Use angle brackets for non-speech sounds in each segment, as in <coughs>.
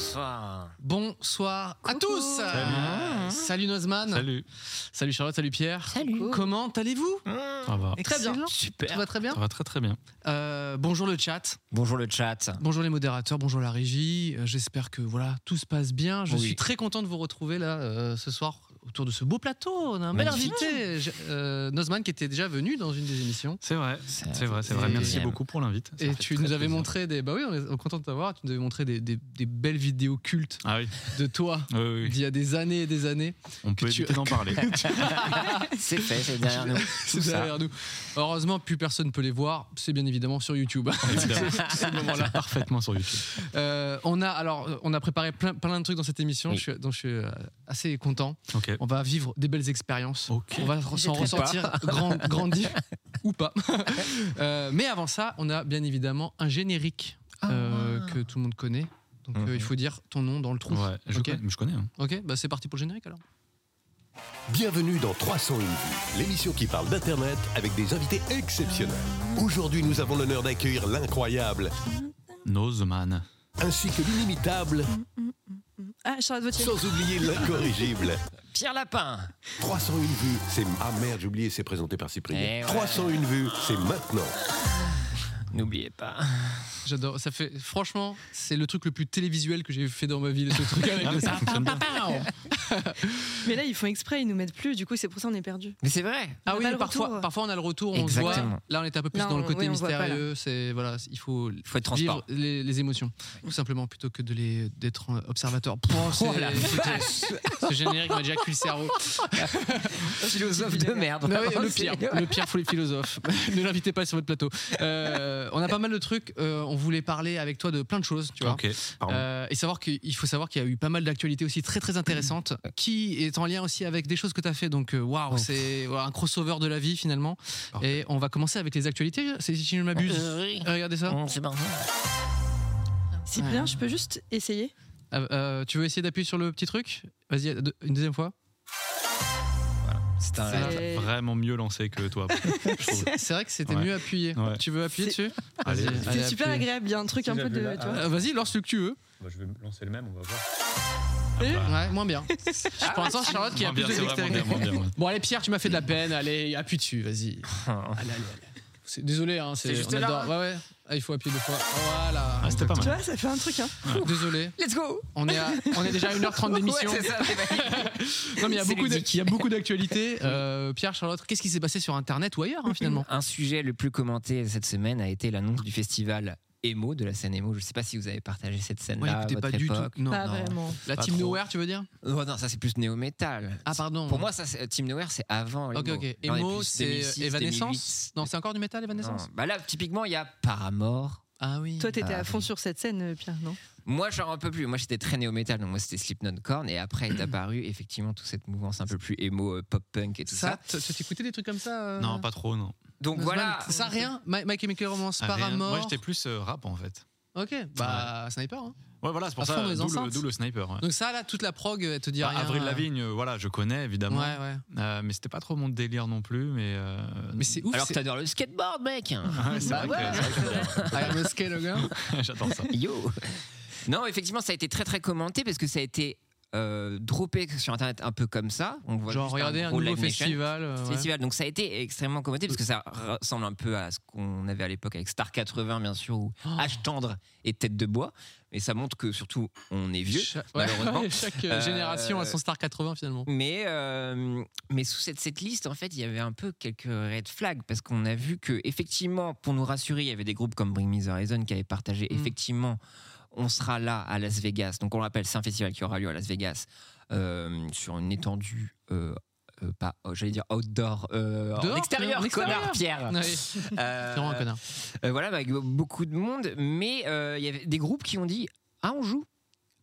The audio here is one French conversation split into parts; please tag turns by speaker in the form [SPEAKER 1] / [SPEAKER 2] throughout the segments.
[SPEAKER 1] Bonsoir.
[SPEAKER 2] Bonsoir à tous Euh, Salut, Nozman
[SPEAKER 1] Salut.
[SPEAKER 2] Salut Charlotte, salut Pierre
[SPEAKER 3] Salut.
[SPEAKER 2] Comment allez-vous
[SPEAKER 1] Ça
[SPEAKER 4] Ça va.
[SPEAKER 2] Très bien. Tout
[SPEAKER 1] Ah. Super.
[SPEAKER 2] va très bien
[SPEAKER 4] Ça va très très bien.
[SPEAKER 2] Euh, Bonjour le chat,
[SPEAKER 1] Bonjour le chat.
[SPEAKER 2] bonjour les modérateurs, bonjour la régie. Euh, J'espère que voilà tout se passe bien. Je
[SPEAKER 1] Oui.
[SPEAKER 2] suis très content de vous retrouver là euh, ce soir autour de ce beau plateau. On a un bel
[SPEAKER 1] Magnifique.
[SPEAKER 2] invité, Je- euh, Nozman, qui était déjà venu dans une des émissions.
[SPEAKER 4] C'est vrai, c'est vrai, c'est
[SPEAKER 1] Et-
[SPEAKER 4] vrai. Merci beaucoup pour l'invite. Ça
[SPEAKER 2] Et
[SPEAKER 4] fait
[SPEAKER 2] tu
[SPEAKER 4] très
[SPEAKER 2] nous avais
[SPEAKER 4] plaisir.
[SPEAKER 2] montré des. Bah oui, on est content de t'avoir. Tu nous avais montré des, des- des belles vidéos cultes
[SPEAKER 4] Ah oui,
[SPEAKER 2] de toi
[SPEAKER 4] <laughs> oui, oui, oui.
[SPEAKER 2] d'il y a des années et des années.
[SPEAKER 4] on peut
[SPEAKER 2] que tu-
[SPEAKER 4] éviter
[SPEAKER 2] <laughs>
[SPEAKER 4] d'en parler.
[SPEAKER 1] <laughs> C'est fait, c'est derrière nous.
[SPEAKER 2] C'est derrière nous. Heureusement, plus personne ne peut les voir. C'est bien évidemment sur YouTube.
[SPEAKER 4] <laughs> Évidemment.
[SPEAKER 2] <laughs> C'est le moment-là.
[SPEAKER 4] Parfaitement sur YouTube.
[SPEAKER 2] Euh, on a alors, euh, on a préparé plein, plein de trucs dans cette émission.
[SPEAKER 1] Oui.
[SPEAKER 2] Je suis, dont je suis euh, assez content.
[SPEAKER 4] Ok.
[SPEAKER 2] On va vivre des belles expériences.
[SPEAKER 4] Ok.
[SPEAKER 2] On va re- s'en
[SPEAKER 3] très
[SPEAKER 2] ressentir grand,
[SPEAKER 4] <laughs>
[SPEAKER 2] grandir ou pas. Euh, mais avant ça, on a bien évidemment un générique
[SPEAKER 3] Ah.
[SPEAKER 2] euh, que tout le monde connaît. Donc euh,
[SPEAKER 1] Mhm.
[SPEAKER 2] il faut dire ton nom dans le trou.
[SPEAKER 4] Ouais, je
[SPEAKER 2] Ok.
[SPEAKER 4] connais. Je connais hein.
[SPEAKER 2] Ok, bah, c'est parti pour le générique alors.
[SPEAKER 5] Bienvenue dans 301 vues, l'émission qui parle d'Internet avec des invités exceptionnels. Aujourd'hui, nous avons l'honneur d'accueillir l'incroyable
[SPEAKER 4] Nozman.
[SPEAKER 5] ainsi que l'inimitable,
[SPEAKER 3] Ah, Charlotte Vautier.
[SPEAKER 5] sans
[SPEAKER 1] <laughs>
[SPEAKER 5] oublier l'incorrigible.
[SPEAKER 1] Pierre Lapin.
[SPEAKER 5] 301 vues, c'est... Ah merde, j'ai oublié, c'est présenté par Cyprien.
[SPEAKER 1] Eh ouais.
[SPEAKER 5] 301 vues, c'est maintenant.
[SPEAKER 1] N'oubliez pas.
[SPEAKER 2] J'adore. Ça fait franchement, c'est le truc le plus télévisuel que j'ai fait dans ma vie. Ce truc avec
[SPEAKER 4] Ah,
[SPEAKER 2] le-
[SPEAKER 4] mais ça fonctionne bien.
[SPEAKER 3] Mais là, ils font exprès, ils nous mettent plus, du coup, c'est pour ça on est perdu.
[SPEAKER 1] Mais c'est vrai.
[SPEAKER 2] Ah
[SPEAKER 3] On a
[SPEAKER 2] oui,
[SPEAKER 3] pas le
[SPEAKER 2] parfois,
[SPEAKER 3] retour.
[SPEAKER 2] parfois on a le retour, on se
[SPEAKER 1] Exactement.
[SPEAKER 2] voit. Là, on était un peu plus
[SPEAKER 3] Là,
[SPEAKER 2] dans le
[SPEAKER 3] on-
[SPEAKER 2] côté
[SPEAKER 3] oui, on voit pas, là.
[SPEAKER 2] mystérieux. C'est voilà, il faut
[SPEAKER 1] Il faut être transparent.
[SPEAKER 2] vivre les, les émotions, tout simplement, plutôt que de les d'être euh, observateur. Oh, <laughs> c'est-
[SPEAKER 1] Oh la
[SPEAKER 2] c'était- ce générique m'a déjà cul le cerveau.
[SPEAKER 1] <laughs> Philosophe de merde.
[SPEAKER 2] Non, mais
[SPEAKER 1] <laughs> Vraiment,
[SPEAKER 2] le
[SPEAKER 1] c'est-
[SPEAKER 2] pire, le pire, faut les philosophes. <laughs> ne l'invitez pas sur votre plateau. Euh, on a pas mal de trucs. euh, on voulait parler avec toi de plein de choses, tu vois.
[SPEAKER 4] Ok. Pardon.
[SPEAKER 2] Euh, et savoir qu'il faut savoir qu'il y a eu pas mal d'actualités aussi très très
[SPEAKER 4] <clears throat>
[SPEAKER 2] intéressantes qui est en lien aussi avec des choses que tu as fait donc euh, waouh
[SPEAKER 1] Oh.
[SPEAKER 2] c'est voilà, un crossover de la vie finalement
[SPEAKER 4] Parfait.
[SPEAKER 2] et on va commencer avec les actualités c'est- si je ne m'abuse
[SPEAKER 1] Euh, oui.
[SPEAKER 2] Euh, regardez ça
[SPEAKER 1] Hum, C'est bon.
[SPEAKER 3] Cyprien, je peux juste essayer
[SPEAKER 2] Ah, euh, tu veux essayer d'appuyer sur le petit truc vas-y à deux- une deuxième fois
[SPEAKER 1] C'est un.
[SPEAKER 3] C'est-
[SPEAKER 4] Vraiment mieux lancé que toi. je trouve.
[SPEAKER 2] <laughs> c'est vrai que c'était
[SPEAKER 4] Ouais.
[SPEAKER 2] mieux appuyé
[SPEAKER 4] Ouais.
[SPEAKER 2] tu veux appuyer dessus
[SPEAKER 4] Allez.
[SPEAKER 2] Vas-y,
[SPEAKER 3] C'est super
[SPEAKER 2] appuie.
[SPEAKER 3] agréable, il y a un truc un peu de. tu vois.
[SPEAKER 2] Euh, vas-y lance le que tu veux
[SPEAKER 4] je vais lancer le même, on va voir.
[SPEAKER 2] ouais moins bien je pense à Charlotte qui a plus de
[SPEAKER 4] c'est vraiment
[SPEAKER 2] dextérité
[SPEAKER 4] bien, moins bien, ouais.
[SPEAKER 2] bon allez Pierre tu m'as fait de la peine allez appuie dessus
[SPEAKER 4] <laughs>
[SPEAKER 2] vas-y Allez, allez, allez. C'est- Désolé, hein, c'est
[SPEAKER 1] C'est juste
[SPEAKER 2] on adore.
[SPEAKER 1] là.
[SPEAKER 2] Ouais, ouais. Ah, il faut appuyer deux fois. Voilà.
[SPEAKER 4] Ah, c'était pas
[SPEAKER 3] Tu
[SPEAKER 4] mal.
[SPEAKER 3] vois, ça fait un truc, hein.
[SPEAKER 2] Désolé.
[SPEAKER 3] Let's go
[SPEAKER 2] On est, à- on est déjà à 1h30 d'émission.
[SPEAKER 1] Ouais, c'est ça, c'est magnifique.
[SPEAKER 2] <laughs> non, mais il y a
[SPEAKER 1] c'est
[SPEAKER 2] beaucoup de-
[SPEAKER 1] ludique.
[SPEAKER 2] il y a beaucoup d'actualités. Euh, Pierre, Charlotte, qu'est-ce qui s'est passé sur Internet ou ailleurs, hein, finalement
[SPEAKER 1] Un sujet le plus commenté cette semaine a été l'annonce du festival Emo de la scène Emo. Je sais pas si vous avez partagé cette
[SPEAKER 2] Ouais,
[SPEAKER 1] scène-là. à
[SPEAKER 2] écoutez,
[SPEAKER 1] votre
[SPEAKER 2] pas du
[SPEAKER 1] époque.
[SPEAKER 2] tout. Non.
[SPEAKER 3] Pas
[SPEAKER 1] non.
[SPEAKER 3] vraiment.
[SPEAKER 2] La
[SPEAKER 1] Pas
[SPEAKER 2] Team
[SPEAKER 1] trop.
[SPEAKER 2] Nowhere, tu veux dire
[SPEAKER 1] Oh non, ça c'est plus néo-metal.
[SPEAKER 2] Ah, pardon.
[SPEAKER 1] Pour moi, ça, c'est- euh, Team Nowhere, c'est avant.
[SPEAKER 2] Ok,
[SPEAKER 1] Emo.
[SPEAKER 2] ok.
[SPEAKER 1] Là, on est
[SPEAKER 2] Emo,
[SPEAKER 1] plus
[SPEAKER 2] c'est euh,
[SPEAKER 1] 2006,
[SPEAKER 2] Evanescence
[SPEAKER 1] 2008.
[SPEAKER 2] Non, c'est encore du métal, Evanescence
[SPEAKER 1] Non. Bah là, typiquement, il y a Paramore.
[SPEAKER 2] Ah oui.
[SPEAKER 3] Toi, t'étais
[SPEAKER 1] Ah,
[SPEAKER 3] à fond sur cette scène, euh, Pierre, non
[SPEAKER 1] Moi, j'en un peu plus. Moi, j'étais très néo-métal, donc moi, c'était Slipknot Korn. Et après
[SPEAKER 2] <clears throat>
[SPEAKER 1] est apparu effectivement toute cette mouvance un peu plus emo, euh, pop-punk et tout ça.
[SPEAKER 2] ça, t- tu t'écoutais des trucs comme ça euh,
[SPEAKER 4] Non, pas trop, non.
[SPEAKER 1] Donc
[SPEAKER 3] Bah,
[SPEAKER 2] Nozman
[SPEAKER 1] voilà.
[SPEAKER 2] Ça, rien My- Mike Chemical Romance,
[SPEAKER 4] Ah, Rien.
[SPEAKER 2] Paramore.
[SPEAKER 4] Moi, j'étais plus euh, rap en fait.
[SPEAKER 2] Ok, bah, sniper. hein.
[SPEAKER 4] Ouais, voilà, c'est pour
[SPEAKER 2] À fond
[SPEAKER 4] ça.
[SPEAKER 2] dans les
[SPEAKER 4] D'où
[SPEAKER 2] enceintes.
[SPEAKER 4] le, d'où le sniper. ouais.
[SPEAKER 2] Donc, ça, là, toute la prog, elle te dit
[SPEAKER 4] Bah,
[SPEAKER 2] rien.
[SPEAKER 4] Avril Lavigne, euh, voilà, je connais
[SPEAKER 2] Ouais,
[SPEAKER 4] évidemment.
[SPEAKER 2] ouais.
[SPEAKER 4] Euh, mais c'était pas trop mon délire non plus. Mais, euh,
[SPEAKER 2] Mais c'est ouf.
[SPEAKER 1] Alors que
[SPEAKER 2] c'est-
[SPEAKER 1] t'adores le skateboard, mec.
[SPEAKER 2] Ah,
[SPEAKER 4] Ouais, c'est
[SPEAKER 1] Bah
[SPEAKER 4] vrai que- c'est vrai que j'aime
[SPEAKER 2] I am a scale again.
[SPEAKER 4] bien. <laughs> J'adore ça.
[SPEAKER 1] Yo. Non, effectivement, ça a été très très commenté parce que ça a été euh, droppé sur internet un peu comme ça. On voit
[SPEAKER 2] Genre,
[SPEAKER 1] juste
[SPEAKER 2] regardez un
[SPEAKER 1] gros
[SPEAKER 2] nouveau
[SPEAKER 1] Live Nation.
[SPEAKER 2] festival. euh, ouais.
[SPEAKER 1] Festival. Donc ça a été extrêmement commenté parce que ça ressemble un peu à ce qu'on avait à l'époque avec Star 80 bien sûr ou
[SPEAKER 2] Oh.
[SPEAKER 1] H tendre et Tête de bois. Mais ça montre que surtout on est vieux.
[SPEAKER 2] Cha- <laughs> ouais,
[SPEAKER 1] malheureusement.
[SPEAKER 2] ouais, <laughs> chaque euh,
[SPEAKER 1] Euh,
[SPEAKER 2] génération a son star 80 finalement.
[SPEAKER 1] Mais, euh, mais sous cette, cette liste, en fait, il y avait un peu quelques red flags parce qu'on a vu que, effectivement, pour nous rassurer, il y avait des groupes comme Bring Me the Horizon qui avaient partagé,
[SPEAKER 2] Mm.
[SPEAKER 1] effectivement, on sera là à Las Vegas. Donc, on l'appelle, c'est un festival qui aura lieu à Las Vegas euh, sur une étendue euh, euh, pas, oh, j'allais dire outdoor, euh, en
[SPEAKER 2] Dehors,
[SPEAKER 1] extérieur,
[SPEAKER 2] en extérieur.
[SPEAKER 1] connard, Pierre.
[SPEAKER 2] Ouais. C'est
[SPEAKER 1] Euh,
[SPEAKER 2] vraiment un connard.
[SPEAKER 1] euh, voilà, avec beaucoup de monde, mais euh, il y avait des groupes qui ont dit Ah, on joue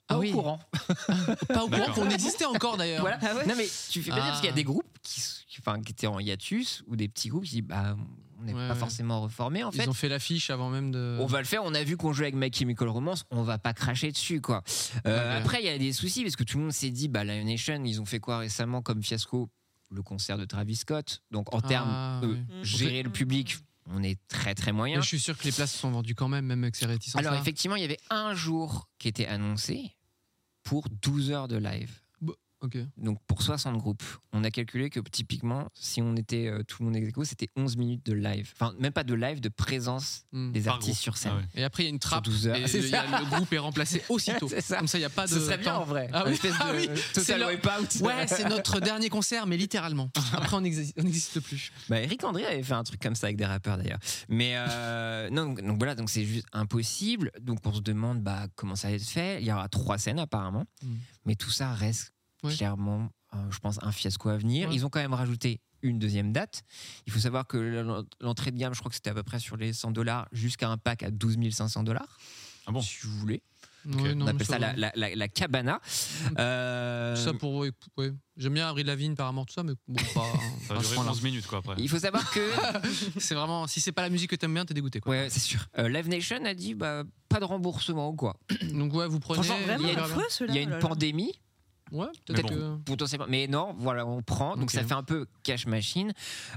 [SPEAKER 2] Ah
[SPEAKER 1] Pas
[SPEAKER 2] oui.
[SPEAKER 1] au courant.
[SPEAKER 2] <laughs> Pas au courant
[SPEAKER 4] D'accord.
[SPEAKER 2] qu'on existait encore d'ailleurs.
[SPEAKER 1] Voilà.
[SPEAKER 3] Ah ouais
[SPEAKER 1] Non, mais tu fais pas
[SPEAKER 2] Ah.
[SPEAKER 1] parce qu'il y a des groupes qui, s- qui- enfin, qui étaient en hiatus ou des petits groupes qui disent Bah, on n'est
[SPEAKER 2] Ouais,
[SPEAKER 1] pas
[SPEAKER 2] ouais.
[SPEAKER 1] forcément reformés en
[SPEAKER 2] Ils
[SPEAKER 1] fait.
[SPEAKER 2] ont fait euh, l'affiche avant même de.
[SPEAKER 1] On va le faire, on a vu qu'on jouait avec My Chemical Romance, on va pas cracher dessus quoi. Euh,
[SPEAKER 2] Ok.
[SPEAKER 1] Après, il y a des soucis parce que tout le monde s'est dit, bah, Lion Nation, ils ont fait quoi récemment comme fiasco Le concert de Travis Scott. Donc en
[SPEAKER 2] Ah,
[SPEAKER 1] termes de
[SPEAKER 2] ouais.
[SPEAKER 1] gérer le public, on est très très moyen.
[SPEAKER 2] Mais je suis sûr que les places se sont vendues quand même, même avec ces réticences.
[SPEAKER 1] Alors effectivement, il y avait un jour qui était annoncé pour 12 heures de live.
[SPEAKER 2] Ok.
[SPEAKER 1] Donc pour 60 groupes, on a calculé que typiquement, si on était euh, tout le monde ex aequo, c'était 11 minutes de live. Enfin, même pas de live, de présence
[SPEAKER 2] Hmm.
[SPEAKER 1] des
[SPEAKER 4] Par
[SPEAKER 1] artistes
[SPEAKER 4] groupe.
[SPEAKER 1] sur scène.
[SPEAKER 4] Ah ouais.
[SPEAKER 2] Et après, il y a une trappe.
[SPEAKER 1] 12
[SPEAKER 4] <laughs>
[SPEAKER 1] heures.
[SPEAKER 2] Et
[SPEAKER 1] C'est
[SPEAKER 2] le, il y a-
[SPEAKER 1] ça.
[SPEAKER 2] le groupe est remplacé aussitôt.
[SPEAKER 1] <laughs> C'est ça.
[SPEAKER 2] Comme ça, il n'y a pas de.
[SPEAKER 1] Ce serait bien
[SPEAKER 2] temps.
[SPEAKER 1] en vrai.
[SPEAKER 2] Ah
[SPEAKER 1] Une
[SPEAKER 2] oui.
[SPEAKER 1] espèce de
[SPEAKER 2] Ah oui. C'est
[SPEAKER 1] total
[SPEAKER 2] leur-
[SPEAKER 1] wipeout.
[SPEAKER 2] <laughs> Ouais, c'est notre dernier concert,
[SPEAKER 1] <laughs>
[SPEAKER 2] mais littéralement. Après, on exi- on n'existe plus.
[SPEAKER 1] Bah, Eric André avait fait un truc comme ça avec des rappeurs d'ailleurs. Mais euh, non, donc, donc voilà, donc c'est juste impossible. Donc on se demande bah, comment ça va être fait. Il y aura trois scènes apparemment,
[SPEAKER 2] Mm.
[SPEAKER 1] mais tout ça reste
[SPEAKER 2] Ouais.
[SPEAKER 1] clairement, euh, je pense, un fiasco à venir.
[SPEAKER 2] Ouais.
[SPEAKER 1] Ils ont quand même rajouté une deuxième date. Il faut savoir que l'en- l'entrée de gamme, je crois que c'était à peu près sur les 100 dollars jusqu'à un pack à 12 500 dollars,
[SPEAKER 4] Ah bon
[SPEAKER 1] si vous voulez.
[SPEAKER 2] Ouais, non,
[SPEAKER 1] euh, on
[SPEAKER 2] mais
[SPEAKER 1] appelle ça la,
[SPEAKER 2] va.
[SPEAKER 1] la, la- la
[SPEAKER 2] <laughs>
[SPEAKER 1] cabana. Euh,
[SPEAKER 2] Ça pour. ouais, ouais. J'aime bien Avril Lavigne, apparemment, tout ça, mais bon,
[SPEAKER 1] <laughs>
[SPEAKER 2] pas.
[SPEAKER 4] Ça
[SPEAKER 2] pas
[SPEAKER 4] va
[SPEAKER 2] à ce
[SPEAKER 4] durer
[SPEAKER 2] point-là.
[SPEAKER 4] 11 minutes, quoi, après.
[SPEAKER 1] Il faut savoir que
[SPEAKER 2] <laughs> C'est vraiment. Si c'est pas la musique que t'aimes bien, t'es dégoûté, quoi.
[SPEAKER 1] Ouais, ouais, c'est sûr. Euh, Live Nation a dit bah, pas de remboursement ou quoi.
[SPEAKER 2] Donc, ouais, vous prenez.
[SPEAKER 1] Franchement,
[SPEAKER 2] vous
[SPEAKER 1] il
[SPEAKER 3] Vraiment
[SPEAKER 1] y a
[SPEAKER 2] verrez bien.
[SPEAKER 3] affreux, ceux-là.
[SPEAKER 1] Il y a
[SPEAKER 3] oh
[SPEAKER 1] une
[SPEAKER 3] là là.
[SPEAKER 1] pandémie,
[SPEAKER 2] Ouais, peut-être
[SPEAKER 4] Mais
[SPEAKER 2] que.
[SPEAKER 1] potentiellement. Mais non, voilà, on prend. Donc
[SPEAKER 2] Ok.
[SPEAKER 1] ça fait un peu cash machine.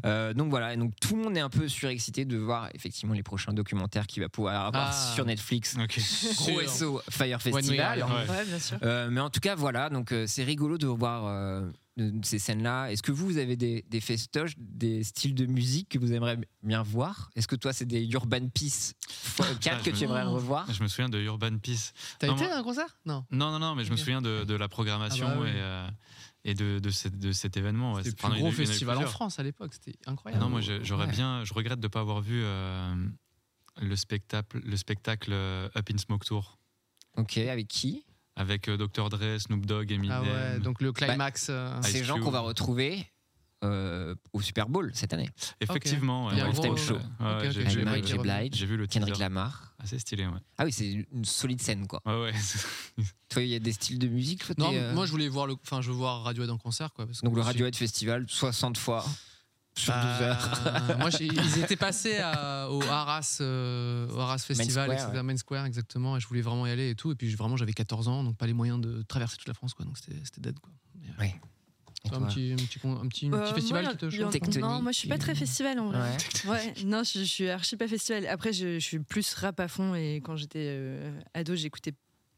[SPEAKER 1] Euh, donc voilà, et donc tout le monde est un peu surexcité de voir effectivement les prochains documentaires qu'il va pouvoir avoir
[SPEAKER 2] Ah.
[SPEAKER 1] sur Netflix.
[SPEAKER 4] Ok.
[SPEAKER 1] Gros
[SPEAKER 2] Sûr.
[SPEAKER 1] SO Fire
[SPEAKER 2] One Way
[SPEAKER 1] Festival.
[SPEAKER 2] Island.
[SPEAKER 4] Ouais.
[SPEAKER 3] Ouais, bien sûr.
[SPEAKER 1] Euh, mais en tout cas, voilà, donc euh, c'est rigolo de voir euh, de- de ces scènes-là. Est-ce que vous, vous avez des, des festoches, des styles de musique que vous aimeriez bien voir Est-ce que toi, c'est des Urban Peace 4
[SPEAKER 4] Ah,
[SPEAKER 1] que tu
[SPEAKER 4] je me-
[SPEAKER 1] aimerais revoir
[SPEAKER 4] Je me souviens de Urban Peace.
[SPEAKER 2] T'as
[SPEAKER 4] Non,
[SPEAKER 2] été
[SPEAKER 4] moi-
[SPEAKER 2] à un concert Non.
[SPEAKER 4] Non, non, non, mais je me
[SPEAKER 2] Ok.
[SPEAKER 4] souviens de, de la programmation
[SPEAKER 2] Ah bah oui.
[SPEAKER 4] et, euh, et de, de, cette- de cet événement. ouais.
[SPEAKER 2] C'était le
[SPEAKER 4] Enfin,
[SPEAKER 2] plus gros
[SPEAKER 4] non, il y en a eu- il y en a eu
[SPEAKER 2] festival en
[SPEAKER 4] plusieurs.
[SPEAKER 2] France à l'époque, c'était incroyable.
[SPEAKER 4] Non, moi je- j'aurais
[SPEAKER 1] Ah Ouais.
[SPEAKER 4] bien. Je regrette de ne pas avoir vu euh, le spectacle, le spectacle euh, Up in Smoke Tour
[SPEAKER 1] Ok, avec qui
[SPEAKER 4] avec euh, Dr. Dre, Snoop Dogg, Eminem.
[SPEAKER 2] Ah ouais, donc le climax. euh,
[SPEAKER 4] Ice
[SPEAKER 1] Bah, ces gens
[SPEAKER 4] Cube.
[SPEAKER 1] qu'on va retrouver euh, au Super Bowl cette année.
[SPEAKER 4] Effectivement,
[SPEAKER 2] Il y a
[SPEAKER 4] ouais,
[SPEAKER 1] un gros-
[SPEAKER 4] ouais,
[SPEAKER 1] show.
[SPEAKER 4] ouais,
[SPEAKER 2] Ok, ok,
[SPEAKER 4] j'ai-
[SPEAKER 2] ok.
[SPEAKER 4] j'ai-
[SPEAKER 1] Avec
[SPEAKER 2] vu
[SPEAKER 1] Mary
[SPEAKER 2] le
[SPEAKER 1] J.
[SPEAKER 2] teaser.
[SPEAKER 1] Blige,
[SPEAKER 4] J'ai vu le
[SPEAKER 1] Kendrick
[SPEAKER 4] teaser.
[SPEAKER 1] Lamar.
[SPEAKER 4] Assez stylé, hein. ouais.
[SPEAKER 1] Ah oui, c'est une solide scène quoi.
[SPEAKER 4] Ouais, ouais. <laughs>
[SPEAKER 1] Toi, il y a des styles de musique. toi,
[SPEAKER 2] Non,
[SPEAKER 1] t'es, euh,
[SPEAKER 2] moi je voulais voir le, enfin je veux voir Radiohead en concert quoi. Parce que
[SPEAKER 1] Donc le
[SPEAKER 2] je suis-
[SPEAKER 1] Radiohead Festival, 60 fois sur 12 heures.
[SPEAKER 2] Euh, <laughs> moi
[SPEAKER 1] <laughs>
[SPEAKER 2] j'ai- ils
[SPEAKER 4] <laughs>
[SPEAKER 2] étaient passés à- au Arras, euh, au Arras Festival,
[SPEAKER 1] Square,
[SPEAKER 2] etc. Main Square exactement, et je voulais vraiment y aller et tout. Et puis vraiment j'avais 14 ans, donc pas les moyens de traverser toute la France quoi. Donc c'était c'était dead quoi. Mais, euh,
[SPEAKER 1] Et
[SPEAKER 2] c'est un
[SPEAKER 1] toi
[SPEAKER 2] petit, un petit, con- un petit, un
[SPEAKER 3] Euh,
[SPEAKER 2] petit
[SPEAKER 3] moi,
[SPEAKER 2] festival
[SPEAKER 3] la-
[SPEAKER 2] qui te
[SPEAKER 3] la-
[SPEAKER 2] chante.
[SPEAKER 1] Tectonique. euh,
[SPEAKER 3] Non, moi je suis pas très festival en vrai.
[SPEAKER 1] Ouais.
[SPEAKER 3] Ouais, non, je, je suis archi pas festival. Après, je, je suis plus rap à fond et quand j'étais euh, ado, j'écoutais.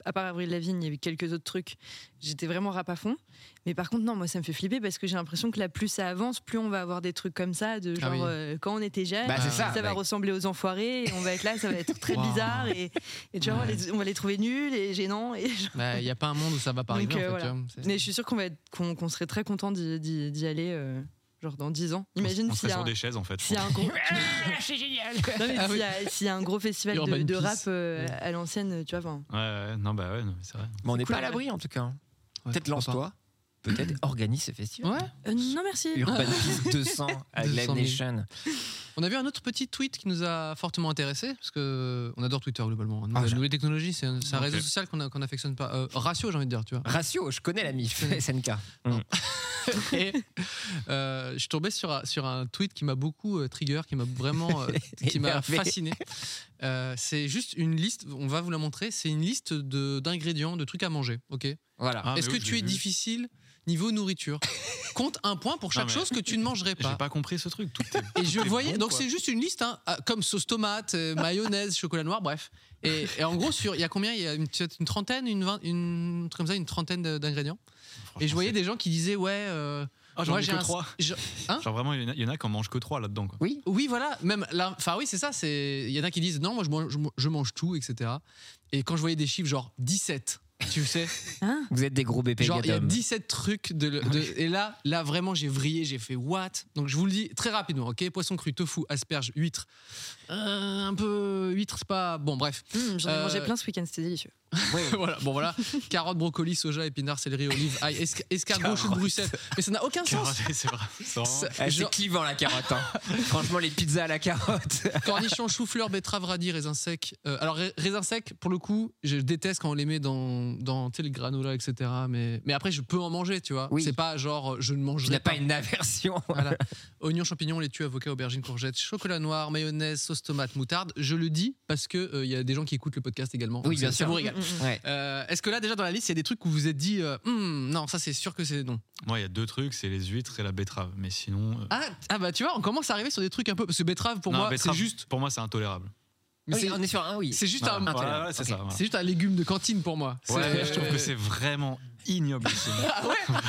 [SPEAKER 3] À part Avril Lavigne, il y avait quelques autres trucs. J'étais vraiment rap à fond. Mais par contre, non, moi ça me fait flipper parce que j'ai l'impression que là, plus ça avance, plus on va avoir des trucs comme ça, de
[SPEAKER 2] Ah
[SPEAKER 3] genre
[SPEAKER 2] oui.
[SPEAKER 3] euh, quand on était jeune,
[SPEAKER 1] Bah,
[SPEAKER 2] c'est
[SPEAKER 3] ça,
[SPEAKER 1] ça,
[SPEAKER 3] va
[SPEAKER 1] bah.
[SPEAKER 3] ressembler aux enfoirés, et on va être là, ça va être très
[SPEAKER 2] Wow.
[SPEAKER 3] bizarre et, et tu vois, on va
[SPEAKER 2] Ouais.
[SPEAKER 3] les- on va les trouver nuls et gênants. Et genre-
[SPEAKER 2] Bah, Il n'y a pas un monde où ça va pas
[SPEAKER 3] Donc,
[SPEAKER 2] arriver. en
[SPEAKER 3] euh,
[SPEAKER 2] fait,
[SPEAKER 3] voilà.
[SPEAKER 2] tu vois. C'est-
[SPEAKER 3] Mais je suis sûre qu'on va être- qu'on qu'on serait très content d'y- d'y d'y aller, euh, genre dans 10 ans. Imagine
[SPEAKER 4] on
[SPEAKER 3] s'il
[SPEAKER 4] serait
[SPEAKER 3] y a
[SPEAKER 4] sur
[SPEAKER 3] un-
[SPEAKER 4] des Ah, chaises en fait.
[SPEAKER 3] s'il y a
[SPEAKER 4] <laughs>
[SPEAKER 3] un gros.
[SPEAKER 1] C'est génial.
[SPEAKER 3] Non, mais
[SPEAKER 2] Ah
[SPEAKER 3] s'il y a- s'il y, a un gros festival
[SPEAKER 2] Urban
[SPEAKER 3] de, de
[SPEAKER 2] Peace.
[SPEAKER 3] rap euh,
[SPEAKER 2] Ouais.
[SPEAKER 3] à l'ancienne, tu vois, enfin,
[SPEAKER 4] Ouais, ouais, non, bah ouais, non, mais c'est vrai.
[SPEAKER 1] Mais on n'est
[SPEAKER 3] cool,
[SPEAKER 1] pas à
[SPEAKER 3] ouais.
[SPEAKER 1] l'abri en tout cas. hein.
[SPEAKER 2] Ouais,
[SPEAKER 1] Peut-être
[SPEAKER 2] pourquoi
[SPEAKER 1] lance-toi. Peut-être <clears throat> organise ce
[SPEAKER 2] pas.
[SPEAKER 1] festival.
[SPEAKER 2] Ouais.
[SPEAKER 3] euh, non merci. <laughs>
[SPEAKER 1] Urban <laughs> Peace 200
[SPEAKER 2] <laughs>
[SPEAKER 1] avec
[SPEAKER 2] 200
[SPEAKER 1] Live
[SPEAKER 2] 000.
[SPEAKER 1] Nation.
[SPEAKER 2] On a vu un autre petit tweet qui nous a fortement intéressé parce que euh, on adore Twitter globalement. Nous,
[SPEAKER 1] Ah,
[SPEAKER 2] les
[SPEAKER 1] j'adore.
[SPEAKER 2] nouvelles technologies, c'est un, c'est un
[SPEAKER 4] Ok.
[SPEAKER 2] réseau social qu'on a- qu'on affectionne pas. Euh, ratio, j'ai envie de dire, tu vois.
[SPEAKER 1] Ratio, je connais la MIF, <laughs> SNK.
[SPEAKER 2] Oh. Et <laughs> euh, je suis tombé sur, un- sur un tweet qui m'a beaucoup euh, trigger, qui m'a
[SPEAKER 1] <laughs>
[SPEAKER 2] vraiment, euh, qui m'a
[SPEAKER 1] Énervé.
[SPEAKER 2] fasciné. Euh, c'est juste une liste. On va vous la montrer. C'est une liste de d'ingrédients, de trucs à manger. Ok.
[SPEAKER 1] Voilà.
[SPEAKER 4] Ah, mais
[SPEAKER 2] Est-ce que
[SPEAKER 4] oui, je
[SPEAKER 2] tu
[SPEAKER 4] l'ai
[SPEAKER 2] es
[SPEAKER 4] vu.
[SPEAKER 2] difficile niveau nourriture Compte un point pour chaque
[SPEAKER 4] mais-
[SPEAKER 2] chose que tu ne mangerais
[SPEAKER 4] <laughs> J'ai
[SPEAKER 2] pas.
[SPEAKER 4] pas compris ce
[SPEAKER 2] <laughs>
[SPEAKER 4] truc. Tout est-
[SPEAKER 2] Et je
[SPEAKER 4] tout est
[SPEAKER 2] voyais,
[SPEAKER 4] bon,
[SPEAKER 2] donc
[SPEAKER 4] quoi.
[SPEAKER 2] c'est juste une liste, hein, ah, comme sauce tomate,
[SPEAKER 4] <laughs>
[SPEAKER 2] euh, mayonnaise, chocolat noir, bref. Et, et en gros, sur- il y a combien Il y a une, peut-être une trentaine, une, vingt- une un truc comme ça, une trentaine de- d'ingrédients. Et je voyais des gens qui disaient ouais, euh,
[SPEAKER 4] Ah, j'en
[SPEAKER 2] moi,
[SPEAKER 4] ai
[SPEAKER 2] j'ai
[SPEAKER 4] que
[SPEAKER 2] un-
[SPEAKER 4] trois. <laughs>
[SPEAKER 2] je- hein
[SPEAKER 4] Genre vraiment, il y en a- il y en a qui en mangent que trois là-dedans. quoi.
[SPEAKER 2] oui voilà, même là, enfin oui c'est ça, c'est il y en a qui disent non moi je mange, je, je mange tout, etc. Et quand je voyais des chiffres genre 17, tu sais,
[SPEAKER 3] Hein
[SPEAKER 1] Vous êtes des gros BP
[SPEAKER 2] genre il y a
[SPEAKER 1] d'hommes.
[SPEAKER 2] 17 trucs de, le- de- et là là vraiment j'ai vrillé, j'ai fait what Donc je vous le dis très rapidement, ok, poisson cru, tofu, asperge, huître, Euh, un peu huître c'est pas bon bref.
[SPEAKER 3] Hum, J'en ai
[SPEAKER 2] Euh, <laughs>
[SPEAKER 3] mangé plein ce week-end, c'était délicieux.
[SPEAKER 2] voilà, bon voilà, carottes, brocoli, soja, épinards, céleri, olive, ail, esca- escargot, chou de
[SPEAKER 4] Carottes.
[SPEAKER 2] Bruxelles. Mais ça n'a aucun sens.
[SPEAKER 4] C'est vrai. c'est vraiment-
[SPEAKER 2] Ça-
[SPEAKER 1] Eh, C'est
[SPEAKER 2] genre-
[SPEAKER 1] clivant la carotte.
[SPEAKER 3] <laughs>
[SPEAKER 1] hein. Franchement, les pizzas à la carotte.
[SPEAKER 2] <laughs> Cornichons, chou-fleur, betterave, radis, raisin sec. Euh, alors, rai- raisin sec, pour le coup, je déteste quand on les met dans, dans tu sais, les granola, etc. Mais, mais après, je peux en manger, tu vois.
[SPEAKER 1] Oui.
[SPEAKER 2] C'est pas genre, euh, je ne
[SPEAKER 1] Je n'ai
[SPEAKER 2] mangerai
[SPEAKER 1] pas une aversion.
[SPEAKER 2] <laughs> Voilà. Oignons, champignons, laitue, avocat, aubergine, courgette, chocolat noir, mayonnaise, sauce tomate, moutarde. Je le dis parce que euh, il y a des gens qui écoutent le podcast également.
[SPEAKER 1] Oui,
[SPEAKER 2] Ça-
[SPEAKER 1] bien
[SPEAKER 2] ça
[SPEAKER 1] sûr.
[SPEAKER 2] vous régale.
[SPEAKER 3] Mm, mm, mm.
[SPEAKER 1] Ouais.
[SPEAKER 2] Euh, Est-ce que là, déjà dans la liste, il y a des trucs où vous vous êtes dit, euh, Hmm, non, ça c'est sûr que c'est non.
[SPEAKER 4] Moi, il y a deux trucs, c'est les huîtres et la betterave. Mais sinon, euh,
[SPEAKER 2] Ah, ah bah tu vois, on commence à arriver sur des trucs un peu. Parce que betterave pour
[SPEAKER 4] non,
[SPEAKER 2] moi, c'est
[SPEAKER 4] betterave,
[SPEAKER 2] juste.
[SPEAKER 4] Pour moi,
[SPEAKER 2] <laughs>
[SPEAKER 4] c'est intolérable. <laughs>
[SPEAKER 2] mais
[SPEAKER 1] Ah oui,
[SPEAKER 2] c'est-
[SPEAKER 1] on est sur un oui.
[SPEAKER 2] c'est juste
[SPEAKER 4] Voilà,
[SPEAKER 2] un.
[SPEAKER 4] voilà, voilà, c'est
[SPEAKER 2] Ok.
[SPEAKER 4] ça, voilà.
[SPEAKER 2] C'est juste un légume de cantine pour moi.
[SPEAKER 4] Ouais,
[SPEAKER 2] C'est- Ah
[SPEAKER 4] je trouve que c'est vraiment ignoble. c'est-
[SPEAKER 2] <laughs>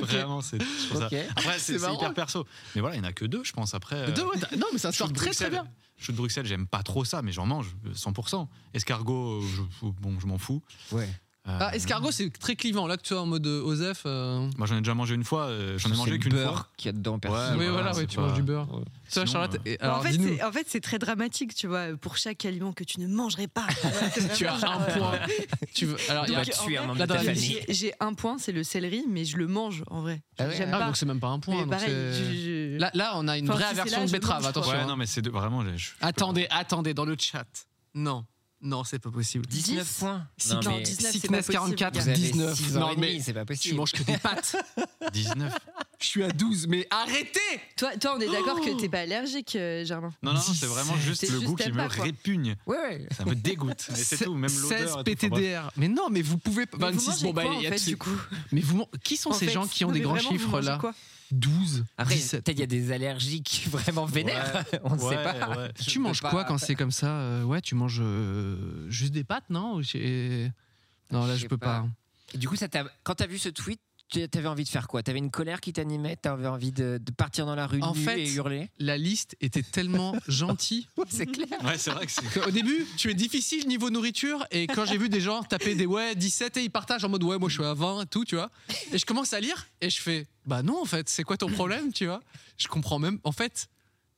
[SPEAKER 4] Vraiment, c'est. je trouve ça-
[SPEAKER 1] Ok.
[SPEAKER 4] Après, c'est
[SPEAKER 2] C'est
[SPEAKER 4] c'est
[SPEAKER 2] marrant.
[SPEAKER 4] hyper perso. Mais voilà, il n'y en a que deux, je pense. Après. euh,
[SPEAKER 2] Deux, ouais, t'as- non, mais ça
[SPEAKER 4] Chou
[SPEAKER 2] sort
[SPEAKER 4] de
[SPEAKER 2] très très
[SPEAKER 4] Bruxelles.
[SPEAKER 2] bien.
[SPEAKER 4] Chou de Bruxelles, j'aime pas trop ça, mais j'en mange euh, 100%. Escargot, euh, je, bon, je m'en fous.
[SPEAKER 1] Ouais.
[SPEAKER 4] Euh,
[SPEAKER 2] Ah, escargot, c'est très clivant. Là, que tu es en mode euh, Osef. euh,
[SPEAKER 4] Moi, j'en ai déjà mangé une fois, euh, j'en ai
[SPEAKER 1] C'est
[SPEAKER 4] mangé
[SPEAKER 1] le
[SPEAKER 4] qu'une
[SPEAKER 1] beurre
[SPEAKER 4] fois.
[SPEAKER 1] qu'il y a dedans.
[SPEAKER 4] Ouais,
[SPEAKER 1] personne.
[SPEAKER 2] oui,
[SPEAKER 4] voilà,
[SPEAKER 2] voilà, ouais,
[SPEAKER 4] c'est
[SPEAKER 2] tu
[SPEAKER 4] pas-
[SPEAKER 2] manges du beurre.
[SPEAKER 4] Ouais.
[SPEAKER 2] Tu vois,
[SPEAKER 4] Sinon,
[SPEAKER 2] Charlotte,
[SPEAKER 4] euh,
[SPEAKER 2] et-
[SPEAKER 3] Bon,
[SPEAKER 2] alors
[SPEAKER 3] en fait,
[SPEAKER 2] dis-nous.
[SPEAKER 3] c'est- en fait, c'est très dramatique, tu vois, pour chaque aliment que tu ne
[SPEAKER 2] <laughs>
[SPEAKER 3] mangerais pas.
[SPEAKER 2] <laughs> tu as un point. tu veux, alors, <laughs> il y a-
[SPEAKER 3] Bah,
[SPEAKER 1] Tu vas tuer un membre de
[SPEAKER 2] là, dans
[SPEAKER 1] ta
[SPEAKER 2] la
[SPEAKER 1] famille.
[SPEAKER 3] J'ai j'ai un point, c'est le céleri, mais je le mange en vrai.
[SPEAKER 1] Ah ouais,
[SPEAKER 3] J'aime
[SPEAKER 2] Ah,
[SPEAKER 3] pas.
[SPEAKER 2] donc c'est même pas un point.
[SPEAKER 3] mais
[SPEAKER 2] donc
[SPEAKER 3] pareil,
[SPEAKER 2] c'est-
[SPEAKER 3] je- je-
[SPEAKER 2] là, là, on a une
[SPEAKER 3] Enfin,
[SPEAKER 2] vraie
[SPEAKER 3] si c'est
[SPEAKER 2] aversion
[SPEAKER 3] là,
[SPEAKER 2] de
[SPEAKER 3] je
[SPEAKER 2] betterave,
[SPEAKER 3] mange,
[SPEAKER 2] attention.
[SPEAKER 4] Ouais,
[SPEAKER 2] hein.
[SPEAKER 4] non, mais c'est deux- vraiment. je- je-
[SPEAKER 2] Attendez, attendez, dans le chat. Non, non, c'est pas possible.
[SPEAKER 1] 19
[SPEAKER 3] 10.
[SPEAKER 1] points.
[SPEAKER 2] Si-
[SPEAKER 1] Non,
[SPEAKER 3] non,
[SPEAKER 1] mais
[SPEAKER 3] 19, c'est
[SPEAKER 2] Sickness
[SPEAKER 3] pas possible,
[SPEAKER 2] 44,
[SPEAKER 3] gars.
[SPEAKER 1] vous avez
[SPEAKER 2] 19.
[SPEAKER 1] 6 ans
[SPEAKER 2] Non,
[SPEAKER 1] et
[SPEAKER 2] mais
[SPEAKER 1] demi, c'est pas possible.
[SPEAKER 2] Tu manges <laughs> que des
[SPEAKER 3] <laughs>
[SPEAKER 2] pâtes.
[SPEAKER 4] 19
[SPEAKER 2] Je suis à 12, mais arrêtez
[SPEAKER 3] Toi, toi, on est d'accord que t'es pas allergique, euh, Germain.
[SPEAKER 4] Non, non, non, c'est vraiment juste
[SPEAKER 3] C'est
[SPEAKER 4] le
[SPEAKER 3] juste
[SPEAKER 4] goût qui
[SPEAKER 3] t'aimes
[SPEAKER 4] me
[SPEAKER 3] pas, quoi.
[SPEAKER 4] répugne.
[SPEAKER 1] Ouais, ouais.
[SPEAKER 4] <laughs> Ça me dégoûte.
[SPEAKER 2] <laughs>
[SPEAKER 4] Mais c'est tout, même
[SPEAKER 2] 16
[SPEAKER 4] l'odeur. et tout. Enfin, bref.
[SPEAKER 2] PTDR. Mais non, mais vous pouvez pas.
[SPEAKER 3] Mais vous
[SPEAKER 2] 26,
[SPEAKER 3] mangez
[SPEAKER 2] bon, bah,
[SPEAKER 3] quoi,
[SPEAKER 2] il y
[SPEAKER 3] en
[SPEAKER 2] a
[SPEAKER 3] fait,
[SPEAKER 2] dessus.
[SPEAKER 3] du coup.
[SPEAKER 2] Mais vous, man- qui sont
[SPEAKER 3] En
[SPEAKER 2] ces
[SPEAKER 3] fait,
[SPEAKER 2] gens qui ont
[SPEAKER 3] non,
[SPEAKER 2] des
[SPEAKER 3] mais
[SPEAKER 2] grands
[SPEAKER 3] vraiment, vous
[SPEAKER 2] chiffres
[SPEAKER 3] mangez
[SPEAKER 2] là
[SPEAKER 3] quoi
[SPEAKER 2] 12,
[SPEAKER 1] Après,
[SPEAKER 2] 17.
[SPEAKER 1] peut-être il y a des allergiques <laughs> vraiment vénères. On ne sait
[SPEAKER 4] Ouais,
[SPEAKER 1] pas.
[SPEAKER 4] ouais.
[SPEAKER 2] Tu
[SPEAKER 1] Je
[SPEAKER 2] manges
[SPEAKER 1] peux
[SPEAKER 2] quoi
[SPEAKER 1] pas-
[SPEAKER 2] quand c'est comme ça Euh, Ouais, tu manges euh, juste des pâtes, non Ou j'ai- Non, là,
[SPEAKER 1] Je
[SPEAKER 2] je
[SPEAKER 1] sais
[SPEAKER 2] peux pas.
[SPEAKER 1] pas. Et Du coup, ça t'a- quand t'as vu ce tweet, tu- t'avais envie de faire quoi T'avais une colère qui t'animait T'avais envie de, de partir dans la rue
[SPEAKER 2] En
[SPEAKER 1] nue
[SPEAKER 2] fait-
[SPEAKER 1] et hurler
[SPEAKER 2] La liste était
[SPEAKER 3] <laughs>
[SPEAKER 2] tellement gentille.
[SPEAKER 1] C'est clair.
[SPEAKER 4] Ouais, c'est vrai que c'est.
[SPEAKER 2] Au début, tu es difficile niveau nourriture. Et quand j'ai vu des gens taper des ouais, 17 et ils partagent en mode ouais, moi je suis à 20 et tout, tu vois. Et je commence à lire et je fais bah non, en fait, c'est quoi ton problème, tu vois Je comprends même, en fait,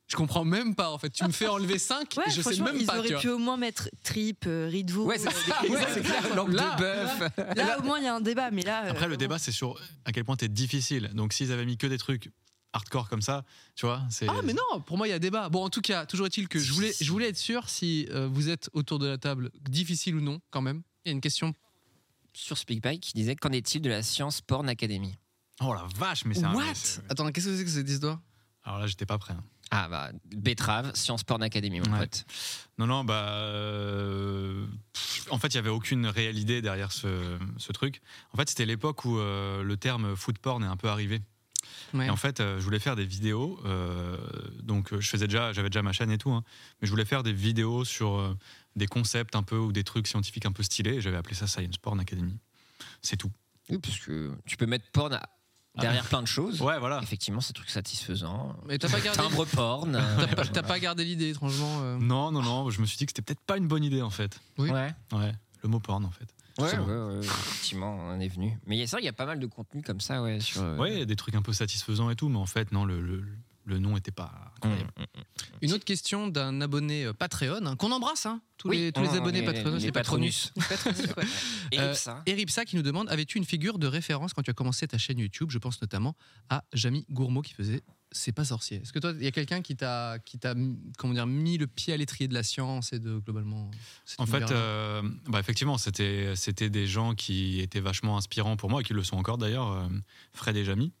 [SPEAKER 2] je comprends même pas. En fait, tu me fais enlever 5
[SPEAKER 3] Ouais,
[SPEAKER 2] et je sais
[SPEAKER 3] franchement,
[SPEAKER 2] même
[SPEAKER 3] ils
[SPEAKER 2] pas, tu
[SPEAKER 3] auraient
[SPEAKER 2] vois.
[SPEAKER 3] pu au moins mettre trip, euh, riz de veau.
[SPEAKER 1] Ouais,
[SPEAKER 3] euh,
[SPEAKER 1] c'est ça.
[SPEAKER 3] des-
[SPEAKER 1] Ouais, c'est clair. Langue
[SPEAKER 2] Là-
[SPEAKER 1] de bœuf.
[SPEAKER 3] Ah, Là, au moins, il y a un débat, mais là.
[SPEAKER 4] Après,
[SPEAKER 3] euh,
[SPEAKER 4] le débat, c'est sur à quel point t'es difficile. Donc, s'ils avaient mis que des trucs hardcore comme ça, tu vois, c'est.
[SPEAKER 2] Ah mais non, pour moi il y a débat. Bon en tout cas, toujours est-il que je voulais, je voulais être sûr si euh, vous êtes autour de la table, difficile ou non quand même. Il y a une question.
[SPEAKER 1] Sur Speakpipe, qui disait Qu'en est-il de la science porn academy
[SPEAKER 4] Oh la vache, mais c'est un. c'est-
[SPEAKER 2] Attends, qu'est-ce que c'est que ces histoires
[SPEAKER 4] Alors là, j'étais pas prêt. hein.
[SPEAKER 1] Ah, bah, betterave, science porn academy, mon
[SPEAKER 4] Ouais.
[SPEAKER 1] pote.
[SPEAKER 4] Non, non, bah. euh, pff, en fait, il n'y avait aucune réelle idée derrière ce, ce truc. En fait, c'était l'époque où euh, le terme food porn est un peu arrivé.
[SPEAKER 2] Ouais.
[SPEAKER 4] Et en fait, euh, je voulais faire des vidéos. euh, donc, euh, je faisais déjà, j'avais déjà ma chaîne et tout. hein, mais je voulais faire des vidéos sur euh, des concepts un peu ou des trucs scientifiques un peu stylés. et J'avais appelé ça Science Porn Academy. C'est tout.
[SPEAKER 1] Oui, parce que tu peux mettre porn à- derrière plein de choses.
[SPEAKER 4] Ah. Ouais, voilà.
[SPEAKER 1] Effectivement, c'est un truc satisfaisant.
[SPEAKER 2] Mais t'as pas gardé,
[SPEAKER 1] Timbre porn.
[SPEAKER 2] <laughs> t'as
[SPEAKER 1] euh, <laughs>
[SPEAKER 2] pas- t'as pas gardé l'idée étrangement. euh.
[SPEAKER 4] Non, non, non. Je me suis dit que c'était peut-être pas une bonne idée en fait.
[SPEAKER 2] Oui.
[SPEAKER 1] Ouais.
[SPEAKER 4] Ouais. Le mot porn en fait.
[SPEAKER 1] Ouais, ouais,
[SPEAKER 4] Justement.
[SPEAKER 1] ouais, effectivement, on en est venu. Mais il y a- c'est vrai qu'il y a pas mal de contenu comme ça, ouais. Sur, euh,
[SPEAKER 4] Ouais, il y a des trucs un peu satisfaisants et tout. Mais en fait, non, le, le, le nom était
[SPEAKER 1] Mm,
[SPEAKER 4] pas incroyable.
[SPEAKER 2] Une autre question d'un abonné euh, Patreon hein, qu'on embrasse hein, tous
[SPEAKER 1] Oui,
[SPEAKER 2] les tous
[SPEAKER 1] on-
[SPEAKER 2] les abonnés
[SPEAKER 1] les-
[SPEAKER 2] Patreon,
[SPEAKER 1] les
[SPEAKER 2] c'est
[SPEAKER 1] patronus.
[SPEAKER 2] Patronus.
[SPEAKER 1] <laughs>
[SPEAKER 3] quoi.
[SPEAKER 1] Et
[SPEAKER 2] Euh,
[SPEAKER 1] ça.
[SPEAKER 2] Eripsa qui nous demande avais-tu une figure de référence quand tu as commencé ta chaîne YouTube Je pense notamment à Jamy Gourmaud qui faisait C'est pas sorcier. Est-ce que toi, il y a quelqu'un qui t'a qui t'a comment dire mis le pied à l'étrier de la science et de globalement cet
[SPEAKER 4] En fait,
[SPEAKER 2] univers-là
[SPEAKER 4] euh, bah, effectivement, c'était c'était des gens qui étaient vachement inspirants pour moi et qui le sont encore d'ailleurs, euh, Fred et Jamy.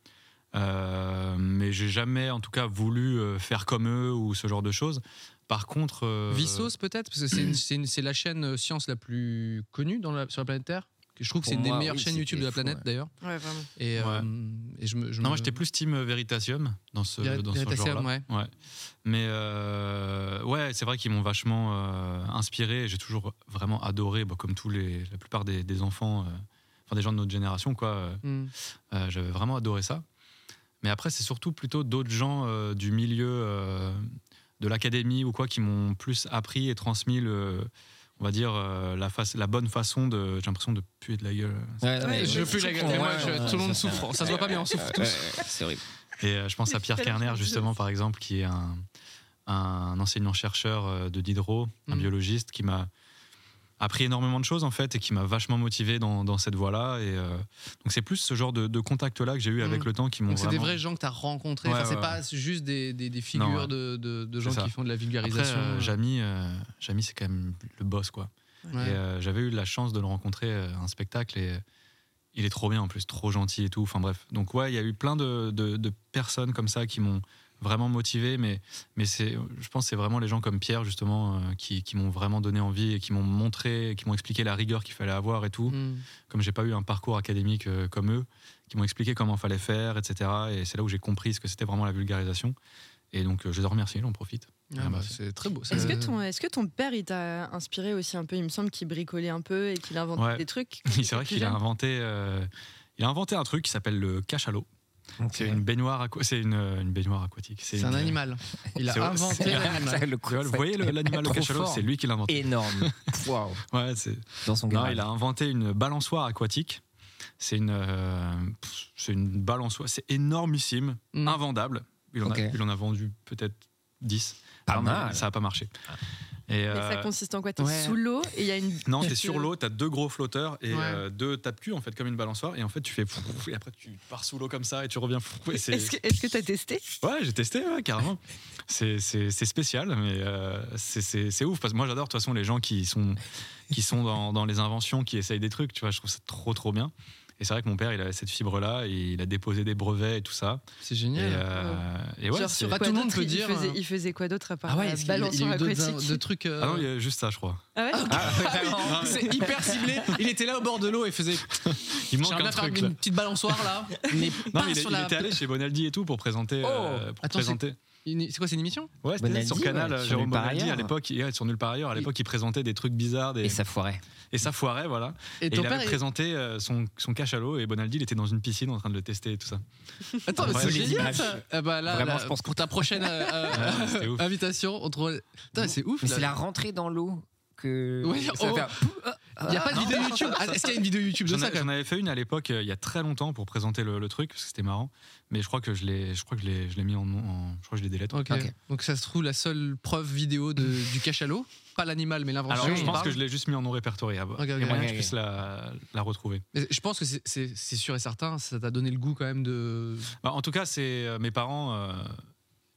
[SPEAKER 4] Euh, mais j'ai jamais, en tout cas, voulu euh, faire comme eux ou ce genre de choses. Par contre, euh,
[SPEAKER 2] Vissos peut-être parce que c'est une- c'est une- c'est la chaîne euh, science la plus connue dans la- sur la planète Terre. que Je trouve que
[SPEAKER 1] Pour
[SPEAKER 2] c'est une des
[SPEAKER 1] moi,
[SPEAKER 2] meilleures
[SPEAKER 1] oui,
[SPEAKER 2] chaînes
[SPEAKER 1] c'était
[SPEAKER 2] YouTube de la
[SPEAKER 1] fou,
[SPEAKER 2] planète
[SPEAKER 1] ouais.
[SPEAKER 2] d'ailleurs.
[SPEAKER 3] Ouais, vraiment.
[SPEAKER 2] Et, euh,
[SPEAKER 4] Ouais.
[SPEAKER 2] et je me je
[SPEAKER 4] non, moi
[SPEAKER 2] me-
[SPEAKER 4] j'étais plus team Veritasium dans ce
[SPEAKER 2] Verit-
[SPEAKER 4] dans ce
[SPEAKER 2] Veritasium,
[SPEAKER 4] genre-là.
[SPEAKER 2] ouais.
[SPEAKER 4] Mais euh, ouais, c'est vrai qu'ils m'ont vachement euh, inspiré. J'ai toujours vraiment adoré, bah, comme tous les la plupart des, des enfants, euh, enfin des gens de notre génération, quoi. euh,
[SPEAKER 2] Hmm.
[SPEAKER 4] Euh, J'avais vraiment adoré ça. Mais après, c'est surtout plutôt d'autres gens euh, du milieu euh, de l'académie ou quoi qui m'ont plus appris et transmis le, on va dire euh, la, face, la bonne façon de. J'ai l'impression de puer de la gueule.
[SPEAKER 1] Ouais, non,
[SPEAKER 3] Ouais,
[SPEAKER 1] mais-
[SPEAKER 3] je
[SPEAKER 1] ouais,
[SPEAKER 3] fais la gueule,
[SPEAKER 1] ouais,
[SPEAKER 3] mais moi,
[SPEAKER 1] ouais,
[SPEAKER 3] je-
[SPEAKER 1] ouais,
[SPEAKER 2] tout le monde
[SPEAKER 1] ça, ça-
[SPEAKER 2] souffre. Ça se voit pas, mais on souffre
[SPEAKER 1] Ouais, ouais, C'est horrible.
[SPEAKER 4] Et euh, je pense à Pierre
[SPEAKER 3] Tout à l'heure,
[SPEAKER 4] Kerner,
[SPEAKER 3] je me
[SPEAKER 4] justement, par exemple, qui est un, un enseignant-chercheur euh, de Diderot, un
[SPEAKER 2] Mhm.
[SPEAKER 4] biologiste, qui m'a appris énormément de choses en fait et qui m'a vachement motivé dans, dans cette voie-là. Et euh, donc c'est plus ce genre de, de contact-là que j'ai eu avec
[SPEAKER 2] Mm.
[SPEAKER 4] le temps qui m'ont
[SPEAKER 2] Donc c'est des
[SPEAKER 4] vraiment-
[SPEAKER 2] vrais gens que tu as rencontrés.
[SPEAKER 4] Ouais,
[SPEAKER 2] Enfin, c'est
[SPEAKER 4] ouais,
[SPEAKER 2] pas juste des, des- des figures
[SPEAKER 4] Non, ouais.
[SPEAKER 2] de, de- de
[SPEAKER 4] C'est
[SPEAKER 2] gens
[SPEAKER 4] ça.
[SPEAKER 2] qui font de la
[SPEAKER 4] Après,
[SPEAKER 2] vulgarisation.
[SPEAKER 4] euh, Jamy, euh, Jamy, c'est quand même le boss quoi.
[SPEAKER 2] Ouais.
[SPEAKER 4] Et euh, j'avais eu la chance de le rencontrer euh, à un spectacle et euh, il est trop bien en plus, trop gentil et tout. Enfin bref. Donc ouais, il y a eu plein de, de- de personnes comme ça qui m'ont vraiment motivé, mais, mais c'est, je pense que c'est vraiment les gens comme Pierre justement euh, qui, qui m'ont vraiment donné envie et qui m'ont montré, qui m'ont expliqué la rigueur qu'il fallait avoir et tout.
[SPEAKER 2] Mm.
[SPEAKER 4] Comme j'ai pas eu un parcours académique euh, comme eux, qui m'ont expliqué comment fallait faire, etc. Et c'est là où j'ai compris ce que c'était vraiment la vulgarisation. Et donc euh, je les en remercie, j'en profite.
[SPEAKER 2] Ah,
[SPEAKER 4] Ah,
[SPEAKER 2] bah,
[SPEAKER 4] merci.
[SPEAKER 2] c'est très beau. ça.
[SPEAKER 3] Est-ce que, ton, est-ce que ton père, il t'a inspiré aussi un peu Il me semble qu'il bricolait un peu et qu'il inventait
[SPEAKER 4] Ouais.
[SPEAKER 3] des trucs. quand
[SPEAKER 4] <laughs> Oui,
[SPEAKER 3] t'étais
[SPEAKER 4] c'est vrai
[SPEAKER 3] plus
[SPEAKER 4] qu'il a
[SPEAKER 3] jeune.
[SPEAKER 4] inventé, euh, il a inventé un truc qui s'appelle le cachalot. C'est une baignoire, aqua- c'est une, euh, une baignoire aquatique.
[SPEAKER 2] C'est un
[SPEAKER 4] une- euh,
[SPEAKER 2] animal. Il
[SPEAKER 4] C'est-
[SPEAKER 2] a inventé
[SPEAKER 4] c'est-
[SPEAKER 2] l'animal.
[SPEAKER 1] le
[SPEAKER 4] Tu vois, vous voyez le- l'animal au
[SPEAKER 1] Trop
[SPEAKER 4] cachalot,
[SPEAKER 1] fort.
[SPEAKER 4] c'est lui qui l'a inventé. <laughs>
[SPEAKER 1] énorme. Waouh.
[SPEAKER 4] Ouais, c'est-
[SPEAKER 1] Dans son
[SPEAKER 4] non,
[SPEAKER 1] garage.
[SPEAKER 4] il a inventé une balançoire aquatique. C'est une, euh, pff, c'est une balançoire, c'est énormissime,
[SPEAKER 2] Mm.
[SPEAKER 4] invendable. Il en,
[SPEAKER 1] Ok.
[SPEAKER 4] a, il en a vendu peut-être 10.
[SPEAKER 1] Pas
[SPEAKER 4] Non, mais
[SPEAKER 1] mal.
[SPEAKER 4] Ça n'a pas Ah. marché. Et,
[SPEAKER 3] Mais ça
[SPEAKER 4] euh,
[SPEAKER 3] consiste en quoi T'es
[SPEAKER 4] ouais.
[SPEAKER 3] sous l'eau et il y a une.
[SPEAKER 4] Non, t'es sur l'eau, t'as deux gros flotteurs et
[SPEAKER 2] Ouais.
[SPEAKER 4] euh, deux tapes-cul, en fait, comme une balançoire. Et en fait, tu fais. Et après, tu pars sous l'eau comme ça et tu reviens. Et c'est-
[SPEAKER 3] Est-ce que est-ce que t'as testé
[SPEAKER 4] Ouais, j'ai testé, ouais, carrément. C'est c'est- c'est spécial, mais euh, c'est- c'est c'est ouf. Parce que moi, j'adore, de toute façon, les gens qui sont, qui sont dans, dans les inventions, qui essayent des trucs. Tu vois, je trouve ça trop, trop bien. Et c'est vrai que mon père, il avait cette fibre-là, et il a déposé des brevets et tout ça.
[SPEAKER 2] C'est
[SPEAKER 4] Et,
[SPEAKER 2] génial.
[SPEAKER 4] euh, et ouais,
[SPEAKER 3] Genre
[SPEAKER 4] c'est-
[SPEAKER 3] sur
[SPEAKER 2] Pas
[SPEAKER 3] quoi
[SPEAKER 2] tout le monde
[SPEAKER 3] d'autre
[SPEAKER 2] peut
[SPEAKER 3] il-
[SPEAKER 2] dire,
[SPEAKER 3] Il faisait,
[SPEAKER 2] hein.
[SPEAKER 3] il faisait quoi d'autre à part
[SPEAKER 2] Ah ouais,
[SPEAKER 3] la
[SPEAKER 2] est-ce qu'il a- il y
[SPEAKER 3] balançoire
[SPEAKER 2] a eu d'autres-
[SPEAKER 3] aquatique
[SPEAKER 2] d'autres trucs. euh,
[SPEAKER 4] Ah non, il y a juste ça, je crois.
[SPEAKER 3] Ah ouais
[SPEAKER 2] C'est hyper ciblé. Il était là au bord de l'eau et faisait.
[SPEAKER 4] <laughs>
[SPEAKER 2] J'ai
[SPEAKER 4] Il manque
[SPEAKER 2] rien
[SPEAKER 4] un
[SPEAKER 2] à faire
[SPEAKER 4] truc,
[SPEAKER 2] avec
[SPEAKER 4] là.
[SPEAKER 2] une petite balançoire
[SPEAKER 4] <laughs>
[SPEAKER 2] là. Mais
[SPEAKER 4] Non,
[SPEAKER 2] pas
[SPEAKER 4] mais il, est-
[SPEAKER 2] sur
[SPEAKER 4] il
[SPEAKER 2] la. Oh,
[SPEAKER 4] était allé chez Bonaldi et tout pour présenter. euh, pour
[SPEAKER 2] Attends, c'est-
[SPEAKER 4] présenter.
[SPEAKER 2] Une- C'est quoi, c'est une émission
[SPEAKER 4] Ouais, c'était
[SPEAKER 1] Bonaldi,
[SPEAKER 4] sur Canal, euh,
[SPEAKER 1] ouais, sur
[SPEAKER 4] Jérôme
[SPEAKER 1] Nulle part
[SPEAKER 4] Bonaldi, à
[SPEAKER 1] ailleurs.
[SPEAKER 4] l'époque, il ouais, sur Nulle part ailleurs, à l'époque, il présentait des trucs bizarres des-
[SPEAKER 1] Et ça foirait.
[SPEAKER 4] foirait, voilà.
[SPEAKER 2] Et
[SPEAKER 4] Et
[SPEAKER 2] ton
[SPEAKER 4] il
[SPEAKER 2] père.
[SPEAKER 4] avait
[SPEAKER 2] il-
[SPEAKER 4] présenté euh, son, son cachalot et Bonaldi, il était dans une piscine en train de le tester et tout ça.
[SPEAKER 2] Attends, mais
[SPEAKER 4] Ouais,
[SPEAKER 2] c'est
[SPEAKER 4] les
[SPEAKER 2] génial
[SPEAKER 1] images.
[SPEAKER 2] ça. Ah bah, là,
[SPEAKER 1] Vraiment,
[SPEAKER 2] là,
[SPEAKER 1] je pense que-
[SPEAKER 2] pour ta prochaine
[SPEAKER 4] <laughs>
[SPEAKER 2] euh, euh,
[SPEAKER 4] Ouais, c'était ouf.
[SPEAKER 2] invitation, on trouve. Putain, c'est ouf.
[SPEAKER 1] Mais
[SPEAKER 2] là.
[SPEAKER 1] c'est la rentrée dans l'eau que.
[SPEAKER 2] Ouais,
[SPEAKER 1] ça
[SPEAKER 2] oh.
[SPEAKER 1] fait un-
[SPEAKER 4] <laughs>
[SPEAKER 2] Il n'y a pas de
[SPEAKER 1] Non.
[SPEAKER 2] vidéo YouTube. Ah, Est-ce qu'il y a une vidéo YouTube de
[SPEAKER 4] J'en
[SPEAKER 2] ça
[SPEAKER 4] a-
[SPEAKER 2] quand
[SPEAKER 4] j'en
[SPEAKER 2] même
[SPEAKER 4] avais fait une à l'époque, euh, il y a très longtemps, pour présenter le, le truc, parce que c'était marrant. Mais je crois que je l'ai je crois que je l'ai- je l'ai mis en, en- Je crois que je l'ai délai.
[SPEAKER 2] Ok.
[SPEAKER 1] Ok.
[SPEAKER 2] Donc ça se trouve la seule preuve vidéo de- du cachalot, pas l'animal mais l'invention.
[SPEAKER 4] Alors, je
[SPEAKER 2] on
[SPEAKER 4] pense
[SPEAKER 2] parle.
[SPEAKER 4] que je l'ai juste mis en non répertorié. Ah bah,
[SPEAKER 2] Ok,
[SPEAKER 4] Il y a
[SPEAKER 2] ok,
[SPEAKER 4] moyen
[SPEAKER 1] ok,
[SPEAKER 4] que je
[SPEAKER 1] ok.
[SPEAKER 4] puisse la, la retrouver.
[SPEAKER 2] Mais je pense que c'est- c'est c'est sûr et certain, ça t'a donné le goût quand même de.
[SPEAKER 4] Bah, en tout cas, c'est euh, mes parents. euh,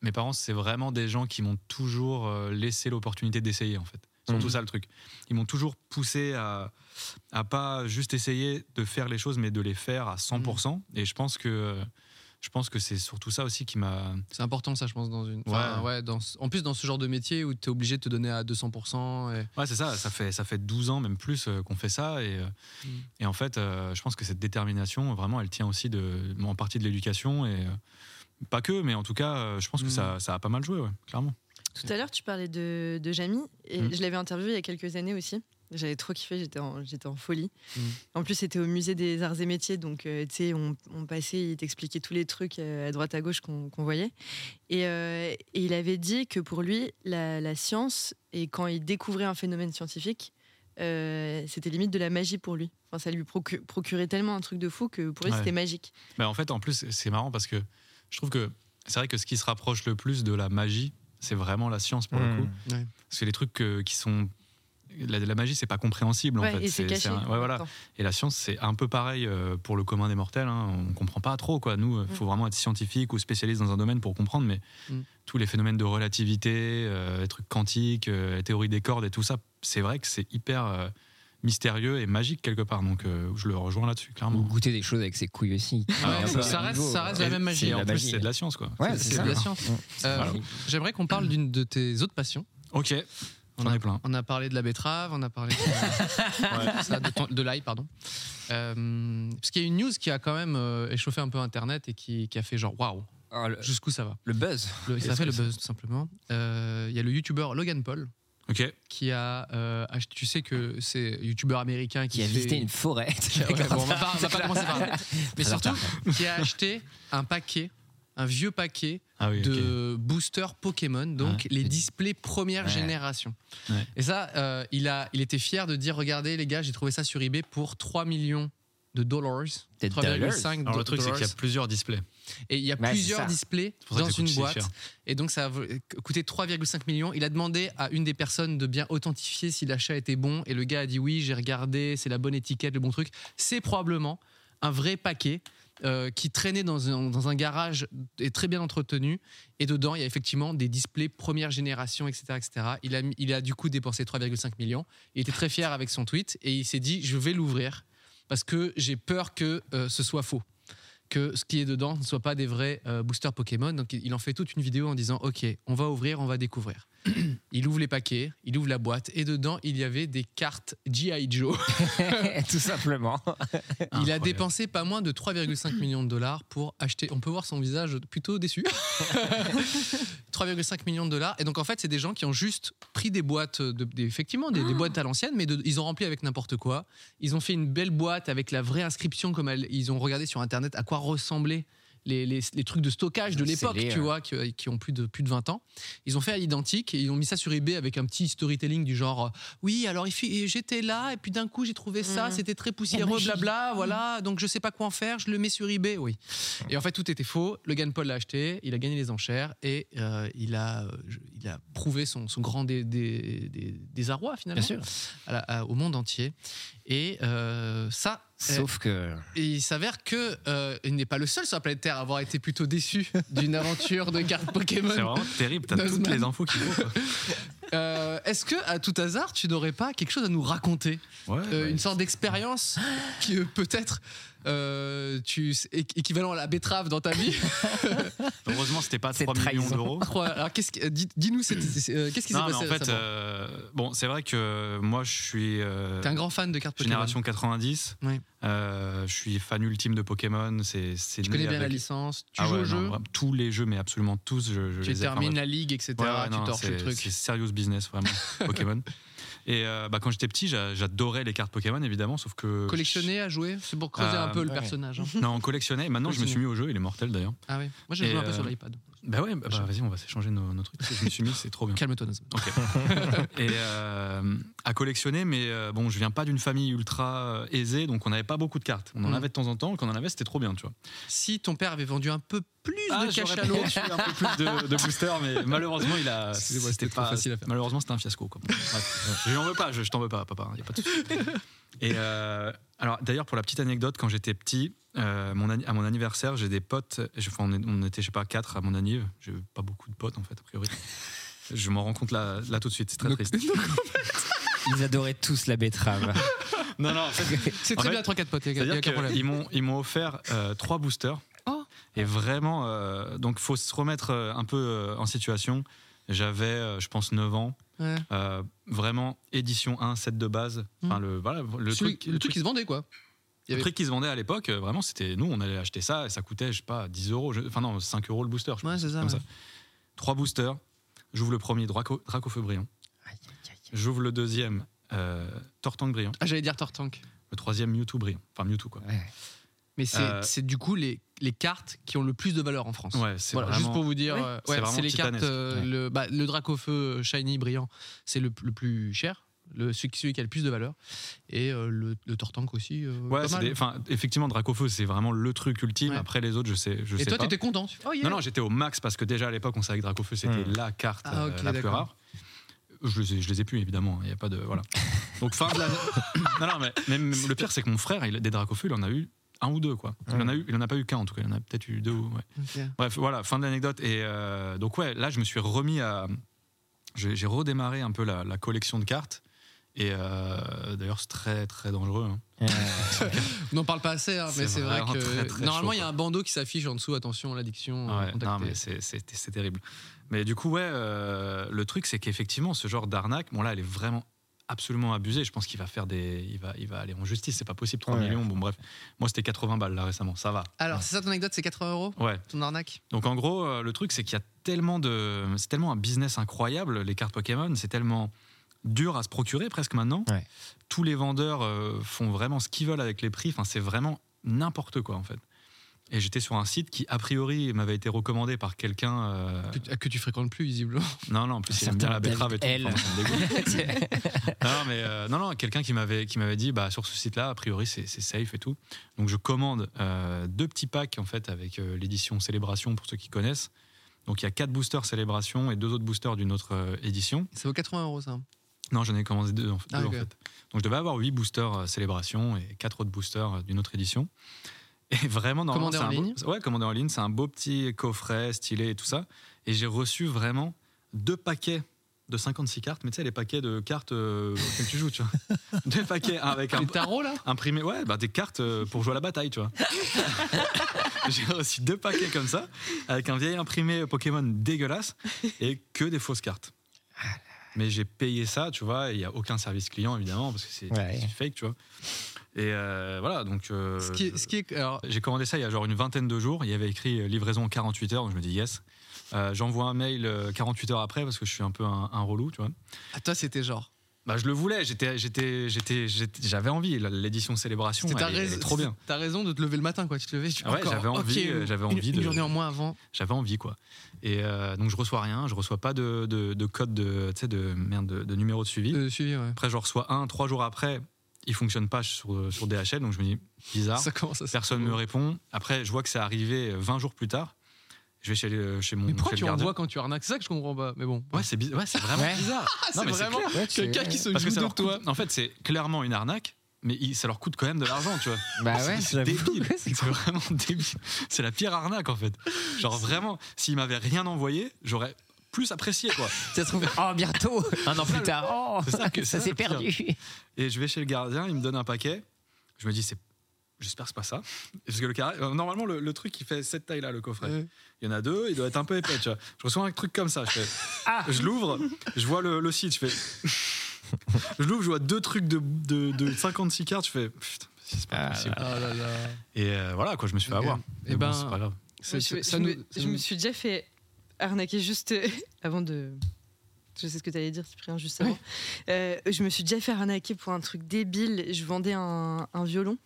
[SPEAKER 4] mes parents, c'est vraiment des gens qui m'ont toujours euh, laissé l'opportunité d'essayer, en fait. C'est Surtout
[SPEAKER 1] Mhm.
[SPEAKER 4] ça le truc. Ils m'ont toujours poussé à, à pas juste essayer de faire les choses, mais de les faire à 100%.
[SPEAKER 2] Mhm.
[SPEAKER 4] Et je pense que euh, je pense que c'est surtout ça aussi qui m'a.
[SPEAKER 2] C'est important ça, je pense, dans une. enfin,
[SPEAKER 4] Ouais.
[SPEAKER 2] ouais, dans ce- En plus, dans ce genre de métier où tu es obligé de te donner à 200%. Et...
[SPEAKER 4] Ouais, c'est ça. Ça fait ça fait 12 ans, même plus, euh, qu'on fait ça. Et, euh,
[SPEAKER 2] Mhm.
[SPEAKER 4] et en fait, euh, je pense que cette détermination, vraiment, elle tient aussi de, en partie de l'éducation et euh, pas que, mais en tout cas, euh, je pense que
[SPEAKER 2] Mhm.
[SPEAKER 4] ça, ça a pas mal joué, ouais, clairement.
[SPEAKER 3] Tout à l'heure, tu parlais de, de Jamy et
[SPEAKER 2] Hmm.
[SPEAKER 4] Mm.
[SPEAKER 3] je l'avais interviewé il y a quelques années aussi. J'avais trop kiffé, j'étais en, j'étais en folie.
[SPEAKER 2] Mm.
[SPEAKER 3] En plus, c'était au musée des arts et métiers, donc euh, tu sais, on, on passait, il t'expliquait tous les trucs euh, à droite à gauche qu'on qu'on voyait. Et, euh, et il avait dit que pour lui, la, la science, et quand il découvrait un phénomène scientifique, euh, c'était limite de la magie pour lui. Enfin, ça lui procu- procurait tellement un truc de fou que pour lui,
[SPEAKER 4] Ouais.
[SPEAKER 3] c'était magique.
[SPEAKER 4] Mais en fait, en plus, c'est marrant parce que je trouve que c'est vrai que ce qui se rapproche le plus de la magie, c'est vraiment la science pour
[SPEAKER 6] Mm.
[SPEAKER 4] le coup. Parce que les trucs euh, qui sont. La, la magie, c'est pas compréhensible
[SPEAKER 3] Ouais,
[SPEAKER 4] en fait.
[SPEAKER 3] et c'est caché.
[SPEAKER 4] un- ouais,
[SPEAKER 3] en même
[SPEAKER 4] voilà.
[SPEAKER 3] temps.
[SPEAKER 4] Et la science, c'est un peu pareil euh, pour le commun des mortels. hein. On comprend pas trop, quoi. Nous,
[SPEAKER 3] Mm.
[SPEAKER 4] il faut vraiment être scientifique ou spécialiste dans un domaine pour comprendre, mais
[SPEAKER 1] Hmm.
[SPEAKER 2] Mm.
[SPEAKER 4] tous les phénomènes de relativité, euh, les trucs quantiques, euh, la théorie des cordes et tout ça, c'est vrai que c'est hyper euh, mystérieux et magique quelque part. Donc, euh, je le rejoins là-dessus,
[SPEAKER 1] Ou
[SPEAKER 4] clairement.
[SPEAKER 1] goûter des choses avec ses couilles aussi.
[SPEAKER 4] Ah ouais,
[SPEAKER 1] Un peu
[SPEAKER 4] ça
[SPEAKER 1] à
[SPEAKER 2] reste-
[SPEAKER 1] nouveau,
[SPEAKER 2] ça reste
[SPEAKER 1] euh,
[SPEAKER 2] la même magie.
[SPEAKER 4] Et
[SPEAKER 1] la
[SPEAKER 4] en plus,
[SPEAKER 1] magie.
[SPEAKER 4] c'est de la science, quoi.
[SPEAKER 1] Ouais,
[SPEAKER 2] C'est
[SPEAKER 1] c'est ça.
[SPEAKER 2] de la science.
[SPEAKER 1] Mm.
[SPEAKER 2] Euh,
[SPEAKER 4] Voilà.
[SPEAKER 2] J'aimerais qu'on parle d'une de tes autres passions.
[SPEAKER 4] Ok, on en
[SPEAKER 2] a-
[SPEAKER 4] est plein.
[SPEAKER 2] On a parlé de la betterave, on a parlé
[SPEAKER 1] <laughs>
[SPEAKER 2] de, Ouais, tout ça, de ton- de l'ail, pardon. Euh, parce qu'il y a une news qui a quand même euh, échauffé un peu Internet et qui, qui a fait genre waouh,
[SPEAKER 1] Ah, le-
[SPEAKER 2] jusqu'où ça va.
[SPEAKER 1] Le buzz.
[SPEAKER 2] Le- ça
[SPEAKER 4] Est-ce
[SPEAKER 2] fait
[SPEAKER 4] que
[SPEAKER 2] le
[SPEAKER 4] ça-
[SPEAKER 2] buzz tout simplement. Euh, Il y a le youtubeur Logan Paul
[SPEAKER 4] Ok.
[SPEAKER 2] qui a, euh, ach- tu sais que c'est youtubeur américain qui,
[SPEAKER 1] Qui a
[SPEAKER 2] fait-
[SPEAKER 1] visité une forêt.
[SPEAKER 2] qui a- <laughs> ouais, bon, on va pas, on va pas commencer par là. Mais
[SPEAKER 1] Très
[SPEAKER 2] surtout, qui a acheté un paquet, un vieux paquet
[SPEAKER 4] Ah oui, ok.
[SPEAKER 2] de boosters Pokémon, donc les displays première
[SPEAKER 1] Ouais.
[SPEAKER 2] génération.
[SPEAKER 4] Ouais.
[SPEAKER 2] Et ça, euh, il, a, il était fier de dire regardez les gars, j'ai trouvé ça sur eBay pour 3 millions de dollars.
[SPEAKER 1] Des
[SPEAKER 2] 3,5
[SPEAKER 4] Alors, le truc, c'est
[SPEAKER 2] dollars.
[SPEAKER 4] qu'il y a plusieurs displays.
[SPEAKER 2] Et il y a
[SPEAKER 1] Ouais,
[SPEAKER 2] plusieurs
[SPEAKER 1] c'est ça.
[SPEAKER 2] displays
[SPEAKER 4] pour ça que
[SPEAKER 2] dans
[SPEAKER 4] ça
[SPEAKER 2] une
[SPEAKER 4] coûte si
[SPEAKER 2] boîte.
[SPEAKER 4] cher.
[SPEAKER 2] Et donc, ça a v- coûté 3,5 millions. Il a demandé à une des personnes de bien authentifier si l'achat était bon. Et le gars a dit oui, j'ai regardé, c'est la bonne étiquette, le bon truc. C'est probablement un vrai paquet euh, qui traînait dans un, dans un garage et très bien entretenu. Et dedans, il y a effectivement des displays première génération, etc. etc. Il, a, mis- il a du coup dépensé 3,5 millions. Il était très fier avec son tweet et il s'est dit je vais l'ouvrir parce que j'ai peur que euh, ce soit faux que ce qui est dedans ne soit pas des vrais euh, boosters Pokémon. Donc il en fait toute une vidéo en disant OK, on va ouvrir, on va découvrir. il ouvre les paquets, il ouvre la boîte et dedans il y avait des cartes GI Joe.
[SPEAKER 1] <laughs> Tout simplement.
[SPEAKER 2] <laughs> Il a
[SPEAKER 4] Incroyable.
[SPEAKER 2] dépensé pas moins de 3,5 millions de dollars pour acheter. On peut voir son visage
[SPEAKER 1] <laughs>
[SPEAKER 2] plutôt déçu. 3,5 millions de dollars. Et donc en fait, c'est des gens qui ont juste pris des boîtes, de, des- effectivement, des, des
[SPEAKER 1] Ah.
[SPEAKER 2] boîtes à l'ancienne, mais de- ils ont rempli avec n'importe quoi. Ils ont fait une belle boîte avec la vraie inscription, comme elle- ils ont regardé sur Internet à quoi ressemblaient les, les- les trucs de stockage de
[SPEAKER 1] C'est
[SPEAKER 2] l'époque,
[SPEAKER 1] les,
[SPEAKER 2] tu
[SPEAKER 1] euh,
[SPEAKER 2] vois, qui, qui ont plus de, plus de 20 ans. Ils ont fait à l'identique et ils ont mis ça sur eBay avec un petit storytelling du genre euh, Oui, alors il fit- j'étais là et puis d'un coup j'ai trouvé ça,
[SPEAKER 1] Mm.
[SPEAKER 3] Mhm.
[SPEAKER 2] c'était très poussiéreux,
[SPEAKER 3] magie.
[SPEAKER 2] blabla, voilà, Ah, donc je sais pas quoi en faire, je le mets sur eBay, oui. Et en fait, tout était faux. Le Paul l'a acheté, il a gagné les enchères et euh, il, a, euh, je- il a prouvé son, son grand dé- dé- dé- désarroi finalement à la- à- au monde entier. Et euh, ça. euh,
[SPEAKER 1] Sauf que.
[SPEAKER 2] et il s'avère que euh, il n'est pas le seul sur la planète Terre à avoir été plutôt déçu <laughs> d'une aventure de cartes Pokémon.
[SPEAKER 4] C'est vraiment terrible. T'as
[SPEAKER 2] Dazman.
[SPEAKER 4] toutes les infos qu'il
[SPEAKER 2] <laughs>
[SPEAKER 4] faut. quoi.
[SPEAKER 2] Euh, Est-ce que, à tout hasard, tu n'aurais pas quelque chose à nous raconter
[SPEAKER 4] Ouais, bah,
[SPEAKER 2] Euh,
[SPEAKER 4] ouais.
[SPEAKER 2] Une sorte
[SPEAKER 4] <gasps>
[SPEAKER 2] d'expérience qui euh, peut-être euh, tu c'est é- équivalent à la betterave dans ta
[SPEAKER 4] <laughs>
[SPEAKER 2] vie.
[SPEAKER 4] Heureusement, c'était pas
[SPEAKER 1] C'est
[SPEAKER 4] 3 millions
[SPEAKER 1] trahison.
[SPEAKER 4] d'euros.
[SPEAKER 2] Alors qu'est-ce qui- euh, dis- dis-nous cette- c'est- euh, qu'est-ce qui s'est
[SPEAKER 4] Non, mais
[SPEAKER 2] passé
[SPEAKER 4] en fait,
[SPEAKER 2] récemment
[SPEAKER 4] euh, bon, c'est vrai que moi, je suis euh,
[SPEAKER 2] T'es un grand fan de cartes Pokémon.
[SPEAKER 4] génération 90.
[SPEAKER 2] Ouais.
[SPEAKER 4] Euh, je suis fan ultime de Pokémon. C'est, c'est
[SPEAKER 2] Tu
[SPEAKER 4] né
[SPEAKER 2] connais bien la
[SPEAKER 4] avec-
[SPEAKER 2] licence, tu
[SPEAKER 4] Ah
[SPEAKER 2] joues
[SPEAKER 4] ouais,
[SPEAKER 2] au
[SPEAKER 4] non,
[SPEAKER 2] jeu,
[SPEAKER 4] vraiment, tous les jeux, mais absolument tous. Je, je
[SPEAKER 2] tu
[SPEAKER 4] les ai- enfin,
[SPEAKER 2] termines
[SPEAKER 4] bref.
[SPEAKER 2] la ligue, etc.
[SPEAKER 4] Ouais, ouais,
[SPEAKER 2] tu
[SPEAKER 4] non,
[SPEAKER 2] torches
[SPEAKER 4] c'est-
[SPEAKER 2] le truc.
[SPEAKER 4] C'est serious business,
[SPEAKER 2] <laughs>
[SPEAKER 4] vraiment, Pokémon. Et euh, bah, quand j'étais petit, j'a- j'adorais les cartes Pokémon, évidemment, sauf que.
[SPEAKER 2] Collectionner, à jouer, c'est pour creuser
[SPEAKER 4] Euh,
[SPEAKER 2] un peu le
[SPEAKER 1] ouais.
[SPEAKER 2] personnage. hein.
[SPEAKER 4] Non, on collectionnait. Et maintenant, je me suis mis au jeu, il est mortel d'ailleurs.
[SPEAKER 2] Ah oui, moi j'ai
[SPEAKER 4] Et,
[SPEAKER 2] joué un peu
[SPEAKER 4] euh,
[SPEAKER 2] sur l'iPad.
[SPEAKER 4] Bah ouais, bah, bah, vas-y, on va s'échanger nos, nos
[SPEAKER 2] <laughs>
[SPEAKER 4] trucs. Je me suis mis, c'est trop bien.
[SPEAKER 2] Calme-toi, Nazem.
[SPEAKER 4] Ok. et euh, à collectionner, mais euh, bon, je viens pas d'une famille ultra euh, aisée, donc on n'avait pas beaucoup de cartes. On en
[SPEAKER 2] Mhm.
[SPEAKER 4] avait de temps en temps, quand on en avait, c'était trop bien, tu vois. Ah,
[SPEAKER 2] Si ton père avait vendu un peu plus de
[SPEAKER 4] j'aurais
[SPEAKER 2] cachalot,
[SPEAKER 4] <laughs> peut-être eu un peu plus de, de booster, <laughs> mais malheureusement, il a.
[SPEAKER 2] Excusez-moi, c'était trop
[SPEAKER 4] pas-
[SPEAKER 2] facile à faire.
[SPEAKER 4] Malheureusement, c'était un fiasco. Quoi. Bon, bref. je n'en veux pas, je, je t'en veux pas, papa. Il y a pas de souci. Et euh, alors, d'ailleurs, pour la petite anecdote, quand j'étais petit, euh, mon ani- à mon anniversaire, j'ai des potes. je- enfin, on, est- on était, je sais pas, quatre à mon anniv. J'ai pas beaucoup de potes, en fait, a priori. Je m'en rends compte là, là tout de suite, c'est très
[SPEAKER 2] Donc-
[SPEAKER 4] triste.
[SPEAKER 1] <laughs> Ils adoraient tous la betterave.
[SPEAKER 4] <laughs> Non, non, en fait,
[SPEAKER 2] <laughs> c'est
[SPEAKER 4] En
[SPEAKER 2] très bien
[SPEAKER 4] fait,
[SPEAKER 2] 3-4 potes, il n'y a, y a aucun
[SPEAKER 4] C'est-à-dire
[SPEAKER 2] problème.
[SPEAKER 4] qu'ils m'ont, ils m'ont offert euh, trois boosters.
[SPEAKER 2] Oh.
[SPEAKER 4] Et vraiment, euh, donc faut se remettre euh, un peu euh, en situation. J'avais, euh, je pense, 9 ans.
[SPEAKER 2] Ouais.
[SPEAKER 4] Euh, vraiment, édition 1, set de base. Enfin,
[SPEAKER 2] Mm.
[SPEAKER 4] le, voilà, le
[SPEAKER 2] Celui-
[SPEAKER 4] truc, le truc,
[SPEAKER 2] qui se vendait, quoi. il y
[SPEAKER 4] le
[SPEAKER 2] avait-
[SPEAKER 4] truc qui se vendait à l'époque, euh, vraiment, c'était nous, on allait acheter ça et ça coûtait, je sais pas, 10 euros. je- Enfin, non, 5 euros le booster. je
[SPEAKER 2] Ouais, c'est ça.
[SPEAKER 4] comme
[SPEAKER 2] ouais.
[SPEAKER 4] ça. Trois boosters. J'ouvre le premier, Draco, Dracofeu Brillant. J'ouvre le deuxième, euh, Tortank Brillant.
[SPEAKER 2] Ah, j'allais dire Tortank.
[SPEAKER 4] Le troisième, Mewtwo Brillant. Enfin, Mewtwo, quoi.
[SPEAKER 2] Mais c'est
[SPEAKER 4] Euh,
[SPEAKER 2] c'est du coup les, les cartes qui ont le plus de valeur en France.
[SPEAKER 4] Ouais, c'est
[SPEAKER 2] Voilà,
[SPEAKER 4] vraiment-
[SPEAKER 2] juste pour vous dire,
[SPEAKER 3] Ouais.
[SPEAKER 2] euh, ouais,
[SPEAKER 4] C'est vraiment
[SPEAKER 2] c'est les cartes.
[SPEAKER 4] titanesque.
[SPEAKER 2] euh,
[SPEAKER 1] Ouais.
[SPEAKER 2] Le, bah, le Dracofeu Shiny Brillant, c'est le, le plus cher, le, celui, celui qui a le plus de valeur. Et euh, le, le Tortank aussi. euh,
[SPEAKER 4] Ouais,
[SPEAKER 2] pas
[SPEAKER 4] c'est
[SPEAKER 2] mal.
[SPEAKER 4] des- enfin, effectivement, Dracofeu, c'est vraiment le truc ultime.
[SPEAKER 2] Ouais.
[SPEAKER 4] Après les autres, je sais, je
[SPEAKER 2] Et
[SPEAKER 4] sais
[SPEAKER 2] toi,
[SPEAKER 4] pas.
[SPEAKER 2] t'étais content tu- Oh, yeah.
[SPEAKER 4] Non, non, j'étais au max parce que déjà à l'époque, on savait que Dracofeu c'était
[SPEAKER 1] Hmm.
[SPEAKER 4] la carte
[SPEAKER 2] Ah,
[SPEAKER 4] euh,
[SPEAKER 2] ok,
[SPEAKER 4] la plus
[SPEAKER 2] d'accord.
[SPEAKER 4] rare. Je les, ai, je les ai plus évidemment. Il y a pas de voilà. Donc fin de la. <coughs> non, non, mais même le pire, c'est que mon frère, il, des Dracofeu, il en a eu un ou deux quoi. Il
[SPEAKER 7] Hmm.
[SPEAKER 4] en a eu, il en a pas eu qu'un en tout cas. Il en a peut-être eu deux. ou- ouais.
[SPEAKER 2] Ok.
[SPEAKER 4] Bref, voilà, fin de l'anecdote. Et euh, donc, ouais, là, je me suis remis à. J'ai j'ai redémarré un peu la, la collection de cartes. Et euh, d'ailleurs, c'est très, très dangereux. hein.
[SPEAKER 2] On n'en parle pas assez, hein, mais
[SPEAKER 4] C'est
[SPEAKER 2] c'est vrai
[SPEAKER 4] vraiment
[SPEAKER 2] que
[SPEAKER 4] très, très
[SPEAKER 2] normalement
[SPEAKER 4] chaud,
[SPEAKER 2] il y a
[SPEAKER 4] quoi.
[SPEAKER 2] un bandeau qui s'affiche en dessous. Attention, l'addiction. euh,
[SPEAKER 4] Ouais, non,
[SPEAKER 2] contactez.
[SPEAKER 4] mais c'est- c'est c'est terrible. Mais du coup, ouais, euh, le truc, c'est qu'effectivement, ce genre d'arnaque, bon, là, elle est vraiment absolument abusée. Je pense qu'il va faire des. Il va, il va aller en justice, c'est pas possible, 3
[SPEAKER 1] Ouais.
[SPEAKER 4] millions. Bon, bref. Moi, c'était 80 balles, là, récemment. Ça va.
[SPEAKER 2] Alors, c'est ça ton anecdote, c'est 80 euros
[SPEAKER 4] Ouais.
[SPEAKER 2] ton arnaque
[SPEAKER 4] Donc, en gros, euh, le truc, c'est qu'il y a tellement de. C'est tellement un business incroyable, les cartes Pokémon. C'est tellement dur à se procurer presque maintenant.
[SPEAKER 1] Ouais.
[SPEAKER 4] Tous les vendeurs euh, font vraiment ce qu'ils veulent avec les prix. Enfin, c'est vraiment n'importe quoi, en fait. Et j'étais sur un site qui, a priori, m'avait été recommandé par quelqu'un. euh,
[SPEAKER 2] Que, tu- ah, que tu fréquentes plus, visiblement. <laughs>
[SPEAKER 4] Non, non, en plus, il aime bien la betterave et tout.
[SPEAKER 1] Elle.
[SPEAKER 4] Enfin, ça me dégoûte. <laughs> non, non, mais euh, non, non, quelqu'un qui m'avait qui m'avait dit bah sur ce site-là, a priori c'est c'est safe et tout. Donc je commande euh, deux petits packs en fait avec euh, l'édition Célébration pour ceux qui connaissent. Donc il y a quatre boosters Célébration et deux autres boosters d'une autre euh, édition.
[SPEAKER 2] Ça vaut 80 euros, ça.
[SPEAKER 4] Non, j'en ai commandé deux, en fait,
[SPEAKER 2] Ah,
[SPEAKER 4] deux, en
[SPEAKER 2] ok.
[SPEAKER 4] fait. Donc je devais avoir huit boosters euh, Célébration et quatre autres boosters euh, d'une autre édition. <laughs> Et vraiment, normalement,
[SPEAKER 2] Commandé
[SPEAKER 4] c'est
[SPEAKER 2] en
[SPEAKER 4] un beau-
[SPEAKER 2] ligne
[SPEAKER 4] ouais, commandé en ligne, c'est un beau petit coffret stylé et tout ça. Et j'ai reçu vraiment deux paquets de 56 cartes, mais tu sais, les paquets de cartes euh, auxquelles tu joues, tu vois. <laughs> Deux paquets avec un,
[SPEAKER 2] Les tarots, là
[SPEAKER 4] imprimé ouais bah, des cartes euh, pour jouer à la bataille tu vois <laughs> j'ai reçu deux paquets comme ça avec un vieil imprimé Pokémon dégueulasse et que des fausses cartes mais j'ai payé ça tu vois et il y a aucun service client évidemment parce que c'est
[SPEAKER 1] Ouais.
[SPEAKER 4] c'est fake tu vois et euh, voilà donc euh,
[SPEAKER 2] ce qui est, ce qui est- alors,
[SPEAKER 4] j'ai commandé ça il y a genre une vingtaine de jours. Il y avait écrit euh, livraison en 48 heures, donc je me dis yes. Euh, J'envoie un mail euh, 48 heures après parce que je suis un peu un, un relou, tu vois.
[SPEAKER 2] à Ah, toi, c'était genre.
[SPEAKER 4] Bah, je le voulais, j'étais, j'étais, j'étais, j'étais- j'avais envie. L'édition célébration,
[SPEAKER 2] C'était ta
[SPEAKER 4] elle, est- elle est
[SPEAKER 2] rais-
[SPEAKER 4] trop bien.
[SPEAKER 2] T'as raison de te lever le matin, quoi. Tu te levais, tu
[SPEAKER 4] Ah ouais,
[SPEAKER 2] encore,
[SPEAKER 4] j'avais
[SPEAKER 2] ok,
[SPEAKER 4] envie, euh, j'avais
[SPEAKER 2] une-
[SPEAKER 4] envie
[SPEAKER 2] une
[SPEAKER 4] de-
[SPEAKER 2] journée en moins avant.
[SPEAKER 4] j'avais envie quoi et euh, donc je reçois rien je reçois pas de, de, de code de tu sais, de merde de, de numéro de suivi
[SPEAKER 2] de suivi, ouais.
[SPEAKER 4] après je reçois un trois jours après il fonctionne pas sur, sur DHL donc je me dis bizarre
[SPEAKER 2] Ça commence à se-
[SPEAKER 4] personne me répond après je vois que c'est arrivé 20 jours plus tard je vais chez, le- chez mon
[SPEAKER 2] Mais pourquoi
[SPEAKER 4] chez
[SPEAKER 2] tu
[SPEAKER 4] le gardien.
[SPEAKER 2] envoies quand tu arnaques C'est ça que je comprends pas. Mais bon.
[SPEAKER 4] ouais c'est bizarre ouais, c'est vraiment
[SPEAKER 1] Ouais.
[SPEAKER 4] bizarre
[SPEAKER 2] Ah,
[SPEAKER 4] Non,
[SPEAKER 2] c'est
[SPEAKER 4] mais c'est
[SPEAKER 2] vraiment
[SPEAKER 1] Ouais, tu-
[SPEAKER 2] quelqu'un qui se
[SPEAKER 4] parce que
[SPEAKER 2] joue
[SPEAKER 4] ça
[SPEAKER 2] de
[SPEAKER 4] leur
[SPEAKER 2] toi.
[SPEAKER 4] coûte- en fait c'est clairement une arnaque mais il- ça leur coûte quand même de l'argent tu vois
[SPEAKER 1] Bah ouais,
[SPEAKER 4] c'est
[SPEAKER 1] j'avoue.
[SPEAKER 4] débile. C'est vraiment <laughs> débile. C'est la pire arnaque en fait. Genre vraiment, s'il m'avait rien envoyé, j'aurais plus apprécié
[SPEAKER 1] <laughs>
[SPEAKER 4] quoi.
[SPEAKER 1] Ça se trouve, oh,
[SPEAKER 4] <laughs>
[SPEAKER 1] bientôt, un an plus tard, oh,
[SPEAKER 4] C'est ça que- c'est
[SPEAKER 1] ça
[SPEAKER 4] ça
[SPEAKER 1] s'est
[SPEAKER 4] le pire.
[SPEAKER 1] perdu.
[SPEAKER 4] Et je vais chez le gardien, il me donne un paquet. Je me dis c'est J'espère que c'est pas ça. Et Parce que le carré- euh, normalement, le, le truc, il fait cette taille-là, le coffret.
[SPEAKER 2] Ouais.
[SPEAKER 4] Il y en a deux, il doit être un peu épais, tu vois. Je reçois un truc comme ça. Je, fais- je l'ouvre, je vois le, le site, je fais. <laughs> je l'ouvre, je vois deux trucs de, de, de 56 cartes, je fais. Putain, c'est pas
[SPEAKER 1] Ah
[SPEAKER 4] possible.
[SPEAKER 2] Ah là là.
[SPEAKER 4] Et euh, voilà, quoi, je me suis fait
[SPEAKER 2] Ok.
[SPEAKER 4] avoir.
[SPEAKER 2] Eh
[SPEAKER 4] Mais bon,
[SPEAKER 2] ben,
[SPEAKER 4] c'est pas grave.
[SPEAKER 2] C'est-
[SPEAKER 3] je,
[SPEAKER 2] c'est-
[SPEAKER 3] je
[SPEAKER 2] ça
[SPEAKER 3] me,
[SPEAKER 2] nous-
[SPEAKER 3] je
[SPEAKER 2] ça
[SPEAKER 3] me
[SPEAKER 2] nous-
[SPEAKER 3] suis déjà fait arnaquer juste euh, <laughs> avant de. Je sais ce que tu allais dire, Cyprien, juste avant. Euh, je me suis déjà fait arnaquer pour un truc débile. Je vendais un, un violon.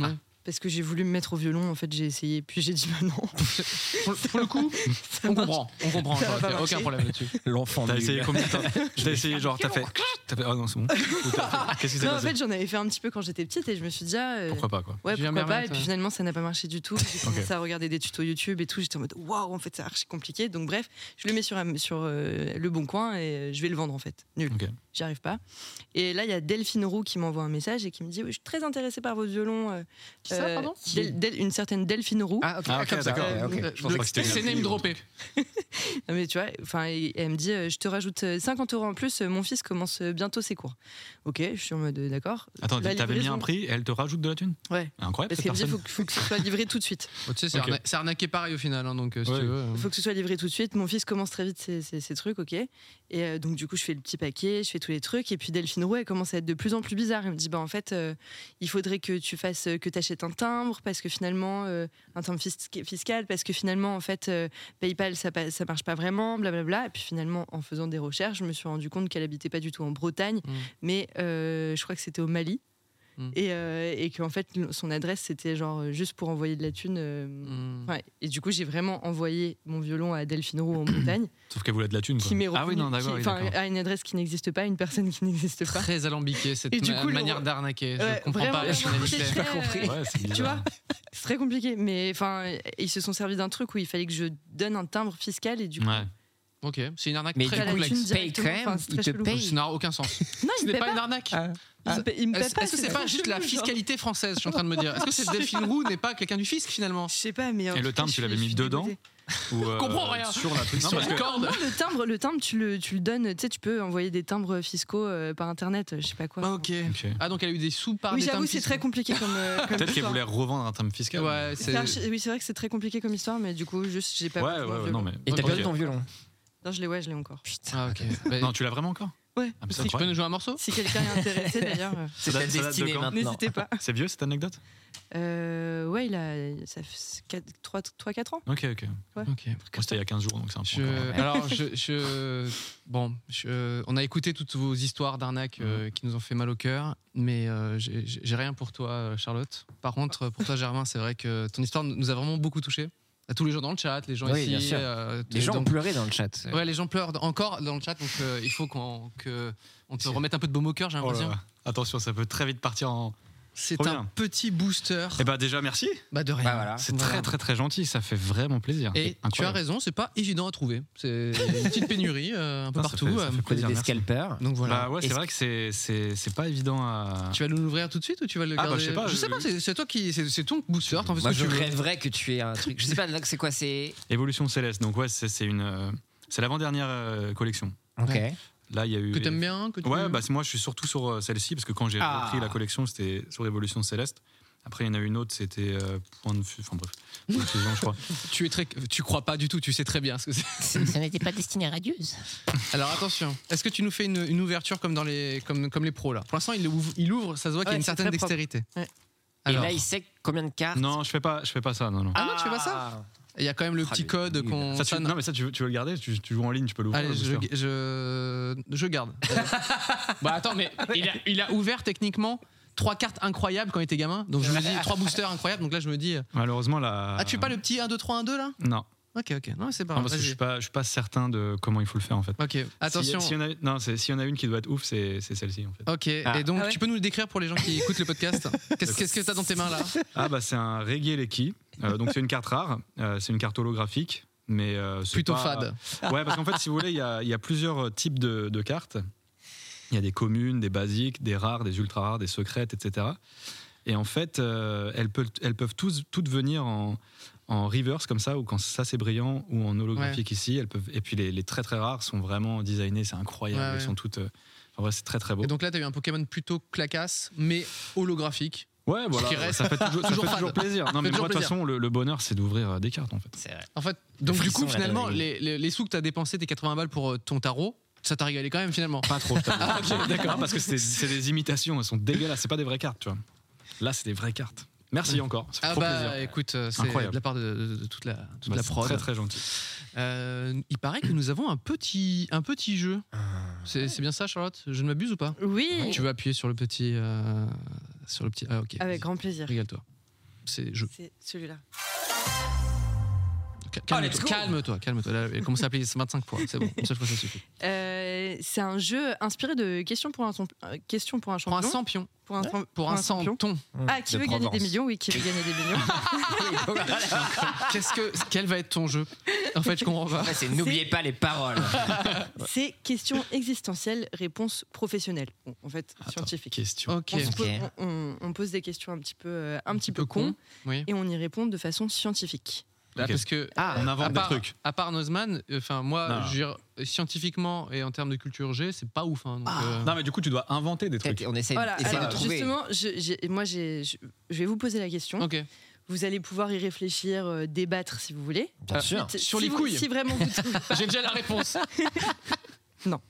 [SPEAKER 3] Ah,
[SPEAKER 2] Ouais.
[SPEAKER 3] Parce que j'ai voulu me mettre au violon, en fait, j'ai essayé, puis j'ai dit bah non.
[SPEAKER 2] Pour, <laughs> pour le coup,
[SPEAKER 3] <laughs> Ça
[SPEAKER 2] on
[SPEAKER 3] marche.
[SPEAKER 2] comprend. On comprend.
[SPEAKER 3] Ça
[SPEAKER 2] genre,
[SPEAKER 3] va
[SPEAKER 2] y a
[SPEAKER 3] marcher.
[SPEAKER 2] Aucun problème là-dessus.
[SPEAKER 1] L'enfant
[SPEAKER 4] T'as
[SPEAKER 1] nul.
[SPEAKER 4] essayé combien de temps T'as essayé genre t'as fait. T'as fait. Oh non c'est bon. Ou t'as fait- Qu'est-ce qui s'est
[SPEAKER 3] Non, en
[SPEAKER 4] passé
[SPEAKER 3] fait, j'en avais fait un petit peu quand j'étais petite et je me suis dit, ah, euh,
[SPEAKER 4] Pourquoi pas quoi
[SPEAKER 3] ouais,
[SPEAKER 2] Julien
[SPEAKER 3] pourquoi pas.
[SPEAKER 2] Mermet,
[SPEAKER 3] Et puis
[SPEAKER 2] ouais.
[SPEAKER 3] finalement, ça n'a pas marché du tout. J'ai commencé à regarder des tutos YouTube et tout. J'étais en mode, waouh, en fait, c'est archi compliqué. Donc, bref, je le mets sur, Am- sur euh, le bon coin et euh, je vais le vendre, en fait. Nul.
[SPEAKER 4] Ok.
[SPEAKER 3] J'y arrive pas. Et là, il y a Delphine Roux qui m'envoie un message et qui me dit, oui, je suis très intéressée par votre violon. euh, euh, Del- Del- une certaine Delphine Roux.
[SPEAKER 1] Ah, ok,
[SPEAKER 4] Ah, ok,
[SPEAKER 1] comme ça,
[SPEAKER 4] d'accord.
[SPEAKER 1] ouais, ok.
[SPEAKER 2] Euh,
[SPEAKER 4] Je pensais
[SPEAKER 2] le-
[SPEAKER 4] pas que c'était une
[SPEAKER 2] C'est
[SPEAKER 4] appli
[SPEAKER 2] name
[SPEAKER 4] ou un
[SPEAKER 2] droppé.
[SPEAKER 3] <laughs> Non, mais tu vois, enfin, et- et elle me dit, euh, je te rajoute euh, 50 euros en plus. euh, Mon fils commence euh, bientôt ses cours. Ok, je suis en mode, euh, d'accord.
[SPEAKER 4] Attends
[SPEAKER 3] La
[SPEAKER 4] t'avais mis
[SPEAKER 3] livraison.
[SPEAKER 4] un prix et elle te rajoute de la thune
[SPEAKER 3] Ouais.
[SPEAKER 4] Incroyable cette
[SPEAKER 3] Parce qu'elle me dit,
[SPEAKER 4] personne.
[SPEAKER 3] faut, que- faut que ce soit livré tout de suite.
[SPEAKER 2] Bon, tu sais, c'est
[SPEAKER 4] Ok.
[SPEAKER 2] arna- c'est arnaqué pareil au final, hein, donc euh, si
[SPEAKER 4] Ouais.
[SPEAKER 2] tu veux. euh,
[SPEAKER 3] Il faut que ce soit livré tout de suite. Mon fils commence très vite ses, ses- ses trucs, ok. Et euh, donc, du coup, je fais le petit paquet, je fais tous les trucs. Et puis, Delphine Roux, elle commence à être de plus en plus bizarre. Elle me dit, bah, en fait, euh, il faudrait que tu fasses, euh, que tu achètes un timbre, parce que finalement, euh, un timbre fisc- fiscal, parce que finalement, en fait, euh, PayPal, ça, pa- ça marche pas vraiment, blablabla. Et puis, finalement, en faisant des recherches, je me suis rendu compte qu'elle habitait pas du tout en Bretagne,
[SPEAKER 2] Mm.
[SPEAKER 3] mais euh, je crois que c'était au Mali.
[SPEAKER 4] Hmm.
[SPEAKER 2] Mm.
[SPEAKER 3] Et, euh, et qu'en fait, son adresse, c'était genre euh, juste pour envoyer de la thune. euh,
[SPEAKER 2] hmm.
[SPEAKER 3] Ouais, et du coup, j'ai vraiment envoyé mon violon à
[SPEAKER 4] <clears throat>
[SPEAKER 3] Delphine Roux en montagne,
[SPEAKER 4] Sauf qu'elle voulait de la thune
[SPEAKER 3] qui
[SPEAKER 4] quoi.
[SPEAKER 3] m'est revenue,
[SPEAKER 4] Ah oui non
[SPEAKER 3] qui-
[SPEAKER 4] d'accord. oui,
[SPEAKER 3] enfin,
[SPEAKER 4] d'accord.
[SPEAKER 3] à une adresse qui n'existe pas, à une personne qui n'existe pas.
[SPEAKER 2] Très alambiqué cette
[SPEAKER 3] Et du
[SPEAKER 2] ma-
[SPEAKER 3] coup, le
[SPEAKER 2] manière
[SPEAKER 3] re-
[SPEAKER 2] d'arnaquer.
[SPEAKER 3] Ouais,
[SPEAKER 2] je comprends
[SPEAKER 3] vraiment,
[SPEAKER 2] pas la
[SPEAKER 3] vraiment,
[SPEAKER 2] finalité.
[SPEAKER 3] j'ai fait, euh,
[SPEAKER 4] Ouais c'est
[SPEAKER 3] Tu vois,
[SPEAKER 4] bizarre.
[SPEAKER 3] c'est très compliqué. Mais enfin, ils se sont servis d'un truc où il fallait que je donne un timbre fiscal et du coup,
[SPEAKER 4] Ouais.
[SPEAKER 2] Ok, c'est une arnaque
[SPEAKER 1] Mais
[SPEAKER 2] très
[SPEAKER 1] du
[SPEAKER 3] la
[SPEAKER 1] coup,
[SPEAKER 2] complexe.
[SPEAKER 1] ils
[SPEAKER 3] thune
[SPEAKER 1] te payent quand
[SPEAKER 3] directement,
[SPEAKER 1] même,
[SPEAKER 3] enfin, c'est
[SPEAKER 1] ils
[SPEAKER 3] très
[SPEAKER 1] te
[SPEAKER 3] chelou.
[SPEAKER 2] Ça
[SPEAKER 1] payent.
[SPEAKER 2] n'a aucun sens.
[SPEAKER 3] non,
[SPEAKER 2] Ce
[SPEAKER 3] il
[SPEAKER 2] n'est
[SPEAKER 3] me paie
[SPEAKER 2] pas
[SPEAKER 3] pas.
[SPEAKER 2] une arnaque.
[SPEAKER 3] Il me paie- il me paie
[SPEAKER 2] Est-ce
[SPEAKER 3] pas,
[SPEAKER 2] est-ce que c'est
[SPEAKER 3] c'est
[SPEAKER 2] pas
[SPEAKER 3] ça.
[SPEAKER 2] juste la fiscalité française Je suis en train de me dire. Est-ce que cette Delphine Roux n'est pas quelqu'un du fisc finalement
[SPEAKER 3] Je sais pas, mais en
[SPEAKER 4] Et le
[SPEAKER 3] tout cas,
[SPEAKER 4] timbre,
[SPEAKER 3] je
[SPEAKER 4] tu l'avais
[SPEAKER 3] suis-
[SPEAKER 4] mis
[SPEAKER 3] je suis
[SPEAKER 4] dedans
[SPEAKER 3] dégoûtée.
[SPEAKER 4] Ou,
[SPEAKER 2] <laughs>
[SPEAKER 4] euh,
[SPEAKER 2] comprends rien.
[SPEAKER 4] Sur la truc. Non,
[SPEAKER 2] Sur
[SPEAKER 4] parce
[SPEAKER 2] la
[SPEAKER 4] que-
[SPEAKER 2] corde
[SPEAKER 3] Le timbre, le timbre, tu le, tu le donnes. Tu sais, tu peux envoyer des timbres fiscaux euh, par internet, je sais pas quoi.
[SPEAKER 2] Ah, ok.
[SPEAKER 4] Ok.
[SPEAKER 2] Ah, donc elle a eu des sous par
[SPEAKER 3] oui,
[SPEAKER 2] des
[SPEAKER 3] j'avoue,
[SPEAKER 2] timbres
[SPEAKER 3] c'est
[SPEAKER 2] fiscaux.
[SPEAKER 3] très compliqué comme. euh, comme
[SPEAKER 4] Peut-être qu'elle
[SPEAKER 3] histoire.
[SPEAKER 4] voulait revendre un terme fiscal.
[SPEAKER 2] Ouais,
[SPEAKER 3] C'est
[SPEAKER 2] c'est.
[SPEAKER 3] archi- Oui, c'est vrai que c'est très compliqué comme histoire, mais du coup, juste, j'ai pas.
[SPEAKER 4] Ouais
[SPEAKER 3] pris mon
[SPEAKER 4] ouais ouais,
[SPEAKER 3] violon.
[SPEAKER 4] non mais.
[SPEAKER 1] Et t'as
[SPEAKER 4] Ok.
[SPEAKER 1] perdu ton violon.
[SPEAKER 3] Non, je l'ai, ouais, je l'ai encore.
[SPEAKER 2] Ah, ok. Bah,
[SPEAKER 4] Non tu l'as vraiment encore
[SPEAKER 3] Ouais.
[SPEAKER 4] Ah, mais
[SPEAKER 2] Tu peux
[SPEAKER 4] c'est
[SPEAKER 2] nous
[SPEAKER 4] incroyable.
[SPEAKER 2] jouer un morceau
[SPEAKER 3] Si quelqu'un est intéressé d'ailleurs, euh,
[SPEAKER 1] C'est
[SPEAKER 4] Ça
[SPEAKER 1] la
[SPEAKER 4] date- ça date de
[SPEAKER 1] destinée
[SPEAKER 4] quand
[SPEAKER 1] maintenant.
[SPEAKER 3] n'hésitez pas.
[SPEAKER 4] C'est vieux cette anecdote
[SPEAKER 3] Euh, ouais, il a ça 3-4 ans.
[SPEAKER 4] Ok, ok.
[SPEAKER 3] Ouais.
[SPEAKER 2] Ok.
[SPEAKER 4] Moi, c'était il y a 15 jours, donc c'est un peu
[SPEAKER 2] Je-
[SPEAKER 4] encore-
[SPEAKER 3] <laughs>
[SPEAKER 2] alors, je, je- bon, je- on a écouté toutes vos histoires d'arnaques
[SPEAKER 4] Mhm.
[SPEAKER 2] euh, qui nous ont fait mal au cœur, mais euh, j'ai- j'ai j'ai rien pour toi, euh, Charlotte. Par contre, pour toi, Germain, c'est vrai que ton histoire nous a vraiment beaucoup touchés. À tous les gens dans le chat, les gens
[SPEAKER 1] Oui,
[SPEAKER 2] ici.
[SPEAKER 1] bien sûr.
[SPEAKER 2] euh, tous-
[SPEAKER 1] Les gens ont
[SPEAKER 2] donc-
[SPEAKER 1] pleuré dans le chat.
[SPEAKER 2] ouais, les gens pleurent encore dans le chat, donc euh, il faut qu'on que on te remette un peu de baume au cœur, j'ai
[SPEAKER 4] Oh là
[SPEAKER 2] l'impression.
[SPEAKER 4] là. Attention, ça peut très vite partir en.
[SPEAKER 2] C'est
[SPEAKER 4] Trop
[SPEAKER 2] un
[SPEAKER 4] bien.
[SPEAKER 2] petit booster.
[SPEAKER 4] Eh bah déjà, merci.
[SPEAKER 2] Bah, de rien.
[SPEAKER 1] Bah, voilà.
[SPEAKER 4] C'est très, très, très gentil. Ça fait vraiment plaisir.
[SPEAKER 2] Et tu as
[SPEAKER 4] Ah, Incroyable.
[SPEAKER 2] raison, c'est pas évident à trouver. C'est une petite pénurie euh, un peu
[SPEAKER 4] Non, ça
[SPEAKER 2] partout.
[SPEAKER 4] fait- ça
[SPEAKER 2] euh,
[SPEAKER 4] fait
[SPEAKER 1] Côté
[SPEAKER 4] plaisir,
[SPEAKER 1] des
[SPEAKER 4] merci.
[SPEAKER 1] scalpers.
[SPEAKER 2] donc voilà.
[SPEAKER 4] Bah ouais, c'est
[SPEAKER 1] Est-ce
[SPEAKER 4] vrai que c'est- c'est c'est pas évident à.
[SPEAKER 2] Tu vas nous l'ouvrir tout de suite ou tu vas le
[SPEAKER 4] Ah bah,
[SPEAKER 2] garder
[SPEAKER 4] je sais pas,
[SPEAKER 2] sais
[SPEAKER 4] je-
[SPEAKER 2] pas, c'est c'est toi qui c'est c'est ton booster, t'en fais ce
[SPEAKER 1] Moi,
[SPEAKER 2] que
[SPEAKER 1] je
[SPEAKER 2] tu veux.
[SPEAKER 1] rêverais que tu aies un truc. Je sais pas, là, c'est quoi C'est.
[SPEAKER 4] <laughs> Évolution céleste. Donc ouais, c'est c'est une. euh, C'est l'avant-dernière euh, collection.
[SPEAKER 1] Ok.
[SPEAKER 2] Ouais.
[SPEAKER 4] Là, il y a eu.
[SPEAKER 2] Que t'aimes bien, que tu
[SPEAKER 4] Ouais, bah c'est- moi je suis surtout sur euh, celle-ci parce que quand j'ai
[SPEAKER 1] Ah.
[SPEAKER 4] repris la collection, c'était sur l'évolution céleste. Après, il y en a une autre, c'était euh, point de vue. Enfin bref, Point de fusion, je crois.
[SPEAKER 2] <laughs> tu es très tu crois pas du tout, tu sais très bien ce que c'est.
[SPEAKER 4] <laughs>
[SPEAKER 1] Ça n'était pas destiné à Radieuse.
[SPEAKER 2] Alors attention, est-ce que tu nous fais une, une ouverture comme dans les comme comme les pros là Pour l'instant, il ouvre, il ouvre, ça se voit qu'il y a
[SPEAKER 3] Ouais,
[SPEAKER 2] une
[SPEAKER 3] c'est
[SPEAKER 2] certaine
[SPEAKER 3] très propre.
[SPEAKER 2] dextérité.
[SPEAKER 3] Ouais.
[SPEAKER 1] Et
[SPEAKER 2] Alors,
[SPEAKER 1] là, il sait combien de cartes.
[SPEAKER 4] Non, je fais pas, je fais pas ça. Non, non.
[SPEAKER 2] Ah non, tu fais pas ça il y a quand même le
[SPEAKER 1] Ah,
[SPEAKER 2] petit
[SPEAKER 1] mais
[SPEAKER 2] code
[SPEAKER 1] nul.
[SPEAKER 2] qu'on
[SPEAKER 4] Ça, tu-
[SPEAKER 2] ça, non.
[SPEAKER 4] non, mais ça, tu, veux- tu veux le garder tu, tu joues en ligne, tu peux l'ouvrir.
[SPEAKER 2] Allez,
[SPEAKER 4] le
[SPEAKER 2] je,
[SPEAKER 4] booster.
[SPEAKER 2] je, je
[SPEAKER 4] <laughs>
[SPEAKER 2] garde. Allez. bah attends, mais il a, il a ouvert techniquement trois cartes incroyables quand il était gamin. Donc je me dis
[SPEAKER 4] Ah,
[SPEAKER 2] trois boosters incroyables. Donc là, je me dis, euh,
[SPEAKER 4] Malheureusement, la.
[SPEAKER 2] ah tu fais pas le petit 1, 2, 3, 1, 2 là
[SPEAKER 4] Non,
[SPEAKER 2] Ok, ok. Non, mais c'est pas
[SPEAKER 4] non,
[SPEAKER 2] grave.
[SPEAKER 4] parce que je
[SPEAKER 2] vas-y.
[SPEAKER 4] suis pas, je suis pas certain de comment il faut le faire en fait.
[SPEAKER 2] Ok, attention.
[SPEAKER 4] Si, si y en a, non, c'est- s'il y en a une qui doit être ouf, c'est c'est celle-ci en fait.
[SPEAKER 2] Ok,
[SPEAKER 1] Ah.
[SPEAKER 2] et donc
[SPEAKER 3] Ah ouais
[SPEAKER 2] tu peux nous le décrire pour les gens qui écoutent le
[SPEAKER 4] <laughs>
[SPEAKER 2] podcast Qu'est-ce qu'est-ce que t'as dans tes mains là
[SPEAKER 4] Ah bah c'est un Reggae Leki. Euh, donc c'est une carte rare, euh, c'est une carte holographique, mais euh, c'est
[SPEAKER 2] Plutôt
[SPEAKER 4] pas-
[SPEAKER 2] fade.
[SPEAKER 4] Ouais, parce qu'en fait, si vous voulez, il y a, il y a plusieurs euh, types de, de cartes. Il y a des communes, des basiques, des rares, des ultra rares, des secrètes, etc. Et en fait, euh, elles, peuvent, elles peuvent tous, toutes venir en, en reverse comme ça, ou quand ça c'est brillant, ou en holographique ici. Elles peuvent, et puis les, les très très rares sont vraiment designées, c'est incroyable.
[SPEAKER 2] Ouais,
[SPEAKER 4] Elles
[SPEAKER 2] ouais.
[SPEAKER 4] sont toutes. euh, en vrai, c'est très très beau.
[SPEAKER 2] Et donc là, t'as eu un Pokémon plutôt clacasse, mais holographique.
[SPEAKER 4] ouais, Ah, voilà.
[SPEAKER 2] qui reste
[SPEAKER 4] ça fait toujours, ça
[SPEAKER 2] toujours
[SPEAKER 4] fait
[SPEAKER 2] fade.
[SPEAKER 4] toujours plaisir. Non, mais
[SPEAKER 2] toujours
[SPEAKER 4] moi, de toute
[SPEAKER 2] plaisir.
[SPEAKER 4] façon, le, le bonheur, c'est d'ouvrir euh, des cartes en fait.
[SPEAKER 1] C'est
[SPEAKER 4] <laughs>
[SPEAKER 1] vrai.
[SPEAKER 2] En fait, donc du
[SPEAKER 1] frisson,
[SPEAKER 2] coup,
[SPEAKER 1] là,
[SPEAKER 2] finalement,
[SPEAKER 1] dans la
[SPEAKER 2] les, les- les sous que t'as dépensé, tes 80 balles pour euh, ton tarot, ça t'a régalé quand même finalement.
[SPEAKER 4] Pas trop, je
[SPEAKER 2] <laughs>
[SPEAKER 4] t'avoue. Oh,
[SPEAKER 2] Ah,
[SPEAKER 4] Non, parce que c'est c'est des imitations, elles sont dégueulasses. C'est pas des vraies cartes, tu vois. Là, c'est des vraies cartes. Merci encore. Ça fait
[SPEAKER 2] Ah
[SPEAKER 4] trop
[SPEAKER 2] bah
[SPEAKER 4] plaisir.
[SPEAKER 2] écoute, euh, c'est
[SPEAKER 4] Incroyable.
[SPEAKER 2] de la part de, de- de toute la, toute
[SPEAKER 4] Bah,
[SPEAKER 2] la
[SPEAKER 4] c'est
[SPEAKER 2] prod.
[SPEAKER 4] Très, très gentil.
[SPEAKER 2] Euh, il paraît que nous avons un petit, un petit jeu.
[SPEAKER 4] Ah.
[SPEAKER 2] C'est c'est bien ça, Charlotte Je ne m'abuse ou pas Ah,
[SPEAKER 3] Oui,
[SPEAKER 2] Tu veux appuyer sur le petit. euh, sur le petit. Ah, ok.
[SPEAKER 3] avec grand plaisir.
[SPEAKER 2] Régale-toi. C'est jeu.
[SPEAKER 3] C'est celui-là.
[SPEAKER 2] Ca- Calme-toi,
[SPEAKER 1] let's go.
[SPEAKER 2] calme-toi, calme-toi. Là, Elle commence à appeler 25 fois. C'est bon, une seule fois ça suffit.
[SPEAKER 3] Euh, c'est un jeu inspiré de Question pour un, son- euh, Question pour un
[SPEAKER 2] Pour
[SPEAKER 3] champion.
[SPEAKER 2] un champion,
[SPEAKER 3] Pour un champion.
[SPEAKER 2] pour un
[SPEAKER 3] champion.
[SPEAKER 2] santon,
[SPEAKER 3] Ah, qui
[SPEAKER 1] De
[SPEAKER 3] veut gagner des
[SPEAKER 1] Provence.
[SPEAKER 3] millions Oui, qui veut gagner
[SPEAKER 2] <laughs>
[SPEAKER 3] des millions.
[SPEAKER 2] qu'est-ce que, quel va être ton jeu En fait, je comprends pas.
[SPEAKER 1] Ouais, c'est n'oubliez pas les paroles.
[SPEAKER 3] C'est question existentielle, réponse professionnelle. Bon, en fait, scientifique.
[SPEAKER 4] Question.
[SPEAKER 2] Ok.
[SPEAKER 3] On, se
[SPEAKER 1] Ok.
[SPEAKER 3] pose, on- on- on pose des questions un petit peu, euh, un petit peu
[SPEAKER 2] con.
[SPEAKER 3] con,
[SPEAKER 2] Oui.
[SPEAKER 3] et on y répond de façon scientifique.
[SPEAKER 2] Là, Bah,
[SPEAKER 4] Ok.
[SPEAKER 2] Parce que
[SPEAKER 1] Ah,
[SPEAKER 4] On
[SPEAKER 2] à
[SPEAKER 4] invente des
[SPEAKER 2] part,
[SPEAKER 4] trucs.
[SPEAKER 2] à part Nozman, euh, enfin moi,
[SPEAKER 4] Non.
[SPEAKER 2] je veux dire, scientifiquement et en termes de culture G, c'est pas ouf. hein, donc, euh,
[SPEAKER 4] Non, mais du coup, tu dois inventer des trucs.
[SPEAKER 1] on essaie,
[SPEAKER 3] Voilà.
[SPEAKER 1] essaie
[SPEAKER 3] alors,
[SPEAKER 1] de trouver.
[SPEAKER 3] justement, je, j'ai- moi, j'ai- je, je vais vous poser la question.
[SPEAKER 2] Ok.
[SPEAKER 3] Vous allez pouvoir y réfléchir, euh, débattre si vous voulez.
[SPEAKER 1] Bien sûr.
[SPEAKER 3] Si-
[SPEAKER 2] Euh, Sur
[SPEAKER 3] si
[SPEAKER 2] les
[SPEAKER 3] vous-
[SPEAKER 2] couilles.
[SPEAKER 3] Si vraiment vous
[SPEAKER 2] <laughs>
[SPEAKER 3] trouvez pas,
[SPEAKER 2] J'ai déjà la réponse.
[SPEAKER 3] Non.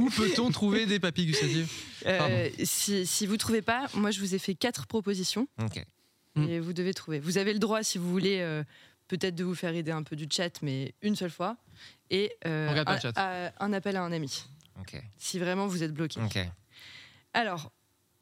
[SPEAKER 2] Où peut-on trouver des papilles gustatives
[SPEAKER 3] euh, si, si vous trouvez pas, moi, je vous ai fait quatre propositions.
[SPEAKER 1] Ah, Ok.
[SPEAKER 2] Mm.
[SPEAKER 3] et vous devez trouver. Vous avez le droit, si vous voulez, euh, peut-être de vous faire aider un peu du chat, mais une seule fois. Et euh,
[SPEAKER 2] On regarde pas
[SPEAKER 3] un,
[SPEAKER 2] le chat.
[SPEAKER 3] à- un appel à un ami,
[SPEAKER 1] Ok.
[SPEAKER 3] si vraiment vous êtes bloqué.
[SPEAKER 1] Ok.
[SPEAKER 3] Alors,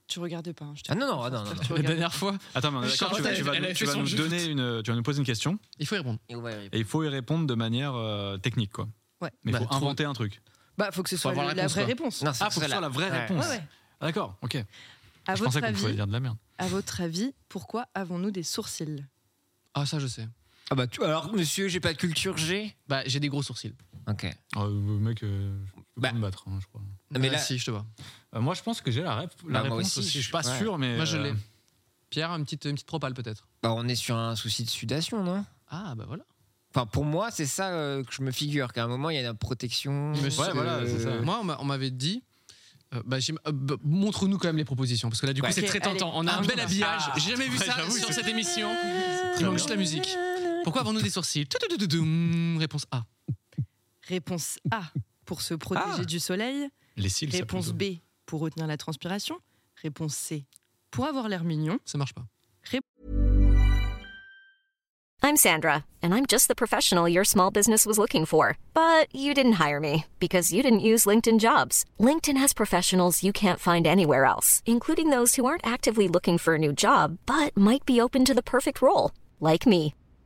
[SPEAKER 3] tu regardes pas, hein, je te
[SPEAKER 1] Ah non, non, ah, non, non.
[SPEAKER 3] Tu
[SPEAKER 2] La
[SPEAKER 3] regardes.
[SPEAKER 2] dernière fois,
[SPEAKER 4] Attends, mais on est d'accord,
[SPEAKER 2] Charlotte,
[SPEAKER 4] tu vas, tu vas
[SPEAKER 2] elle
[SPEAKER 4] nous-
[SPEAKER 2] avait
[SPEAKER 4] tu
[SPEAKER 2] fait
[SPEAKER 4] vas
[SPEAKER 2] son
[SPEAKER 4] nous
[SPEAKER 2] jeu.
[SPEAKER 4] donner une, tu vas nous poser une question
[SPEAKER 2] il faut y répondre.
[SPEAKER 1] non. Ouais,
[SPEAKER 4] et il faut y répondre de manière euh, technique, quoi.
[SPEAKER 3] Ouais.
[SPEAKER 4] Mais il
[SPEAKER 2] Bah,
[SPEAKER 4] faut
[SPEAKER 2] trouve-
[SPEAKER 4] inventer un truc.
[SPEAKER 3] Bah, faut que ce soit
[SPEAKER 2] avoir
[SPEAKER 3] le-
[SPEAKER 2] la
[SPEAKER 3] la
[SPEAKER 2] réponse,
[SPEAKER 3] vraie
[SPEAKER 2] quoi.
[SPEAKER 3] réponse.
[SPEAKER 1] Non, c'est
[SPEAKER 4] Ah,
[SPEAKER 1] pour ça
[SPEAKER 4] la, vraie
[SPEAKER 1] ouais.
[SPEAKER 4] réponse.
[SPEAKER 3] Ouais, ouais.
[SPEAKER 4] Ah, D'accord, ok.
[SPEAKER 3] À
[SPEAKER 4] je
[SPEAKER 3] votre
[SPEAKER 4] pensais qu'on pouvait
[SPEAKER 3] avis,
[SPEAKER 4] dire de la merde.
[SPEAKER 3] à votre avis, pourquoi avons-nous des sourcils
[SPEAKER 2] Ah ça je sais.
[SPEAKER 1] Ah bah tu- alors monsieur, j'ai pas de culture G.
[SPEAKER 2] Bah j'ai des gros sourcils.
[SPEAKER 1] Ok.
[SPEAKER 4] Oh, mec, euh, je peux
[SPEAKER 1] Bah.
[SPEAKER 4] pas me battre, hein, je crois.
[SPEAKER 1] Non, mais
[SPEAKER 2] Ah,
[SPEAKER 1] là-
[SPEAKER 2] si je te vois.
[SPEAKER 4] Euh, moi, je pense que j'ai la, rép- la
[SPEAKER 1] Bah, moi
[SPEAKER 4] réponse
[SPEAKER 1] aussi,
[SPEAKER 4] aussi. Je suis pas
[SPEAKER 1] ouais.
[SPEAKER 4] sûr, mais.
[SPEAKER 2] Moi je
[SPEAKER 4] euh,
[SPEAKER 2] l'ai. Pierre, une petite, une petite propale peut-être.
[SPEAKER 1] Bah on est sur un souci de sudation, non
[SPEAKER 2] Ah bah voilà.
[SPEAKER 1] Enfin pour moi, c'est ça euh, que je me figure qu'à un moment il y a une protection.
[SPEAKER 2] Me suis-
[SPEAKER 4] Ouais, voilà, c'est ça.
[SPEAKER 2] euh, Moi on m'a- on m'avait dit. euh, bah, j'ai- euh, bah, Montre-nous quand même les propositions parce que là du coup
[SPEAKER 1] Ouais.
[SPEAKER 2] c'est
[SPEAKER 3] Ok,
[SPEAKER 2] très tentant.
[SPEAKER 3] allez.
[SPEAKER 2] On a un
[SPEAKER 3] Ah,
[SPEAKER 2] bel
[SPEAKER 3] oui.
[SPEAKER 2] habillage.
[SPEAKER 1] Ah.
[SPEAKER 2] J'ai jamais vu
[SPEAKER 4] Ouais,
[SPEAKER 2] ça
[SPEAKER 4] j'avoue,
[SPEAKER 2] sur
[SPEAKER 4] c'est-
[SPEAKER 2] cette émission. Euh,
[SPEAKER 4] très
[SPEAKER 2] Il manque
[SPEAKER 4] bien.
[SPEAKER 2] juste la musique. Pourquoi avons-nous des sourcils Tout, tout, tout, tout, tout. Réponse A.
[SPEAKER 3] Réponse A, pour se protéger
[SPEAKER 1] Ah.
[SPEAKER 3] du soleil.
[SPEAKER 4] Les cils, ça,
[SPEAKER 3] Réponse
[SPEAKER 4] plutôt.
[SPEAKER 3] B, pour retenir la transpiration. Réponse C, pour avoir l'air mignon.
[SPEAKER 2] Ça marche pas.
[SPEAKER 8] I'm Sandra, and I'm just the professional your small business was looking for. But you didn't hire me because you didn't use LinkedIn jobs. LinkedIn has professionals you can't find anywhere else, including those who aren't actively looking for a new job but might be open to the perfect role, like me.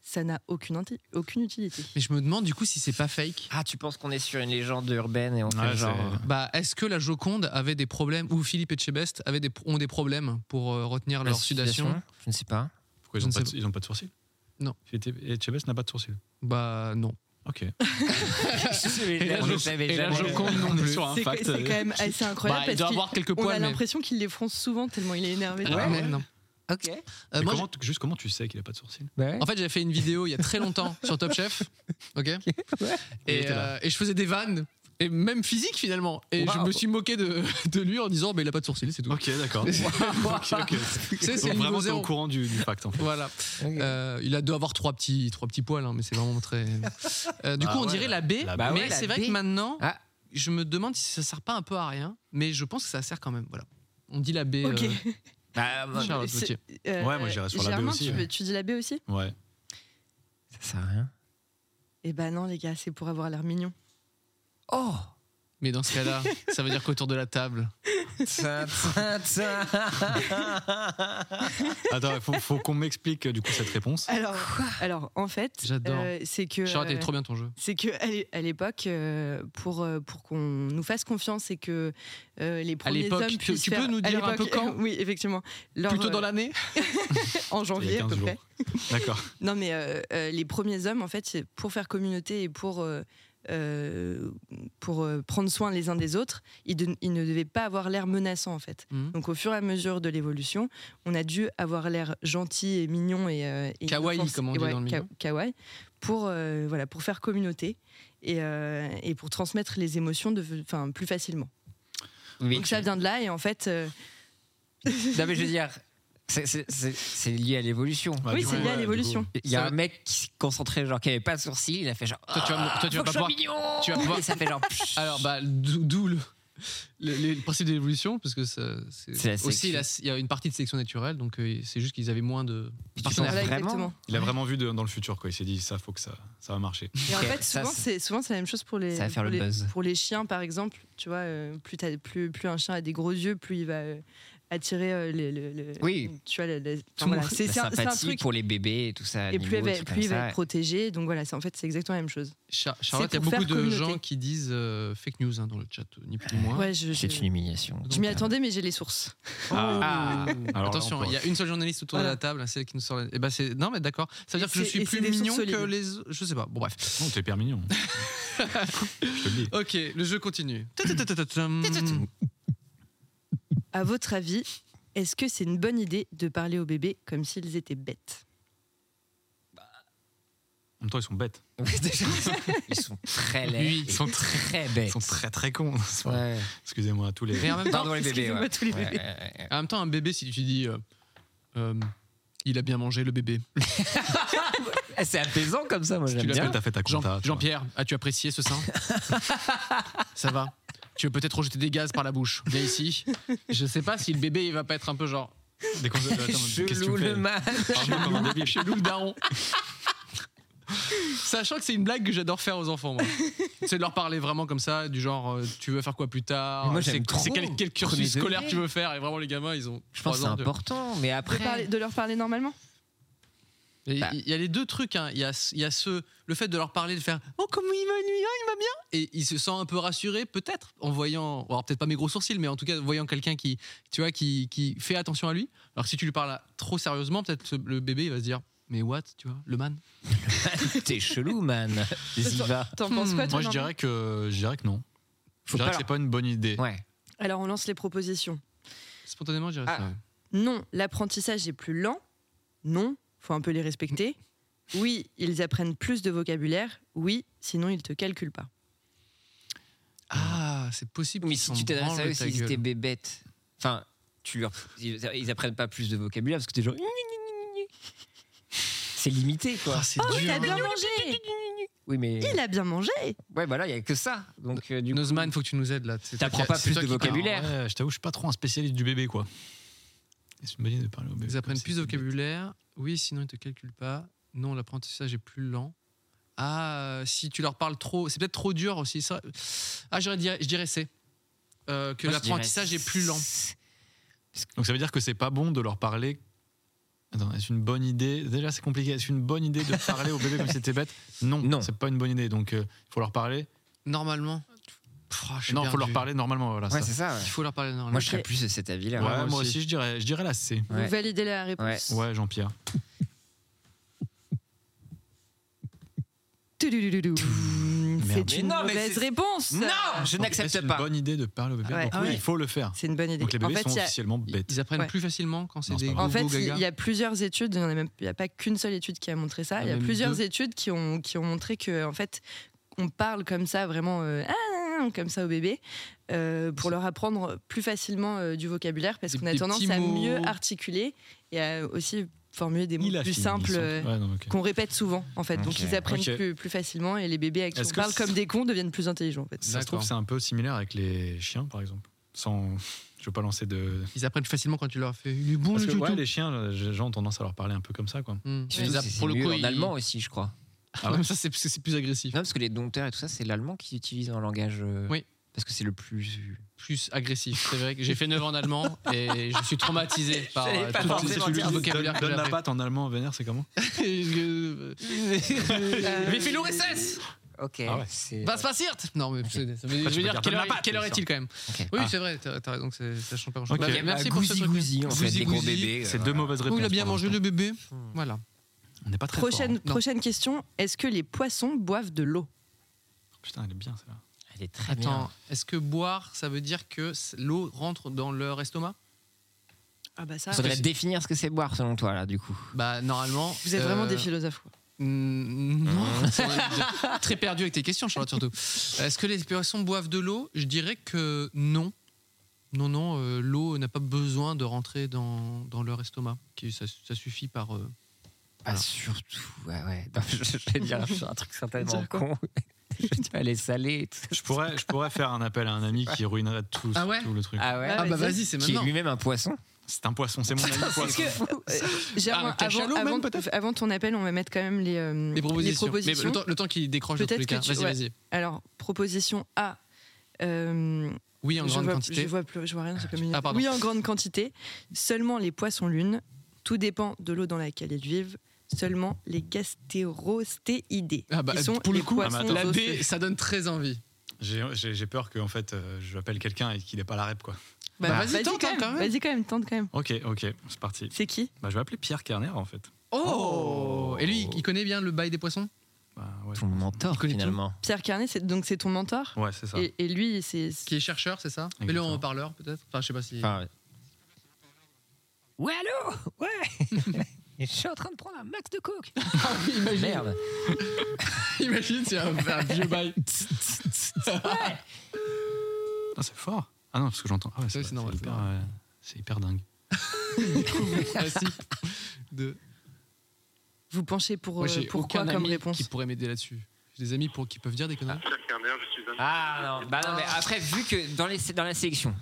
[SPEAKER 3] ça n'a aucune, inti- aucune utilité.
[SPEAKER 2] Mais je me demande du coup si c'est pas fake.
[SPEAKER 1] Ah, tu penses qu'on est sur une légende urbaine et on fait
[SPEAKER 4] Ouais,
[SPEAKER 1] genre.
[SPEAKER 4] c'est-
[SPEAKER 1] euh,
[SPEAKER 2] Bah, est-ce que la Joconde avait des problèmes ou Philippe Etchebest avait des, ont des problèmes pour euh, retenir
[SPEAKER 1] la
[SPEAKER 2] leur sudation
[SPEAKER 1] Je ne sais pas.
[SPEAKER 4] Pourquoi ils
[SPEAKER 2] Je
[SPEAKER 4] ont
[SPEAKER 2] ne
[SPEAKER 4] pas,
[SPEAKER 2] sais
[SPEAKER 4] de- ils ont pas de sourcils
[SPEAKER 2] Non.
[SPEAKER 4] Et Chebes n'a pas de sourcils.
[SPEAKER 2] Bah non. <laughs>
[SPEAKER 4] Ok.
[SPEAKER 2] Et la
[SPEAKER 1] Je
[SPEAKER 2] Jo-
[SPEAKER 1] savais
[SPEAKER 2] et la
[SPEAKER 1] jamais.
[SPEAKER 2] Joconde non plus. hein,
[SPEAKER 4] Sur un
[SPEAKER 3] C'est
[SPEAKER 4] fact.
[SPEAKER 3] c'est quand même assez incroyable
[SPEAKER 2] Bah, il doit
[SPEAKER 3] parce
[SPEAKER 2] avoir quelques
[SPEAKER 3] qu'on a
[SPEAKER 2] poils. Mais...
[SPEAKER 3] l'impression qu'il les fronce souvent tellement il est énervé.
[SPEAKER 2] Ah, mais non.
[SPEAKER 1] Ok.
[SPEAKER 2] Euh,
[SPEAKER 4] Mais
[SPEAKER 2] moi,
[SPEAKER 4] comment, Juste comment tu sais qu'il a pas de sourcils
[SPEAKER 1] Bah
[SPEAKER 2] j'ai- en fait, j'avais fait une vidéo il y a très longtemps sur Top Chef. Ok. et, euh, et je faisais des vannes. Et même physique finalement. Et je
[SPEAKER 1] Wow.
[SPEAKER 2] me suis moqué de, <laughs> de lui en disant, mais il a pas de sourcils, <laughs> c'est tout.
[SPEAKER 4] Ok, d'accord. ok, ok.
[SPEAKER 2] sais, <laughs> c'est
[SPEAKER 4] Donc
[SPEAKER 2] le
[SPEAKER 4] vraiment,
[SPEAKER 2] niveau
[SPEAKER 4] t'es au
[SPEAKER 2] zéro.
[SPEAKER 4] courant du, du fact, en fait.
[SPEAKER 2] Voilà. Euh, il a dû avoir trois petits, trois petits poils, hein, mais c'est vraiment très. Euh, du
[SPEAKER 4] Bah
[SPEAKER 2] coup, on
[SPEAKER 4] ouais,
[SPEAKER 2] dirait la B.
[SPEAKER 4] la
[SPEAKER 3] Bah
[SPEAKER 1] baie.
[SPEAKER 2] mais
[SPEAKER 1] Ouais, la
[SPEAKER 2] c'est vrai
[SPEAKER 1] baie.
[SPEAKER 2] que maintenant,
[SPEAKER 1] Ah.
[SPEAKER 2] je me demande si ça sert pas un peu à rien, mais je pense que ça sert quand même. Voilà. On dit la B. euh,
[SPEAKER 3] Ok.
[SPEAKER 1] Bah,
[SPEAKER 3] <laughs>
[SPEAKER 1] moi,
[SPEAKER 2] Charles
[SPEAKER 3] C'est-
[SPEAKER 2] Gauthier.
[SPEAKER 3] Euh,
[SPEAKER 4] Ouais, moi, j'irais sur la B
[SPEAKER 3] Germain,
[SPEAKER 4] aussi,
[SPEAKER 3] Tu,
[SPEAKER 4] ouais.
[SPEAKER 3] veux- tu dis la B aussi
[SPEAKER 4] Ouais.
[SPEAKER 1] Ça sert à rien.
[SPEAKER 3] Eh ben non, les gars, c'est pour avoir l'air mignon.
[SPEAKER 1] Oh
[SPEAKER 2] Mais dans ce cas-là, ça veut dire qu'autour de la table.
[SPEAKER 1] <laughs> Ta, ta,
[SPEAKER 3] <laughs>
[SPEAKER 1] ta.
[SPEAKER 4] Attends, faut, faut qu'on m'explique euh, du coup cette réponse.
[SPEAKER 3] Alors, alors en fait,
[SPEAKER 2] J'adore.
[SPEAKER 3] euh, c'est que.
[SPEAKER 2] Charlotte, elle est
[SPEAKER 3] euh,
[SPEAKER 2] trop bien ton jeu.
[SPEAKER 3] c'est que à l'é- à l'époque, euh, pour, euh, pour qu'on nous fasse confiance et que euh, les premiers
[SPEAKER 2] l'époque,
[SPEAKER 3] hommes
[SPEAKER 2] tu-
[SPEAKER 3] puissent
[SPEAKER 2] tu peux
[SPEAKER 3] faire-
[SPEAKER 2] nous
[SPEAKER 3] à
[SPEAKER 2] dire un
[SPEAKER 3] l'époque,
[SPEAKER 2] peu quand
[SPEAKER 3] <laughs> Oui, effectivement. Leur,
[SPEAKER 2] Plutôt dans
[SPEAKER 3] euh,
[SPEAKER 2] l'année
[SPEAKER 3] <laughs> en
[SPEAKER 4] Il y
[SPEAKER 3] janvier
[SPEAKER 4] a
[SPEAKER 3] à
[SPEAKER 4] 15
[SPEAKER 3] peu
[SPEAKER 4] jours.
[SPEAKER 3] près.
[SPEAKER 4] D'accord.
[SPEAKER 3] Non, mais euh, euh, les premiers hommes, en fait, c'est pour faire communauté et pour, euh, euh, pour euh, prendre soin les uns des autres, ils, de- ils ne devaient pas avoir l'air menaçant, en fait.
[SPEAKER 2] Mhm.
[SPEAKER 3] Donc, au fur et à mesure de l'évolution, on a dû avoir l'air gentil et mignon et. euh, et
[SPEAKER 2] Kawaii,
[SPEAKER 3] inoffensif-
[SPEAKER 2] comme on dit
[SPEAKER 3] ouais,
[SPEAKER 2] dans le
[SPEAKER 3] ka-
[SPEAKER 2] milieu.
[SPEAKER 3] Kawaii, pour, euh, voilà, pour faire communauté et, euh, et pour transmettre les émotions de, enfin, plus facilement.
[SPEAKER 1] Oui.
[SPEAKER 3] Donc, ça vient de là, et en fait. euh,
[SPEAKER 1] Non, mais je veux dire, c'est- c'est c'est- c'est lié à l'évolution.
[SPEAKER 4] Bah,
[SPEAKER 3] oui,
[SPEAKER 4] du
[SPEAKER 3] c'est
[SPEAKER 4] coup,
[SPEAKER 3] lié à
[SPEAKER 4] ouais, du
[SPEAKER 3] l'évolution.
[SPEAKER 4] coup.
[SPEAKER 1] Il y a
[SPEAKER 2] Ça-
[SPEAKER 1] un mec qui s'est concentré, genre, qui avait pas de sourcils, il a fait genre. Oh,
[SPEAKER 2] Toi, tu vas me- toi, tu vas
[SPEAKER 1] faut que
[SPEAKER 2] pas
[SPEAKER 1] je sois mignon
[SPEAKER 2] <laughs> tu vas pouvoir-
[SPEAKER 1] Et ça fait genre. pfff.
[SPEAKER 2] Alors, bah, d'où d'où le, le- le- le principe de l'évolution, parce que ça, c'est
[SPEAKER 1] C'est la sélection.
[SPEAKER 2] aussi la- il y a une partie de sélection naturelle, donc euh, c'est juste qu'ils avaient moins de.
[SPEAKER 1] Puis tu
[SPEAKER 2] partenaires.
[SPEAKER 1] t'en
[SPEAKER 3] Voilà,
[SPEAKER 1] Vraiment
[SPEAKER 3] exactement.
[SPEAKER 4] Il a vraiment vu de- dans le futur, quoi. Il s'est dit, ça, faut que ça, ça va marcher.
[SPEAKER 3] Et en
[SPEAKER 1] Ok,
[SPEAKER 3] fait,
[SPEAKER 1] ça,
[SPEAKER 3] souvent,
[SPEAKER 1] c'est-
[SPEAKER 3] c'est souvent c'est la même chose pour les
[SPEAKER 1] Ça va faire
[SPEAKER 3] pour
[SPEAKER 1] le
[SPEAKER 3] les-
[SPEAKER 1] buzz.
[SPEAKER 3] pour les chiens, par exemple. Tu vois, euh, plus, t'as- plus plus un chien a des gros yeux, plus il va euh, attirer euh, le, le- le-
[SPEAKER 1] Oui.
[SPEAKER 3] Tu vois, le- le- enfin,
[SPEAKER 1] Tout le
[SPEAKER 3] voilà,
[SPEAKER 1] monde-
[SPEAKER 3] c'est
[SPEAKER 1] la
[SPEAKER 3] c'est un, c'est un
[SPEAKER 1] sympathie
[SPEAKER 3] truc.
[SPEAKER 1] pour les bébés et tout ça.
[SPEAKER 3] Et plus il
[SPEAKER 1] animaux,
[SPEAKER 3] va,
[SPEAKER 1] trucs
[SPEAKER 3] plus il
[SPEAKER 1] comme
[SPEAKER 3] va
[SPEAKER 1] ça.
[SPEAKER 3] être protégé. Donc voilà, c'est en fait c'est exactement la même chose.
[SPEAKER 2] Char- Charlotte, il y a
[SPEAKER 3] pour
[SPEAKER 2] beaucoup
[SPEAKER 3] faire
[SPEAKER 2] de
[SPEAKER 3] communauté.
[SPEAKER 2] gens qui disent euh, fake news hein, dans le chat, ni plus ni moins. euh,
[SPEAKER 3] Ouais, je, je,
[SPEAKER 1] C'est une humiliation.
[SPEAKER 3] je m'y attendais, mais j'ai les sources. <laughs>
[SPEAKER 4] Ah. Alors là, on
[SPEAKER 2] Attention,
[SPEAKER 4] peut-
[SPEAKER 2] il y a une seule journaliste autour de
[SPEAKER 3] Voilà.
[SPEAKER 2] la table, celle qui nous sort. Et bah c'est non mais d'accord. Ça veut
[SPEAKER 3] Et
[SPEAKER 2] dire que je
[SPEAKER 3] c'est-
[SPEAKER 2] suis
[SPEAKER 3] et
[SPEAKER 2] plus
[SPEAKER 3] c'est des
[SPEAKER 2] mignon
[SPEAKER 3] sources
[SPEAKER 2] que
[SPEAKER 3] solides.
[SPEAKER 2] les autres- je sais pas. Bon bref.
[SPEAKER 4] Non, t'es
[SPEAKER 2] <laughs>
[SPEAKER 4] hyper mignon. Je te le dis.
[SPEAKER 2] OK, le jeu
[SPEAKER 4] <coughs>
[SPEAKER 2] continue. Tatatatatatam.
[SPEAKER 3] À votre avis, est-ce que c'est une bonne idée de parler aux bébés comme s'ils étaient bêtes
[SPEAKER 4] En même temps, ils
[SPEAKER 1] <laughs>
[SPEAKER 4] sont bêtes.
[SPEAKER 1] Déjà, ils sont très laids.
[SPEAKER 4] Oui, ils sont
[SPEAKER 1] et très bêtes.
[SPEAKER 4] Ils sont très très cons.
[SPEAKER 1] Ouais.
[SPEAKER 4] Excusez-moi, tous les.
[SPEAKER 2] Et en même temps,
[SPEAKER 1] Pardon les bébés.
[SPEAKER 3] excusez-moi,
[SPEAKER 1] ouais.
[SPEAKER 3] tous les
[SPEAKER 1] Ouais,
[SPEAKER 3] bébés.
[SPEAKER 1] ouais, ouais, ouais.
[SPEAKER 2] en même temps, un bébé si tu dis euh, euh, il a bien mangé le bébé.
[SPEAKER 1] Eh, C'est apaisant comme ça, moi
[SPEAKER 2] Tu
[SPEAKER 1] j'aime
[SPEAKER 2] l'as
[SPEAKER 4] Est-ce que
[SPEAKER 1] bien.
[SPEAKER 4] t'as fait ta
[SPEAKER 2] Jean-
[SPEAKER 4] compta tu vois
[SPEAKER 2] Jean-Pierre, as-tu
[SPEAKER 1] <laughs>
[SPEAKER 2] apprécié ce sein Ça va. Tu veux peut-être rejeter des gaz par la bouche. Viens ici. Je sais pas si le bébé il va pas être un peu genre
[SPEAKER 4] Des cons- Attends, mais qu'est-ce que tu
[SPEAKER 1] Chelou
[SPEAKER 4] me fais
[SPEAKER 1] le mal.
[SPEAKER 4] Parle-moi comme un débile.
[SPEAKER 2] chelou le daron. Sachant que c'est une blague que j'adore faire aux enfants, moi. c'est de leur parler vraiment comme ça, du genre euh, tu veux faire quoi plus tard
[SPEAKER 1] Mais moi,
[SPEAKER 2] C'est-
[SPEAKER 1] j'aime
[SPEAKER 2] C'est
[SPEAKER 1] trop.
[SPEAKER 2] quel,
[SPEAKER 1] Premier
[SPEAKER 2] quel cursus
[SPEAKER 1] degré.
[SPEAKER 2] scolaire tu veux faire Et vraiment, les gamins, ils ont.
[SPEAKER 1] Je pense que c'est
[SPEAKER 2] trois ans de-
[SPEAKER 1] important, mais
[SPEAKER 3] de, parler-
[SPEAKER 1] après.
[SPEAKER 3] de leur parler normalement
[SPEAKER 2] Et
[SPEAKER 1] Bah.
[SPEAKER 2] Il y a les deux trucs. hein. Il y, a, il y a ce, le fait de leur parler, de faire Oh, comment il va lui hein, Il va bien Et ils se sentent un peu rassurés, peut-être, en voyant, alors peut-être pas mes gros sourcils, mais en tout cas, en voyant quelqu'un qui, tu vois, qui, qui fait attention à lui. Alors que si tu lui parles trop sérieusement, peut-être ce- le bébé, il va se dire Mais what Tu vois, le man
[SPEAKER 1] <laughs> T'es chelou, man. Vas-y, va.
[SPEAKER 3] T'en penses quoi toi
[SPEAKER 4] Hmm. Moi, je
[SPEAKER 3] Norman
[SPEAKER 4] dirais que, je dirais que non.
[SPEAKER 1] Faut
[SPEAKER 4] je dirais
[SPEAKER 1] pas
[SPEAKER 4] que c'est pas une bonne idée.
[SPEAKER 1] Ouais.
[SPEAKER 3] Alors on lance les propositions.
[SPEAKER 2] Spontanément, je dirais
[SPEAKER 1] Ah.
[SPEAKER 2] ça. ouais.
[SPEAKER 3] Non, l'apprentissage est plus lent. Non, faut un peu les respecter. Oui, ils apprennent plus de vocabulaire. Oui, sinon ils te calculent pas.
[SPEAKER 2] Ah, c'est possible.
[SPEAKER 1] Mais
[SPEAKER 2] qu'ils
[SPEAKER 1] si
[SPEAKER 2] s'en
[SPEAKER 1] tu t'adresses à
[SPEAKER 2] branlent
[SPEAKER 1] eux,
[SPEAKER 2] de ta
[SPEAKER 1] s'ils
[SPEAKER 2] gueule.
[SPEAKER 1] étaient bébêtes, enfin, tu leur, ils, ils apprennent pas plus de vocabulaire parce que t'es genre. C'est limité, quoi.
[SPEAKER 2] Ah, c'est
[SPEAKER 3] Oh, il
[SPEAKER 2] dur.
[SPEAKER 3] a
[SPEAKER 2] hein.
[SPEAKER 3] bien mangé
[SPEAKER 1] Oui, mais.
[SPEAKER 3] Il a bien mangé
[SPEAKER 1] Ouais, voilà, il y a que ça. Donc, euh, du coup.
[SPEAKER 2] Nozman, faut que tu nous aides là. C'est toi
[SPEAKER 1] T'apprends
[SPEAKER 2] qui-
[SPEAKER 1] pas
[SPEAKER 2] c'est
[SPEAKER 1] plus
[SPEAKER 2] toi
[SPEAKER 1] de
[SPEAKER 2] qui parles.
[SPEAKER 1] vocabulaire.
[SPEAKER 4] Ouais, je t'avoue, je suis pas trop un spécialiste du bébé, quoi. C'est une bonne idée de parler au bébé.
[SPEAKER 2] Ils apprennent
[SPEAKER 4] comme
[SPEAKER 2] plus
[SPEAKER 4] ça,
[SPEAKER 2] de
[SPEAKER 4] c'est-
[SPEAKER 2] vocabulaire. Oui, sinon ils te calculent pas. Non, l'apprentissage est plus lent. Ah, euh, si tu leur parles trop, c'est peut-être trop dur aussi. Ça. Ah, j'aurais dirais- je dirais c'est Euh, que
[SPEAKER 1] Moi, je
[SPEAKER 2] l'apprentissage
[SPEAKER 1] dirais-
[SPEAKER 2] est plus lent.
[SPEAKER 4] Donc ça veut dire que c'est pas bon de leur parler. Attends, est-ce une bonne idée Déjà, c'est compliqué. Est-ce une bonne idée de parler au bébé comme si
[SPEAKER 1] <laughs>
[SPEAKER 4] c'était bête Non,
[SPEAKER 1] Non.
[SPEAKER 4] c'est pas une bonne idée. Donc, il faut leur parler.
[SPEAKER 2] Normalement. Pff, ah, je suis
[SPEAKER 4] non, faut
[SPEAKER 2] perdu.
[SPEAKER 4] leur parler normalement. Voilà,
[SPEAKER 1] Ouais,
[SPEAKER 4] ça.
[SPEAKER 1] c'est ça. ouais.
[SPEAKER 2] Il faut leur parler normalement.
[SPEAKER 1] Moi, je serais plus de cet avis-là.
[SPEAKER 4] Ouais,
[SPEAKER 1] Ouais,
[SPEAKER 4] moi aussi, je dirais, je dirais la C.
[SPEAKER 1] Ouais.
[SPEAKER 3] Vous validez la réponse.
[SPEAKER 4] Ouais, Jean-Pierre.
[SPEAKER 9] <laughs>
[SPEAKER 3] Tududududu.
[SPEAKER 4] Merde.
[SPEAKER 3] C'est
[SPEAKER 1] Mais
[SPEAKER 3] une
[SPEAKER 1] non, mais
[SPEAKER 3] mauvaise
[SPEAKER 1] c'est-
[SPEAKER 3] réponse
[SPEAKER 1] Non, je
[SPEAKER 4] Donc,
[SPEAKER 1] n'accepte
[SPEAKER 4] est-ce
[SPEAKER 1] pas.
[SPEAKER 4] une bonne idée de parler au bébé.
[SPEAKER 3] Ouais.
[SPEAKER 4] Donc,
[SPEAKER 3] Ah
[SPEAKER 4] oui,
[SPEAKER 3] ouais.
[SPEAKER 4] il faut le faire.
[SPEAKER 3] C'est une bonne idée.
[SPEAKER 4] Donc, les bébés
[SPEAKER 3] en fait,
[SPEAKER 4] sont
[SPEAKER 3] il y a-
[SPEAKER 4] officiellement bêtes.
[SPEAKER 2] Ils apprennent
[SPEAKER 3] Ouais.
[SPEAKER 2] plus facilement quand c'est
[SPEAKER 4] Non, c'est
[SPEAKER 2] des
[SPEAKER 4] pas
[SPEAKER 3] En fait,
[SPEAKER 2] gogo
[SPEAKER 3] il
[SPEAKER 2] gaga.
[SPEAKER 3] il y a plusieurs études, il n'y en a même- il y a pas qu'une seule étude qui a montré ça,
[SPEAKER 2] Ah,
[SPEAKER 3] il y a
[SPEAKER 2] même
[SPEAKER 3] plusieurs
[SPEAKER 2] deux.
[SPEAKER 3] études qui ont, qui ont montré que, en fait, on parle comme ça, vraiment, euh, Ah comme ça au bébé, euh, pour leur apprendre plus facilement euh, du vocabulaire, parce
[SPEAKER 2] Des-
[SPEAKER 3] qu'on a
[SPEAKER 2] des
[SPEAKER 3] tendance
[SPEAKER 2] petits
[SPEAKER 3] à
[SPEAKER 2] mots.
[SPEAKER 3] mieux articuler et à aussi formuler des mots
[SPEAKER 4] Il a
[SPEAKER 3] plus
[SPEAKER 4] fini,
[SPEAKER 3] simples.
[SPEAKER 4] ils sont-
[SPEAKER 3] euh,
[SPEAKER 4] Ouais, non, ok.
[SPEAKER 3] qu'on répète souvent en fait, donc
[SPEAKER 1] Ok.
[SPEAKER 3] ils apprennent
[SPEAKER 4] Ok.
[SPEAKER 3] plus, plus facilement et les bébés à qui
[SPEAKER 4] Est-ce
[SPEAKER 3] on
[SPEAKER 4] que
[SPEAKER 3] parle
[SPEAKER 4] c'est-
[SPEAKER 3] comme des cons deviennent plus intelligents en fait.
[SPEAKER 4] Ça se trouve,
[SPEAKER 2] D'accord.
[SPEAKER 4] c'est un peu similaire avec les chiens, par exemple. Sans... Je veux pas lancer de.
[SPEAKER 2] Ils apprennent facilement quand tu leur fais. Il est bon
[SPEAKER 4] Parce
[SPEAKER 2] le
[SPEAKER 4] que ouais,
[SPEAKER 2] toutou.
[SPEAKER 4] les chiens, là, les gens ont tendance à leur parler un peu comme ça, quoi.
[SPEAKER 2] Hmm.
[SPEAKER 1] Surtout
[SPEAKER 2] Ils
[SPEAKER 1] si
[SPEAKER 2] app-
[SPEAKER 1] c'est
[SPEAKER 2] pour le
[SPEAKER 1] mieux
[SPEAKER 2] coup,
[SPEAKER 1] en
[SPEAKER 2] ils-
[SPEAKER 1] allemand aussi, je crois.
[SPEAKER 3] <laughs>
[SPEAKER 4] Ah ouais
[SPEAKER 2] ça c'est c'est- c'est plus agressif.
[SPEAKER 1] Non, parce que les dompteurs et tout ça, c'est l'allemand qui utilise en langage. euh,
[SPEAKER 2] Oui.
[SPEAKER 1] Parce que c'est le
[SPEAKER 3] <laughs>
[SPEAKER 1] plus. euh,
[SPEAKER 2] plus agressif. C'est vrai que j'ai fait 9 ans en allemand et je
[SPEAKER 1] <laughs>
[SPEAKER 2] suis traumatisé par
[SPEAKER 1] J'allais
[SPEAKER 2] euh,
[SPEAKER 1] pas
[SPEAKER 2] tout
[SPEAKER 1] forcément
[SPEAKER 2] tout
[SPEAKER 1] dire
[SPEAKER 2] le
[SPEAKER 1] ça.
[SPEAKER 2] vocabulaire
[SPEAKER 4] Donne,
[SPEAKER 2] que j'ai
[SPEAKER 4] donne la
[SPEAKER 2] appris.
[SPEAKER 4] patte en allemand vénère,
[SPEAKER 2] <laughs>
[SPEAKER 4] c'est comment
[SPEAKER 3] <laughs>
[SPEAKER 2] Euh,
[SPEAKER 3] Euh,
[SPEAKER 2] Mais fais l'OSS
[SPEAKER 1] Ok.
[SPEAKER 4] Ah ouais.
[SPEAKER 1] c'est-
[SPEAKER 2] Va se passiert Non, mais c'est- ça veut- je
[SPEAKER 4] Bah, tu
[SPEAKER 2] veux
[SPEAKER 4] peux
[SPEAKER 2] dire,
[SPEAKER 4] dire
[SPEAKER 2] quelle
[SPEAKER 4] donne
[SPEAKER 2] heure,
[SPEAKER 4] la patte,
[SPEAKER 2] quelle heure
[SPEAKER 4] bien
[SPEAKER 2] est-il quand même
[SPEAKER 1] hein. Ok.
[SPEAKER 2] Oui,
[SPEAKER 4] Ah.
[SPEAKER 2] c'est vrai, t'as t'as raison, que c'est- ça change pas grand-chose.
[SPEAKER 4] Ok.
[SPEAKER 2] Bah, Merci pour ce truc.
[SPEAKER 1] Gouzi-gouzi, en fait,
[SPEAKER 2] Gouzi-gouzi.
[SPEAKER 1] des gros bébés.
[SPEAKER 4] C'est
[SPEAKER 1] euh, Hmm.
[SPEAKER 4] deux mauvaises
[SPEAKER 2] Oh,
[SPEAKER 4] réponses.
[SPEAKER 2] il a bien
[SPEAKER 4] pour
[SPEAKER 2] mangé le
[SPEAKER 4] l'instant.
[SPEAKER 2] bébé. Voilà.
[SPEAKER 4] On n'est pas très
[SPEAKER 3] prochaine,
[SPEAKER 4] fort, hein.
[SPEAKER 2] Non.
[SPEAKER 3] prochaine question, est-ce que les poissons boivent de l'eau
[SPEAKER 4] Putain, elle est bien celle-là.
[SPEAKER 1] Elle est très bien.
[SPEAKER 2] Attends, est-ce que boire, ça veut dire que c- l'eau rentre dans leur estomac
[SPEAKER 3] Ah bah ça,
[SPEAKER 1] Il faudrait définir ce que c'est boire selon toi là du coup.
[SPEAKER 2] Bah, normalement.
[SPEAKER 3] vous êtes vraiment
[SPEAKER 2] euh,
[SPEAKER 3] des philosophes. quoi.
[SPEAKER 2] Mm, Non,
[SPEAKER 3] <laughs>
[SPEAKER 2] <laughs> c'est- j'ai très perdu avec tes questions, Charlotte, surtout. Est-ce que les poissons boivent de l'eau Je dirais que non. Non, non, euh, l'eau n'a pas besoin de rentrer dans, dans leur estomac. Qui- Ça, ça suffit par. euh,
[SPEAKER 1] Ah, surtout, ouais,
[SPEAKER 2] <laughs>
[SPEAKER 1] ouais. Non, <laughs> je, je vais dire un truc certainement
[SPEAKER 3] Dire quoi
[SPEAKER 1] con. <laughs> je vais dire, elle est salée. et tout ça.
[SPEAKER 4] Je pourrais, je pourrais faire un appel à
[SPEAKER 1] <laughs>
[SPEAKER 4] un ami qui ruinerait tout,
[SPEAKER 2] Ah ouais
[SPEAKER 4] tout le truc.
[SPEAKER 1] Ah ouais.
[SPEAKER 3] Ah bah
[SPEAKER 2] vas-y, c'est
[SPEAKER 1] Qui est
[SPEAKER 2] maintenant.
[SPEAKER 1] lui-même un poisson.
[SPEAKER 4] C'est un poisson, c'est mon ami
[SPEAKER 3] Parce
[SPEAKER 4] poisson.
[SPEAKER 3] que, euh, Germain,
[SPEAKER 2] un
[SPEAKER 3] avant,
[SPEAKER 2] cachalot même,
[SPEAKER 3] avant-
[SPEAKER 2] peut-être
[SPEAKER 3] avant ton appel, on va mettre quand même les, euh,
[SPEAKER 2] les propositions.
[SPEAKER 3] les propositions.
[SPEAKER 2] Mais le temps, le temps qu'il décroche dans tous
[SPEAKER 3] Peut-être
[SPEAKER 2] les cas.
[SPEAKER 3] que tu-
[SPEAKER 2] Vas-y,
[SPEAKER 3] ouais.
[SPEAKER 2] vas-y.
[SPEAKER 3] Alors, proposition A. euh,
[SPEAKER 2] Oui, en
[SPEAKER 3] je,
[SPEAKER 2] grande
[SPEAKER 3] vois,
[SPEAKER 2] quantité.
[SPEAKER 3] je vois plus- je vois rien, j'ai pas mis-
[SPEAKER 2] Ah, pardon.
[SPEAKER 3] Oui, en grande quantité. Seulement les poissons lunes. Tout dépend de l'eau dans laquelle ils vivent. Seulement les gastérostéidés.
[SPEAKER 2] Ah bah,
[SPEAKER 3] qui sont
[SPEAKER 2] pour le
[SPEAKER 3] les
[SPEAKER 2] coup,
[SPEAKER 3] poissons
[SPEAKER 4] ah, mais attends.
[SPEAKER 2] la
[SPEAKER 3] osseux.
[SPEAKER 2] B, ça donne très envie.
[SPEAKER 4] J'ai j'ai- j'ai peur qu'en fait, euh, je appelle quelqu'un et qu'il n'ait pas la rep, quoi.
[SPEAKER 3] Bah,
[SPEAKER 2] Bah, vas-y, tente,
[SPEAKER 3] quand
[SPEAKER 2] hein, quand
[SPEAKER 3] même.
[SPEAKER 2] même.
[SPEAKER 3] Vas-y, quand même, tente quand même.
[SPEAKER 4] Ok, ok, c'est parti.
[SPEAKER 3] C'est qui
[SPEAKER 4] Bah, je vais appeler Pierre Carner, en fait.
[SPEAKER 2] Oh Et lui, il connaît bien le bail des poissons
[SPEAKER 4] Bah, ouais.
[SPEAKER 1] Ton mentor
[SPEAKER 2] connaît tout.
[SPEAKER 1] finalement.
[SPEAKER 3] Pierre Carnet, c'est- donc c'est ton mentor
[SPEAKER 4] Ouais, c'est ça.
[SPEAKER 3] et, et lui, c'est.
[SPEAKER 2] Qui est chercheur, c'est ça Mais là,
[SPEAKER 4] Exactement. Ah
[SPEAKER 2] en parleur, peut-être Enfin, je sais pas si.
[SPEAKER 1] Enfin, ouais. Ouais, allô <laughs> Ouais
[SPEAKER 2] <laughs>
[SPEAKER 1] Je suis en train de prendre un max de coke. Merde.
[SPEAKER 2] <laughs> Imagine, c'est un, un vieux bail.
[SPEAKER 4] Ah, c'est fort. Ah non, parce que j'entends. Ah ouais,
[SPEAKER 2] Ouais,
[SPEAKER 4] c'est
[SPEAKER 2] c'est
[SPEAKER 4] c'est
[SPEAKER 2] normal,
[SPEAKER 4] hyper,
[SPEAKER 2] c'est normal.
[SPEAKER 4] euh, c'est hyper euh, dingue.
[SPEAKER 2] <laughs> Classique. De...
[SPEAKER 3] Vous penchez pour,
[SPEAKER 2] Moi,
[SPEAKER 3] euh,
[SPEAKER 2] j'ai
[SPEAKER 3] pour quoi
[SPEAKER 2] aucun
[SPEAKER 3] comme
[SPEAKER 2] ami
[SPEAKER 3] réponse
[SPEAKER 2] qui pourrait m'aider là-dessus. J'ai des amis pour, qui peuvent dire des conneries.
[SPEAKER 1] Ah non, bah non, mais après, vu que dans, les, dans la sélection,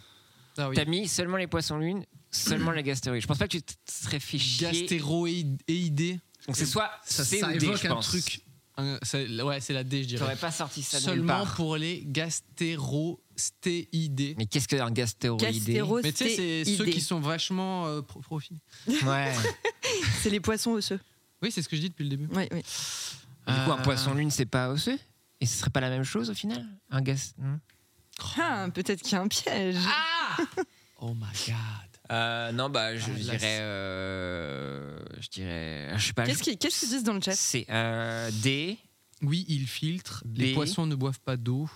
[SPEAKER 2] Ah oui.
[SPEAKER 1] t'as mis seulement les poissons lunes, seulement la gastéroïde. Je pense pas que tu te serais fait chier.
[SPEAKER 2] Gastéroïdé.
[SPEAKER 1] Donc c'est soit
[SPEAKER 2] Ça,
[SPEAKER 1] C
[SPEAKER 2] ça
[SPEAKER 1] ou D,
[SPEAKER 2] évoque
[SPEAKER 1] je
[SPEAKER 2] un
[SPEAKER 1] pense.
[SPEAKER 2] truc. Un- ça- ouais, hein, c'est la D, je dirais.
[SPEAKER 1] J'aurais pas sorti ça de nulle
[SPEAKER 2] Seulement
[SPEAKER 1] part.
[SPEAKER 2] pour les gastéroïdés.
[SPEAKER 1] Mais qu'est-ce qu'un gastéroïdé
[SPEAKER 2] Mais tu sais, c'est ceux
[SPEAKER 3] Gastéroïdés.
[SPEAKER 2] qui sont vachement euh, pro- profils. <laughs>
[SPEAKER 1] Ouais.
[SPEAKER 3] C'est les poissons osseux.
[SPEAKER 2] Oui, c'est ce que je dis depuis le début.
[SPEAKER 3] Oui, oui.
[SPEAKER 1] Du coup,
[SPEAKER 2] Ah.
[SPEAKER 1] un
[SPEAKER 4] Euh,
[SPEAKER 1] poisson lune, c'est pas osseux Et ce serait pas la même chose au final Un gas. hmm? non
[SPEAKER 3] Ah, peut-être qu'il y a un piège.
[SPEAKER 2] Oh my god.
[SPEAKER 1] Euh, non, bah, je
[SPEAKER 2] Ah, là,
[SPEAKER 1] dirais.
[SPEAKER 2] c'est-
[SPEAKER 1] euh, je dirais. Je sais pas.
[SPEAKER 3] Qu'est-ce
[SPEAKER 1] je-
[SPEAKER 3] qu'ils qu'est-ce qu'ils disent dans le chat
[SPEAKER 1] C'est euh, D.
[SPEAKER 2] Oui, ils filtrent.
[SPEAKER 1] B.
[SPEAKER 2] Les poissons ne boivent pas d'eau.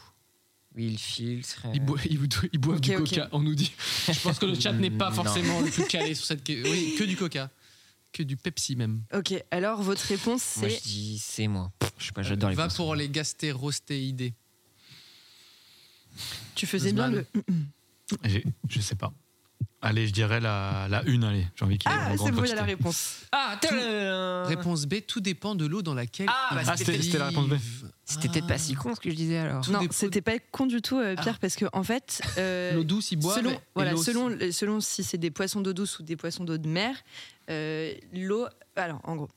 [SPEAKER 1] Oui, il filtre. euh,
[SPEAKER 2] Ils, boi- ils boi- ils boivent
[SPEAKER 3] Ok,
[SPEAKER 2] du
[SPEAKER 3] ok.
[SPEAKER 2] coca, on nous dit. Je pense que le chat n'est pas
[SPEAKER 1] Non.
[SPEAKER 2] forcément le plus calé sur cette. que- Oui, que du coca. que du Pepsi même.
[SPEAKER 3] Ok, alors votre réponse
[SPEAKER 1] Moi, je
[SPEAKER 3] c'est.
[SPEAKER 1] dis c'est moi. Je
[SPEAKER 4] Euh,
[SPEAKER 1] sais pas, j'adore les
[SPEAKER 2] Va
[SPEAKER 1] poissons.
[SPEAKER 2] pour les gastérostéidés.
[SPEAKER 3] Tu faisais bien le.
[SPEAKER 2] Guzman.
[SPEAKER 4] <laughs> J'ai- Je sais pas. Allez, je dirais la, la une, allez. J'ai envie qu'il y ait
[SPEAKER 3] Ah,
[SPEAKER 4] une
[SPEAKER 3] c'est
[SPEAKER 4] grande
[SPEAKER 3] bon, il y
[SPEAKER 4] quantité.
[SPEAKER 3] a la réponse.
[SPEAKER 1] Ah, tadam
[SPEAKER 2] Réponse B, tout dépend de l'eau dans laquelle.
[SPEAKER 1] Ah, bah,
[SPEAKER 2] ils
[SPEAKER 1] Ah, c'était-
[SPEAKER 2] vivent.
[SPEAKER 4] c'était la réponse B.
[SPEAKER 1] C'était peut-être pas si con ce que je disais alors.
[SPEAKER 2] Tout
[SPEAKER 3] Non,
[SPEAKER 2] dépend- Ah.
[SPEAKER 3] c'était pas con du tout, euh, Pierre, parce que en fait. euh,
[SPEAKER 2] L'eau douce, ils boivent.
[SPEAKER 3] selon,
[SPEAKER 2] et
[SPEAKER 3] voilà,
[SPEAKER 2] l'eau-
[SPEAKER 3] selon, euh, selon si c'est des poissons d'eau douce ou des poissons d'eau de mer, euh, l'eau. Alors, en gros,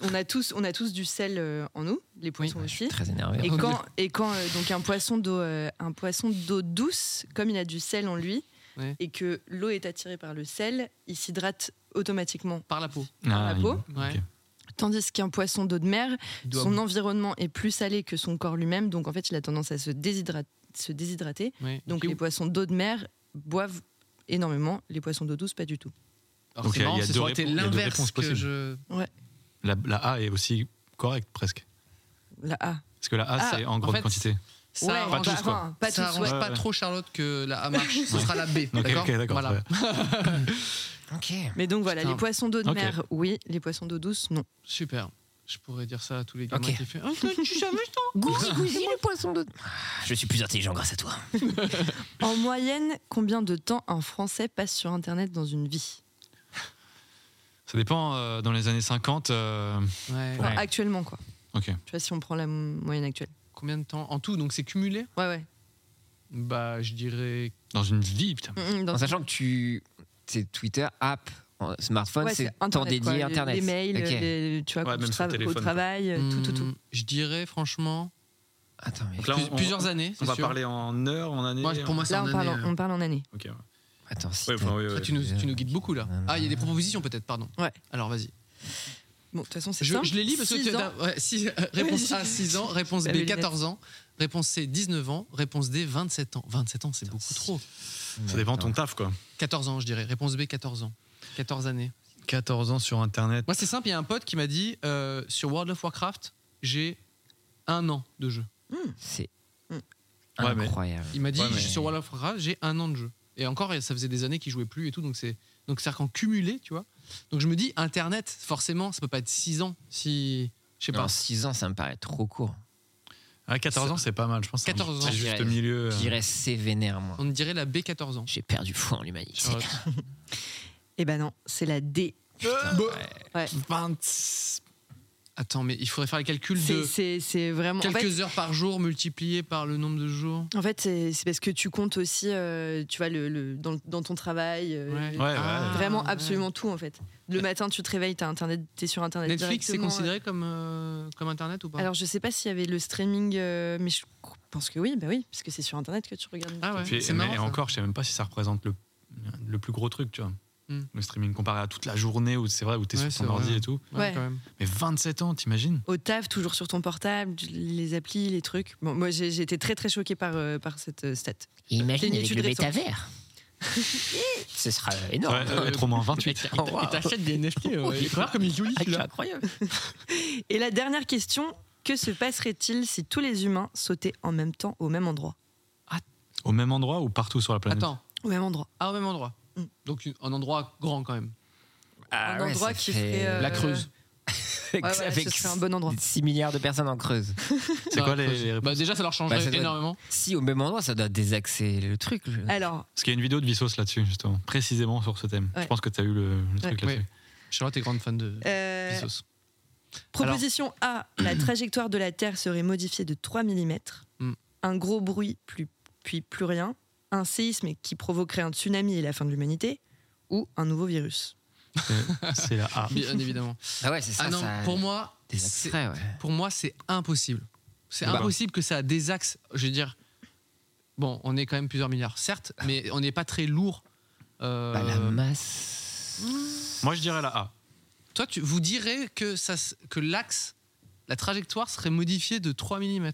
[SPEAKER 3] on a tous, on a tous du sel euh, en nous, les poissons
[SPEAKER 1] Ouais, je suis
[SPEAKER 3] aussi.
[SPEAKER 1] très énervé.
[SPEAKER 2] <laughs>
[SPEAKER 3] Et
[SPEAKER 2] Oh,
[SPEAKER 3] quand, et quand euh, donc un poisson d'eau euh, un poisson d'eau douce, comme il a du sel en lui,
[SPEAKER 2] Ouais.
[SPEAKER 3] et que l'eau est attirée par le sel, il s'hydrate automatiquement.
[SPEAKER 2] Par la peau.
[SPEAKER 4] Ah,
[SPEAKER 3] la peau.
[SPEAKER 4] il-
[SPEAKER 2] Ouais.
[SPEAKER 4] ok.
[SPEAKER 3] Tandis qu'un poisson d'eau de mer,
[SPEAKER 2] Il doit-
[SPEAKER 3] son environnement est plus salé que son corps lui-même, donc en fait il a tendance à se, déshydra- se déshydrater.
[SPEAKER 2] Ouais.
[SPEAKER 3] Donc
[SPEAKER 2] Et-
[SPEAKER 3] les poissons d'eau de mer boivent énormément, les poissons d'eau douce pas du tout.
[SPEAKER 2] Alors,
[SPEAKER 4] Ok,
[SPEAKER 2] c'est marrant,
[SPEAKER 4] il y a
[SPEAKER 2] ça
[SPEAKER 4] deux
[SPEAKER 2] aurait été
[SPEAKER 4] réponses- il y a deux
[SPEAKER 2] l'inverse
[SPEAKER 4] réponses
[SPEAKER 2] que
[SPEAKER 4] possibles.
[SPEAKER 2] je.
[SPEAKER 4] La, la A est aussi correcte, presque.
[SPEAKER 3] La A.
[SPEAKER 4] Parce que la A,
[SPEAKER 2] Ah,
[SPEAKER 4] c'est
[SPEAKER 2] en
[SPEAKER 4] en grande
[SPEAKER 2] fait,
[SPEAKER 4] quantité.
[SPEAKER 2] Ça
[SPEAKER 3] Ouais,
[SPEAKER 2] arrange
[SPEAKER 4] pas
[SPEAKER 3] bah,
[SPEAKER 4] tous, quoi.
[SPEAKER 3] enfin, pas
[SPEAKER 2] ça
[SPEAKER 3] tous,
[SPEAKER 2] arrange
[SPEAKER 3] ouais.
[SPEAKER 4] ouais.
[SPEAKER 2] pas
[SPEAKER 4] Ouais, ouais.
[SPEAKER 2] trop Charlotte que la A marche, ce
[SPEAKER 4] Ouais.
[SPEAKER 2] sera la B.
[SPEAKER 4] Ok,
[SPEAKER 2] d'accord
[SPEAKER 4] ok, d'accord.
[SPEAKER 2] Voilà.
[SPEAKER 4] ouais.
[SPEAKER 1] Ok.
[SPEAKER 3] Mais donc voilà,
[SPEAKER 2] Putain.
[SPEAKER 3] les poissons d'eau de
[SPEAKER 4] Ok.
[SPEAKER 3] mer, oui, les poissons d'eau douce, non.
[SPEAKER 2] Super. Je pourrais dire ça à tous les gamins
[SPEAKER 1] Ok.
[SPEAKER 2] qui font. Ah, toi, tu savais
[SPEAKER 1] <laughs> Gouzi, gouzi, le poisson d'eau. Ah, Je suis plus intelligent grâce à toi.
[SPEAKER 3] En moyenne, combien de temps un Français passe sur Internet dans une vie
[SPEAKER 4] Ça dépend, euh, dans les années 50, euh,
[SPEAKER 2] Ouais.
[SPEAKER 1] Ouais.
[SPEAKER 3] Actuellement, quoi.
[SPEAKER 4] ok.
[SPEAKER 3] Tu vois, si on prend la m- moyenne actuelle.
[SPEAKER 2] Combien de temps En tout, donc c'est cumulé
[SPEAKER 3] Ouais, ouais.
[SPEAKER 2] Bah, je dirais.
[SPEAKER 4] Dans une vie, putain.
[SPEAKER 3] Mm, mm, dans-
[SPEAKER 1] En sachant que tu. C'est Twitter, app, euh, smartphone,
[SPEAKER 3] ouais,
[SPEAKER 1] c'est
[SPEAKER 3] c'est Internet,
[SPEAKER 1] temps dédié
[SPEAKER 3] quoi. Les-
[SPEAKER 1] Internet.
[SPEAKER 3] Les mails,
[SPEAKER 1] Ok.
[SPEAKER 3] les- tu vois,
[SPEAKER 4] Ouais,
[SPEAKER 3] quand
[SPEAKER 4] même
[SPEAKER 3] tu
[SPEAKER 4] sur le
[SPEAKER 3] travailles au
[SPEAKER 4] téléphone, quoi.
[SPEAKER 3] travail, euh, tout, tout, tout.
[SPEAKER 2] Hmm, Je dirais franchement
[SPEAKER 1] Attends, mais.
[SPEAKER 4] Donc là,
[SPEAKER 2] plus-
[SPEAKER 4] on-
[SPEAKER 2] plusieurs années.
[SPEAKER 4] On
[SPEAKER 2] c'est
[SPEAKER 4] va
[SPEAKER 2] sûr.
[SPEAKER 4] parler en heures, en années.
[SPEAKER 2] Moi, pour moi, c'est
[SPEAKER 3] Là,
[SPEAKER 2] en
[SPEAKER 3] on parle,
[SPEAKER 2] année,
[SPEAKER 3] en,
[SPEAKER 2] euh.
[SPEAKER 3] on parle en année.
[SPEAKER 4] Ok, ouais.
[SPEAKER 1] Attends, si.
[SPEAKER 4] Ouais,
[SPEAKER 1] t'as-
[SPEAKER 4] enfin, ouais, ouais.
[SPEAKER 2] Toi, tu nous, tu nous guides beaucoup là.
[SPEAKER 1] Nanana.
[SPEAKER 2] Ah, il y a des propositions peut-être, pardon.
[SPEAKER 3] Ouais.
[SPEAKER 2] Alors vas-y.
[SPEAKER 3] Bon, de toute façon, c'est
[SPEAKER 2] Je,
[SPEAKER 3] simple.
[SPEAKER 2] je les lis parce que.
[SPEAKER 3] Six
[SPEAKER 2] tu-
[SPEAKER 3] ans.
[SPEAKER 2] t'as- ouais, si-
[SPEAKER 3] <laughs>
[SPEAKER 2] réponse A, 6 ans. Réponse
[SPEAKER 3] J'avais
[SPEAKER 2] B,
[SPEAKER 3] les
[SPEAKER 2] 14 ans. Réponse C, 19 ans. Réponse D, 27 ans. 27 ans, c'est beaucoup trop.
[SPEAKER 4] Ça dépend de ton taf, quoi.
[SPEAKER 2] 14 ans, je dirais. Réponse B, 14 ans. 14 années.
[SPEAKER 4] 14 ans sur Internet.
[SPEAKER 2] Moi, c'est simple, il y a un pote qui m'a dit euh, sur World of Warcraft, j'ai un an de jeu.
[SPEAKER 1] C'est
[SPEAKER 3] Mm.
[SPEAKER 4] Ouais, mais-
[SPEAKER 1] incroyable.
[SPEAKER 2] Il m'a dit
[SPEAKER 4] Ouais, mais-
[SPEAKER 2] sur World of Warcraft, j'ai un an de jeu. Et encore, ça faisait des années qu'il jouait plus et tout, donc c'est donc c'est qu'en cumulé, tu vois. Donc je me dis Internet, forcément, ça peut pas être 6 ans si je sais pas.
[SPEAKER 1] En 6 ans, ça me paraît trop court.
[SPEAKER 4] Ah, 14 ans, c'est pas mal, je pense.
[SPEAKER 2] 14 ans,
[SPEAKER 4] C'est
[SPEAKER 2] je
[SPEAKER 4] juste
[SPEAKER 1] dirais.
[SPEAKER 4] milieu. euh.
[SPEAKER 1] Je dirais c'est vénère, moi.
[SPEAKER 2] On dirait la B 14 ans.
[SPEAKER 1] J'ai perdu foi en l'humanité.
[SPEAKER 2] Charlotte.
[SPEAKER 3] Eh ben non, c'est la D. Ouais.
[SPEAKER 4] 20...
[SPEAKER 2] Attends, mais il faudrait faire les calculs
[SPEAKER 3] C'est-
[SPEAKER 2] de
[SPEAKER 3] C'est c'est vraiment. En
[SPEAKER 2] quelques
[SPEAKER 3] fait,
[SPEAKER 2] heures par jour multipliées par le nombre de jours.
[SPEAKER 3] en fait, c'est c'est parce que tu comptes aussi, euh, tu vois, le, le- dans, dans ton travail. euh,
[SPEAKER 2] Ouais.
[SPEAKER 4] Ouais, ouais.
[SPEAKER 3] Vraiment,
[SPEAKER 2] Ah, ouais.
[SPEAKER 3] absolument tout, en fait. Le matin, tu te réveilles, t'as Internet, t'es sur Internet.
[SPEAKER 2] Netflix, c'est
[SPEAKER 3] directement.
[SPEAKER 2] considéré comme, euh, comme Internet ou pas
[SPEAKER 3] Alors, je sais pas s'il y avait le streaming, euh, mais je pense que oui, bah oui, parce que c'est sur Internet que tu regardes.
[SPEAKER 2] Ah ouais,
[SPEAKER 4] Puis-
[SPEAKER 2] c'est
[SPEAKER 4] mais
[SPEAKER 2] marrant. ça.
[SPEAKER 4] encore, je sais même pas si ça représente le, le plus gros truc, tu vois.
[SPEAKER 2] Hmm.
[SPEAKER 4] Le streaming comparé à toute la journée où c'est vrai, où t'es
[SPEAKER 2] Ouais,
[SPEAKER 4] sur
[SPEAKER 2] c'est
[SPEAKER 4] ton ordi
[SPEAKER 2] vrai.
[SPEAKER 4] et tout.
[SPEAKER 3] Ouais.
[SPEAKER 2] quand même.
[SPEAKER 4] Mais 27 ans, t'imagines
[SPEAKER 3] Au taf, toujours sur ton portable, les applis, les trucs. Bon, moi, j'ai j'ai été très très choquée par, euh, par cette euh, stat.
[SPEAKER 1] Et
[SPEAKER 3] C'est
[SPEAKER 1] imagine
[SPEAKER 3] une
[SPEAKER 1] avec
[SPEAKER 3] étude
[SPEAKER 1] le
[SPEAKER 3] récente.
[SPEAKER 1] métavers. Ce sera
[SPEAKER 4] ouais,
[SPEAKER 1] énorme.
[SPEAKER 4] euh, Être au moins 28.
[SPEAKER 1] Oh, wow.
[SPEAKER 2] des
[SPEAKER 1] <laughs>
[SPEAKER 2] NFT,
[SPEAKER 1] ouais.
[SPEAKER 2] comme euh, il joue
[SPEAKER 1] Ah, c'est incroyable.
[SPEAKER 3] Et la dernière question que se passerait-il si tous les humains sautaient en même temps au même endroit
[SPEAKER 4] au même endroit ou partout sur la planète
[SPEAKER 2] Attends,
[SPEAKER 3] Au même endroit.
[SPEAKER 2] ah, au même endroit.
[SPEAKER 3] Mm.
[SPEAKER 2] Donc une- un endroit grand quand même.
[SPEAKER 1] Ah
[SPEAKER 3] Un endroit
[SPEAKER 1] ça
[SPEAKER 3] qui
[SPEAKER 1] fait-
[SPEAKER 3] ferait, euh,
[SPEAKER 2] La Creuse.
[SPEAKER 1] avec,
[SPEAKER 3] Ouais, voilà, ce
[SPEAKER 1] avec
[SPEAKER 3] serait un bon endroit.
[SPEAKER 1] 6 milliards de personnes en Creuse.
[SPEAKER 4] C'est
[SPEAKER 2] Ah,
[SPEAKER 4] quoi les,
[SPEAKER 2] Creuse.
[SPEAKER 4] les réponses
[SPEAKER 2] Bah, Déjà, ça leur changerait
[SPEAKER 1] Bah, ça doit-
[SPEAKER 2] énormément.
[SPEAKER 1] Si au même endroit, ça doit désaxer le truc. je-
[SPEAKER 2] <laughs>
[SPEAKER 3] Alors,
[SPEAKER 4] Parce qu'il y a une vidéo de Vissos là-dessus, justement, précisément sur ce thème.
[SPEAKER 3] Ouais.
[SPEAKER 4] Je pense que t'as eu le, le truc
[SPEAKER 2] Ouais.
[SPEAKER 4] là-dessus.
[SPEAKER 2] Charlotte est grande fan de
[SPEAKER 3] euh,
[SPEAKER 2] Bissos.
[SPEAKER 3] proposition A, la trajectoire de la Terre serait modifiée de 3 mm.
[SPEAKER 2] Mm.
[SPEAKER 3] Un gros bruit, plus, puis plus rien. Un séisme qui provoquerait un tsunami et la fin de l'humanité. Ou un nouveau virus.
[SPEAKER 4] C'est- C'est la A.
[SPEAKER 2] Bien évidemment.
[SPEAKER 1] Ah ouais, c'est ça.
[SPEAKER 2] ah non,
[SPEAKER 1] ça
[SPEAKER 2] pour moi, c'est-
[SPEAKER 1] désaxerait, ouais.
[SPEAKER 2] pour moi, c'est impossible. C'est
[SPEAKER 4] Bah.
[SPEAKER 2] impossible que ça désaxe. Je veux dire, bon, on est quand même plusieurs milliards, certes, mais on n'est pas très lourd. Euh,
[SPEAKER 1] Bah, la masse.
[SPEAKER 4] Moi, je dirais la A.
[SPEAKER 2] Toi, tu, vous direz que, ça, s- que l'axe, la trajectoire serait modifiée de 3 mm.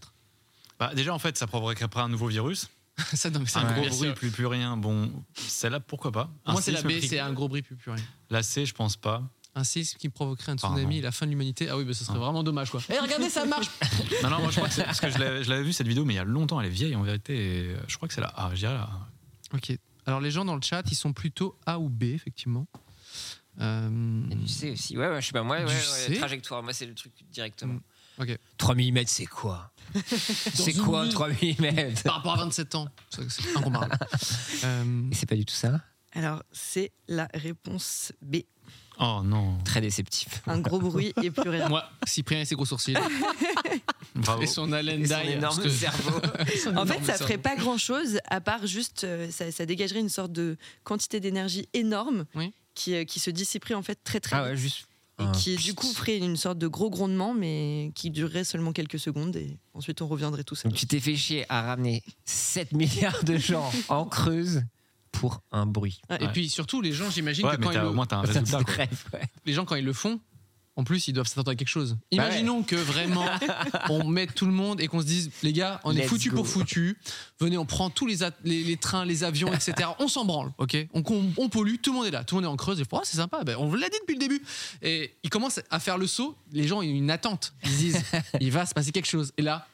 [SPEAKER 4] Bah, déjà, en fait, ça provoquerait un nouveau virus.
[SPEAKER 2] <laughs> ça, non, mais ça,
[SPEAKER 4] Un
[SPEAKER 2] bien
[SPEAKER 4] gros
[SPEAKER 2] sûr.
[SPEAKER 4] bruit, plus, plus rien. Bon, celle-là, pourquoi pas
[SPEAKER 2] Pour Moi,
[SPEAKER 4] Un
[SPEAKER 2] c'est la
[SPEAKER 4] séisme
[SPEAKER 2] B,
[SPEAKER 4] qui-
[SPEAKER 2] c'est un gros bruit plus purée.
[SPEAKER 4] La C, je pense pas.
[SPEAKER 2] Un séisme qui provoquerait un
[SPEAKER 4] Pardon.
[SPEAKER 2] tsunami et la fin de l'humanité. Ah oui, bah, ça serait
[SPEAKER 4] Ah.
[SPEAKER 2] vraiment dommage, quoi. Eh, regardez, ça <laughs> marche
[SPEAKER 4] Non, non, moi, je crois que c'est- parce que je l'avais je l'avais vu cette vidéo, mais il y a longtemps, elle est vieille en vérité. et, euh, je crois que c'est la A. Je dirais la A.
[SPEAKER 2] Ok. Alors, les gens dans le chat, ils sont plutôt A ou B, effectivement. Euh,
[SPEAKER 1] Et du C aussi. Ouais, ouais, je sais pas, moi, ouais,
[SPEAKER 2] Du
[SPEAKER 1] ouais,
[SPEAKER 2] C
[SPEAKER 1] trajectoire, moi, c'est le truc directement.
[SPEAKER 2] ok.
[SPEAKER 1] 3 mm, c'est quoi C'est
[SPEAKER 2] une
[SPEAKER 1] quoi
[SPEAKER 2] nuit.
[SPEAKER 1] 3 mm
[SPEAKER 2] Par rapport à 27 ans, c'est c'est incomparable. <laughs> Euh,
[SPEAKER 1] C'est pas du tout ça.
[SPEAKER 3] Alors, c'est la réponse B.
[SPEAKER 4] Oh non.
[SPEAKER 1] Très déceptif.
[SPEAKER 3] Un gros bruit et plus
[SPEAKER 2] <laughs>
[SPEAKER 3] rien.
[SPEAKER 2] moi, Cyprien et ses gros sourcils
[SPEAKER 4] Bravo.
[SPEAKER 2] et son haleine
[SPEAKER 1] Et son
[SPEAKER 2] d'ail.
[SPEAKER 1] énorme
[SPEAKER 2] parce que- <laughs>
[SPEAKER 1] cerveau.
[SPEAKER 2] son
[SPEAKER 3] En fait,
[SPEAKER 2] énorme
[SPEAKER 3] ça
[SPEAKER 2] cerveau.
[SPEAKER 3] ferait pas grand chose à part juste euh, ça, ça dégagerait une sorte de quantité d'énergie énorme
[SPEAKER 2] Oui.
[SPEAKER 3] qui, euh, qui se dissiperait en fait très très
[SPEAKER 1] Ah
[SPEAKER 3] vite.
[SPEAKER 1] ouais, juste.
[SPEAKER 3] et qui du coup ferait une sorte de gros grondement mais qui durerait seulement quelques secondes et ensuite on reviendrait tous à
[SPEAKER 1] Donc tu t'es fait chier à
[SPEAKER 3] <laughs>
[SPEAKER 1] ramener 7 <laughs> milliards de gens en creuse pour un bruit.
[SPEAKER 2] Et puis surtout, les gens, j'imagine
[SPEAKER 4] Ouais,
[SPEAKER 2] que quand
[SPEAKER 4] mais
[SPEAKER 2] ils,
[SPEAKER 4] t'as-
[SPEAKER 2] le,
[SPEAKER 4] au
[SPEAKER 2] <laughs>
[SPEAKER 4] moins, t'as un
[SPEAKER 1] C'est
[SPEAKER 4] résultat. quoi.
[SPEAKER 1] bref, ouais.
[SPEAKER 2] les gens, quand ils le font, en plus, ils doivent s'attendre à quelque chose.
[SPEAKER 1] Bah ouais.
[SPEAKER 2] Imaginons
[SPEAKER 1] <laughs>
[SPEAKER 2] que vraiment, on mette tout le monde et qu'on se dise, les gars, on est
[SPEAKER 1] Let's
[SPEAKER 2] foutu
[SPEAKER 1] go.
[SPEAKER 2] pour foutu. Venez, on prend tous les, at- les, les trains, les avions, etc. On s'en branle, ok on, on- on pollue, tout le monde est là, tout le monde est en creuse. Et, oh, c'est sympa, ben, on vous l'a dit depuis le début. Et ils commencent à faire le saut. Les gens, ils ont une attente. Ils
[SPEAKER 1] <laughs>
[SPEAKER 2] se disent, il va se passer quelque chose. Et là,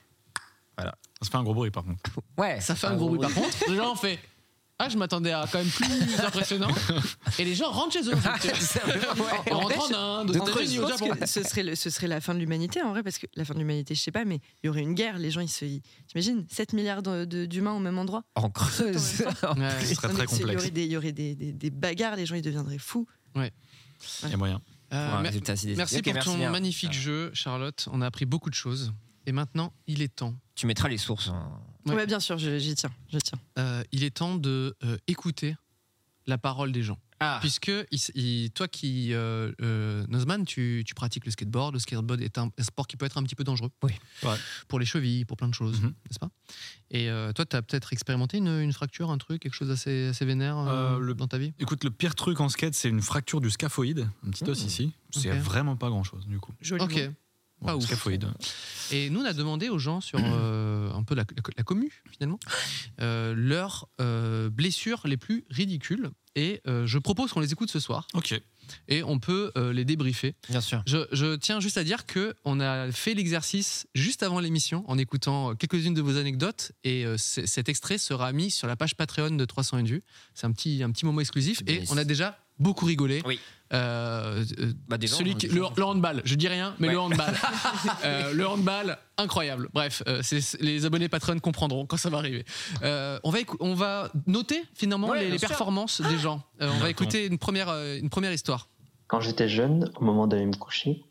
[SPEAKER 4] Ça fait un gros bruit par contre.
[SPEAKER 1] Ouais, Ah,
[SPEAKER 2] Ça fait un gros bruit. Par contre, les gens ont fait. Ah, je m'attendais à quand
[SPEAKER 1] <laughs>
[SPEAKER 2] même plus impressionnant. Et les gens rentrent chez eux.
[SPEAKER 1] Ça fait- ouais.
[SPEAKER 2] On rentre en Inde, aux
[SPEAKER 1] De creuse,
[SPEAKER 2] États-Unis,
[SPEAKER 3] Je
[SPEAKER 2] au
[SPEAKER 3] pense
[SPEAKER 2] Japon.
[SPEAKER 3] que ce serait, le- ce serait la fin de l'humanité en vrai, parce que la fin de l'humanité, je sais pas, mais il y aurait une guerre. Les gens, ils se. ils- T'imagines 7 milliards de- de- d'humains au même endroit
[SPEAKER 1] <laughs> En creuse.
[SPEAKER 2] Ouais.
[SPEAKER 4] Ce serait
[SPEAKER 3] Non,
[SPEAKER 4] très
[SPEAKER 3] mais Ah, c'est- Il y
[SPEAKER 4] complexe.
[SPEAKER 3] aurait, des, il y aurait des, des- des bagarres, les gens, ils deviendraient fous.
[SPEAKER 4] Il y a moyen.
[SPEAKER 2] Euh,
[SPEAKER 1] Ouais,
[SPEAKER 2] mer-
[SPEAKER 1] résultat si déceptif.
[SPEAKER 2] Merci
[SPEAKER 1] Ok,
[SPEAKER 2] pour ton
[SPEAKER 3] Ah,
[SPEAKER 1] bien.
[SPEAKER 2] magnifique jeu, Charlotte. On a appris beaucoup de choses. Et maintenant, il est temps.
[SPEAKER 1] Tu mettras les sources. hein.
[SPEAKER 2] Ouais.
[SPEAKER 3] Ouais, bien sûr, je- j'y tiens. Je tiens.
[SPEAKER 2] Euh, il est temps de euh, écouter la parole des gens.
[SPEAKER 4] Ah.
[SPEAKER 2] Puisque il s- il- toi qui, euh, euh, Nozman, tu, tu pratiques le skateboard. Le skateboard est un, un sport qui peut être un petit peu dangereux.
[SPEAKER 1] Oui.
[SPEAKER 4] Ouais.
[SPEAKER 2] Pour les chevilles, pour plein de choses,
[SPEAKER 4] Mhm.
[SPEAKER 2] n'est-ce pas Et euh, toi, tu as peut-être expérimenté une, une fracture, un truc, quelque chose d'assez assez vénère euh,
[SPEAKER 4] Euh, le-
[SPEAKER 2] dans ta vie
[SPEAKER 4] Écoute, le pire truc en skate, c'est une fracture du scaphoïde. Un petit os ici. C'est
[SPEAKER 2] Ok.
[SPEAKER 4] vraiment pas grand chose du coup.
[SPEAKER 3] Joliment.
[SPEAKER 2] Ok. Pas ouf.
[SPEAKER 4] Scaphoïde.
[SPEAKER 2] Et nous, on a demandé aux
[SPEAKER 1] <clears throat>
[SPEAKER 2] gens sur euh, un peu la, la, la commu, finalement, euh, leurs euh, blessures les plus ridicules. Et euh, je propose qu'on les écoute ce soir
[SPEAKER 4] Ok.
[SPEAKER 2] et on peut euh, les débriefer.
[SPEAKER 1] Bien sûr.
[SPEAKER 2] Je, je tiens juste à dire que on a fait l'exercice juste avant l'émission en écoutant euh, quelques-unes de vos anecdotes et euh, c- cet extrait sera mis sur la page Patreon de 301 vues. C'est un petit, un petit moment exclusif et
[SPEAKER 1] Yes.
[SPEAKER 2] on a déjà beaucoup rigolé.
[SPEAKER 1] Oui.
[SPEAKER 2] Euh, euh,
[SPEAKER 1] Bah, des gens,
[SPEAKER 2] celui
[SPEAKER 1] hein,
[SPEAKER 2] qui,
[SPEAKER 1] des
[SPEAKER 2] le,
[SPEAKER 1] gens.
[SPEAKER 2] le handball, je dis rien, mais
[SPEAKER 1] Ouais.
[SPEAKER 2] le
[SPEAKER 1] <laughs>
[SPEAKER 2] handball. <laughs> Euh, le handball, incroyable. Bref, euh, c'est- les abonnés Patreon comprendront quand ça va arriver. Euh, on, va écou- on va noter finalement
[SPEAKER 1] Ouais,
[SPEAKER 2] les,
[SPEAKER 1] bien
[SPEAKER 2] les
[SPEAKER 1] sûr.
[SPEAKER 2] performances des gens. Euh, on
[SPEAKER 4] D'accord.
[SPEAKER 2] va écouter une première, euh, une première histoire.
[SPEAKER 10] Quand j'étais jeune, au moment d'aller me coucher,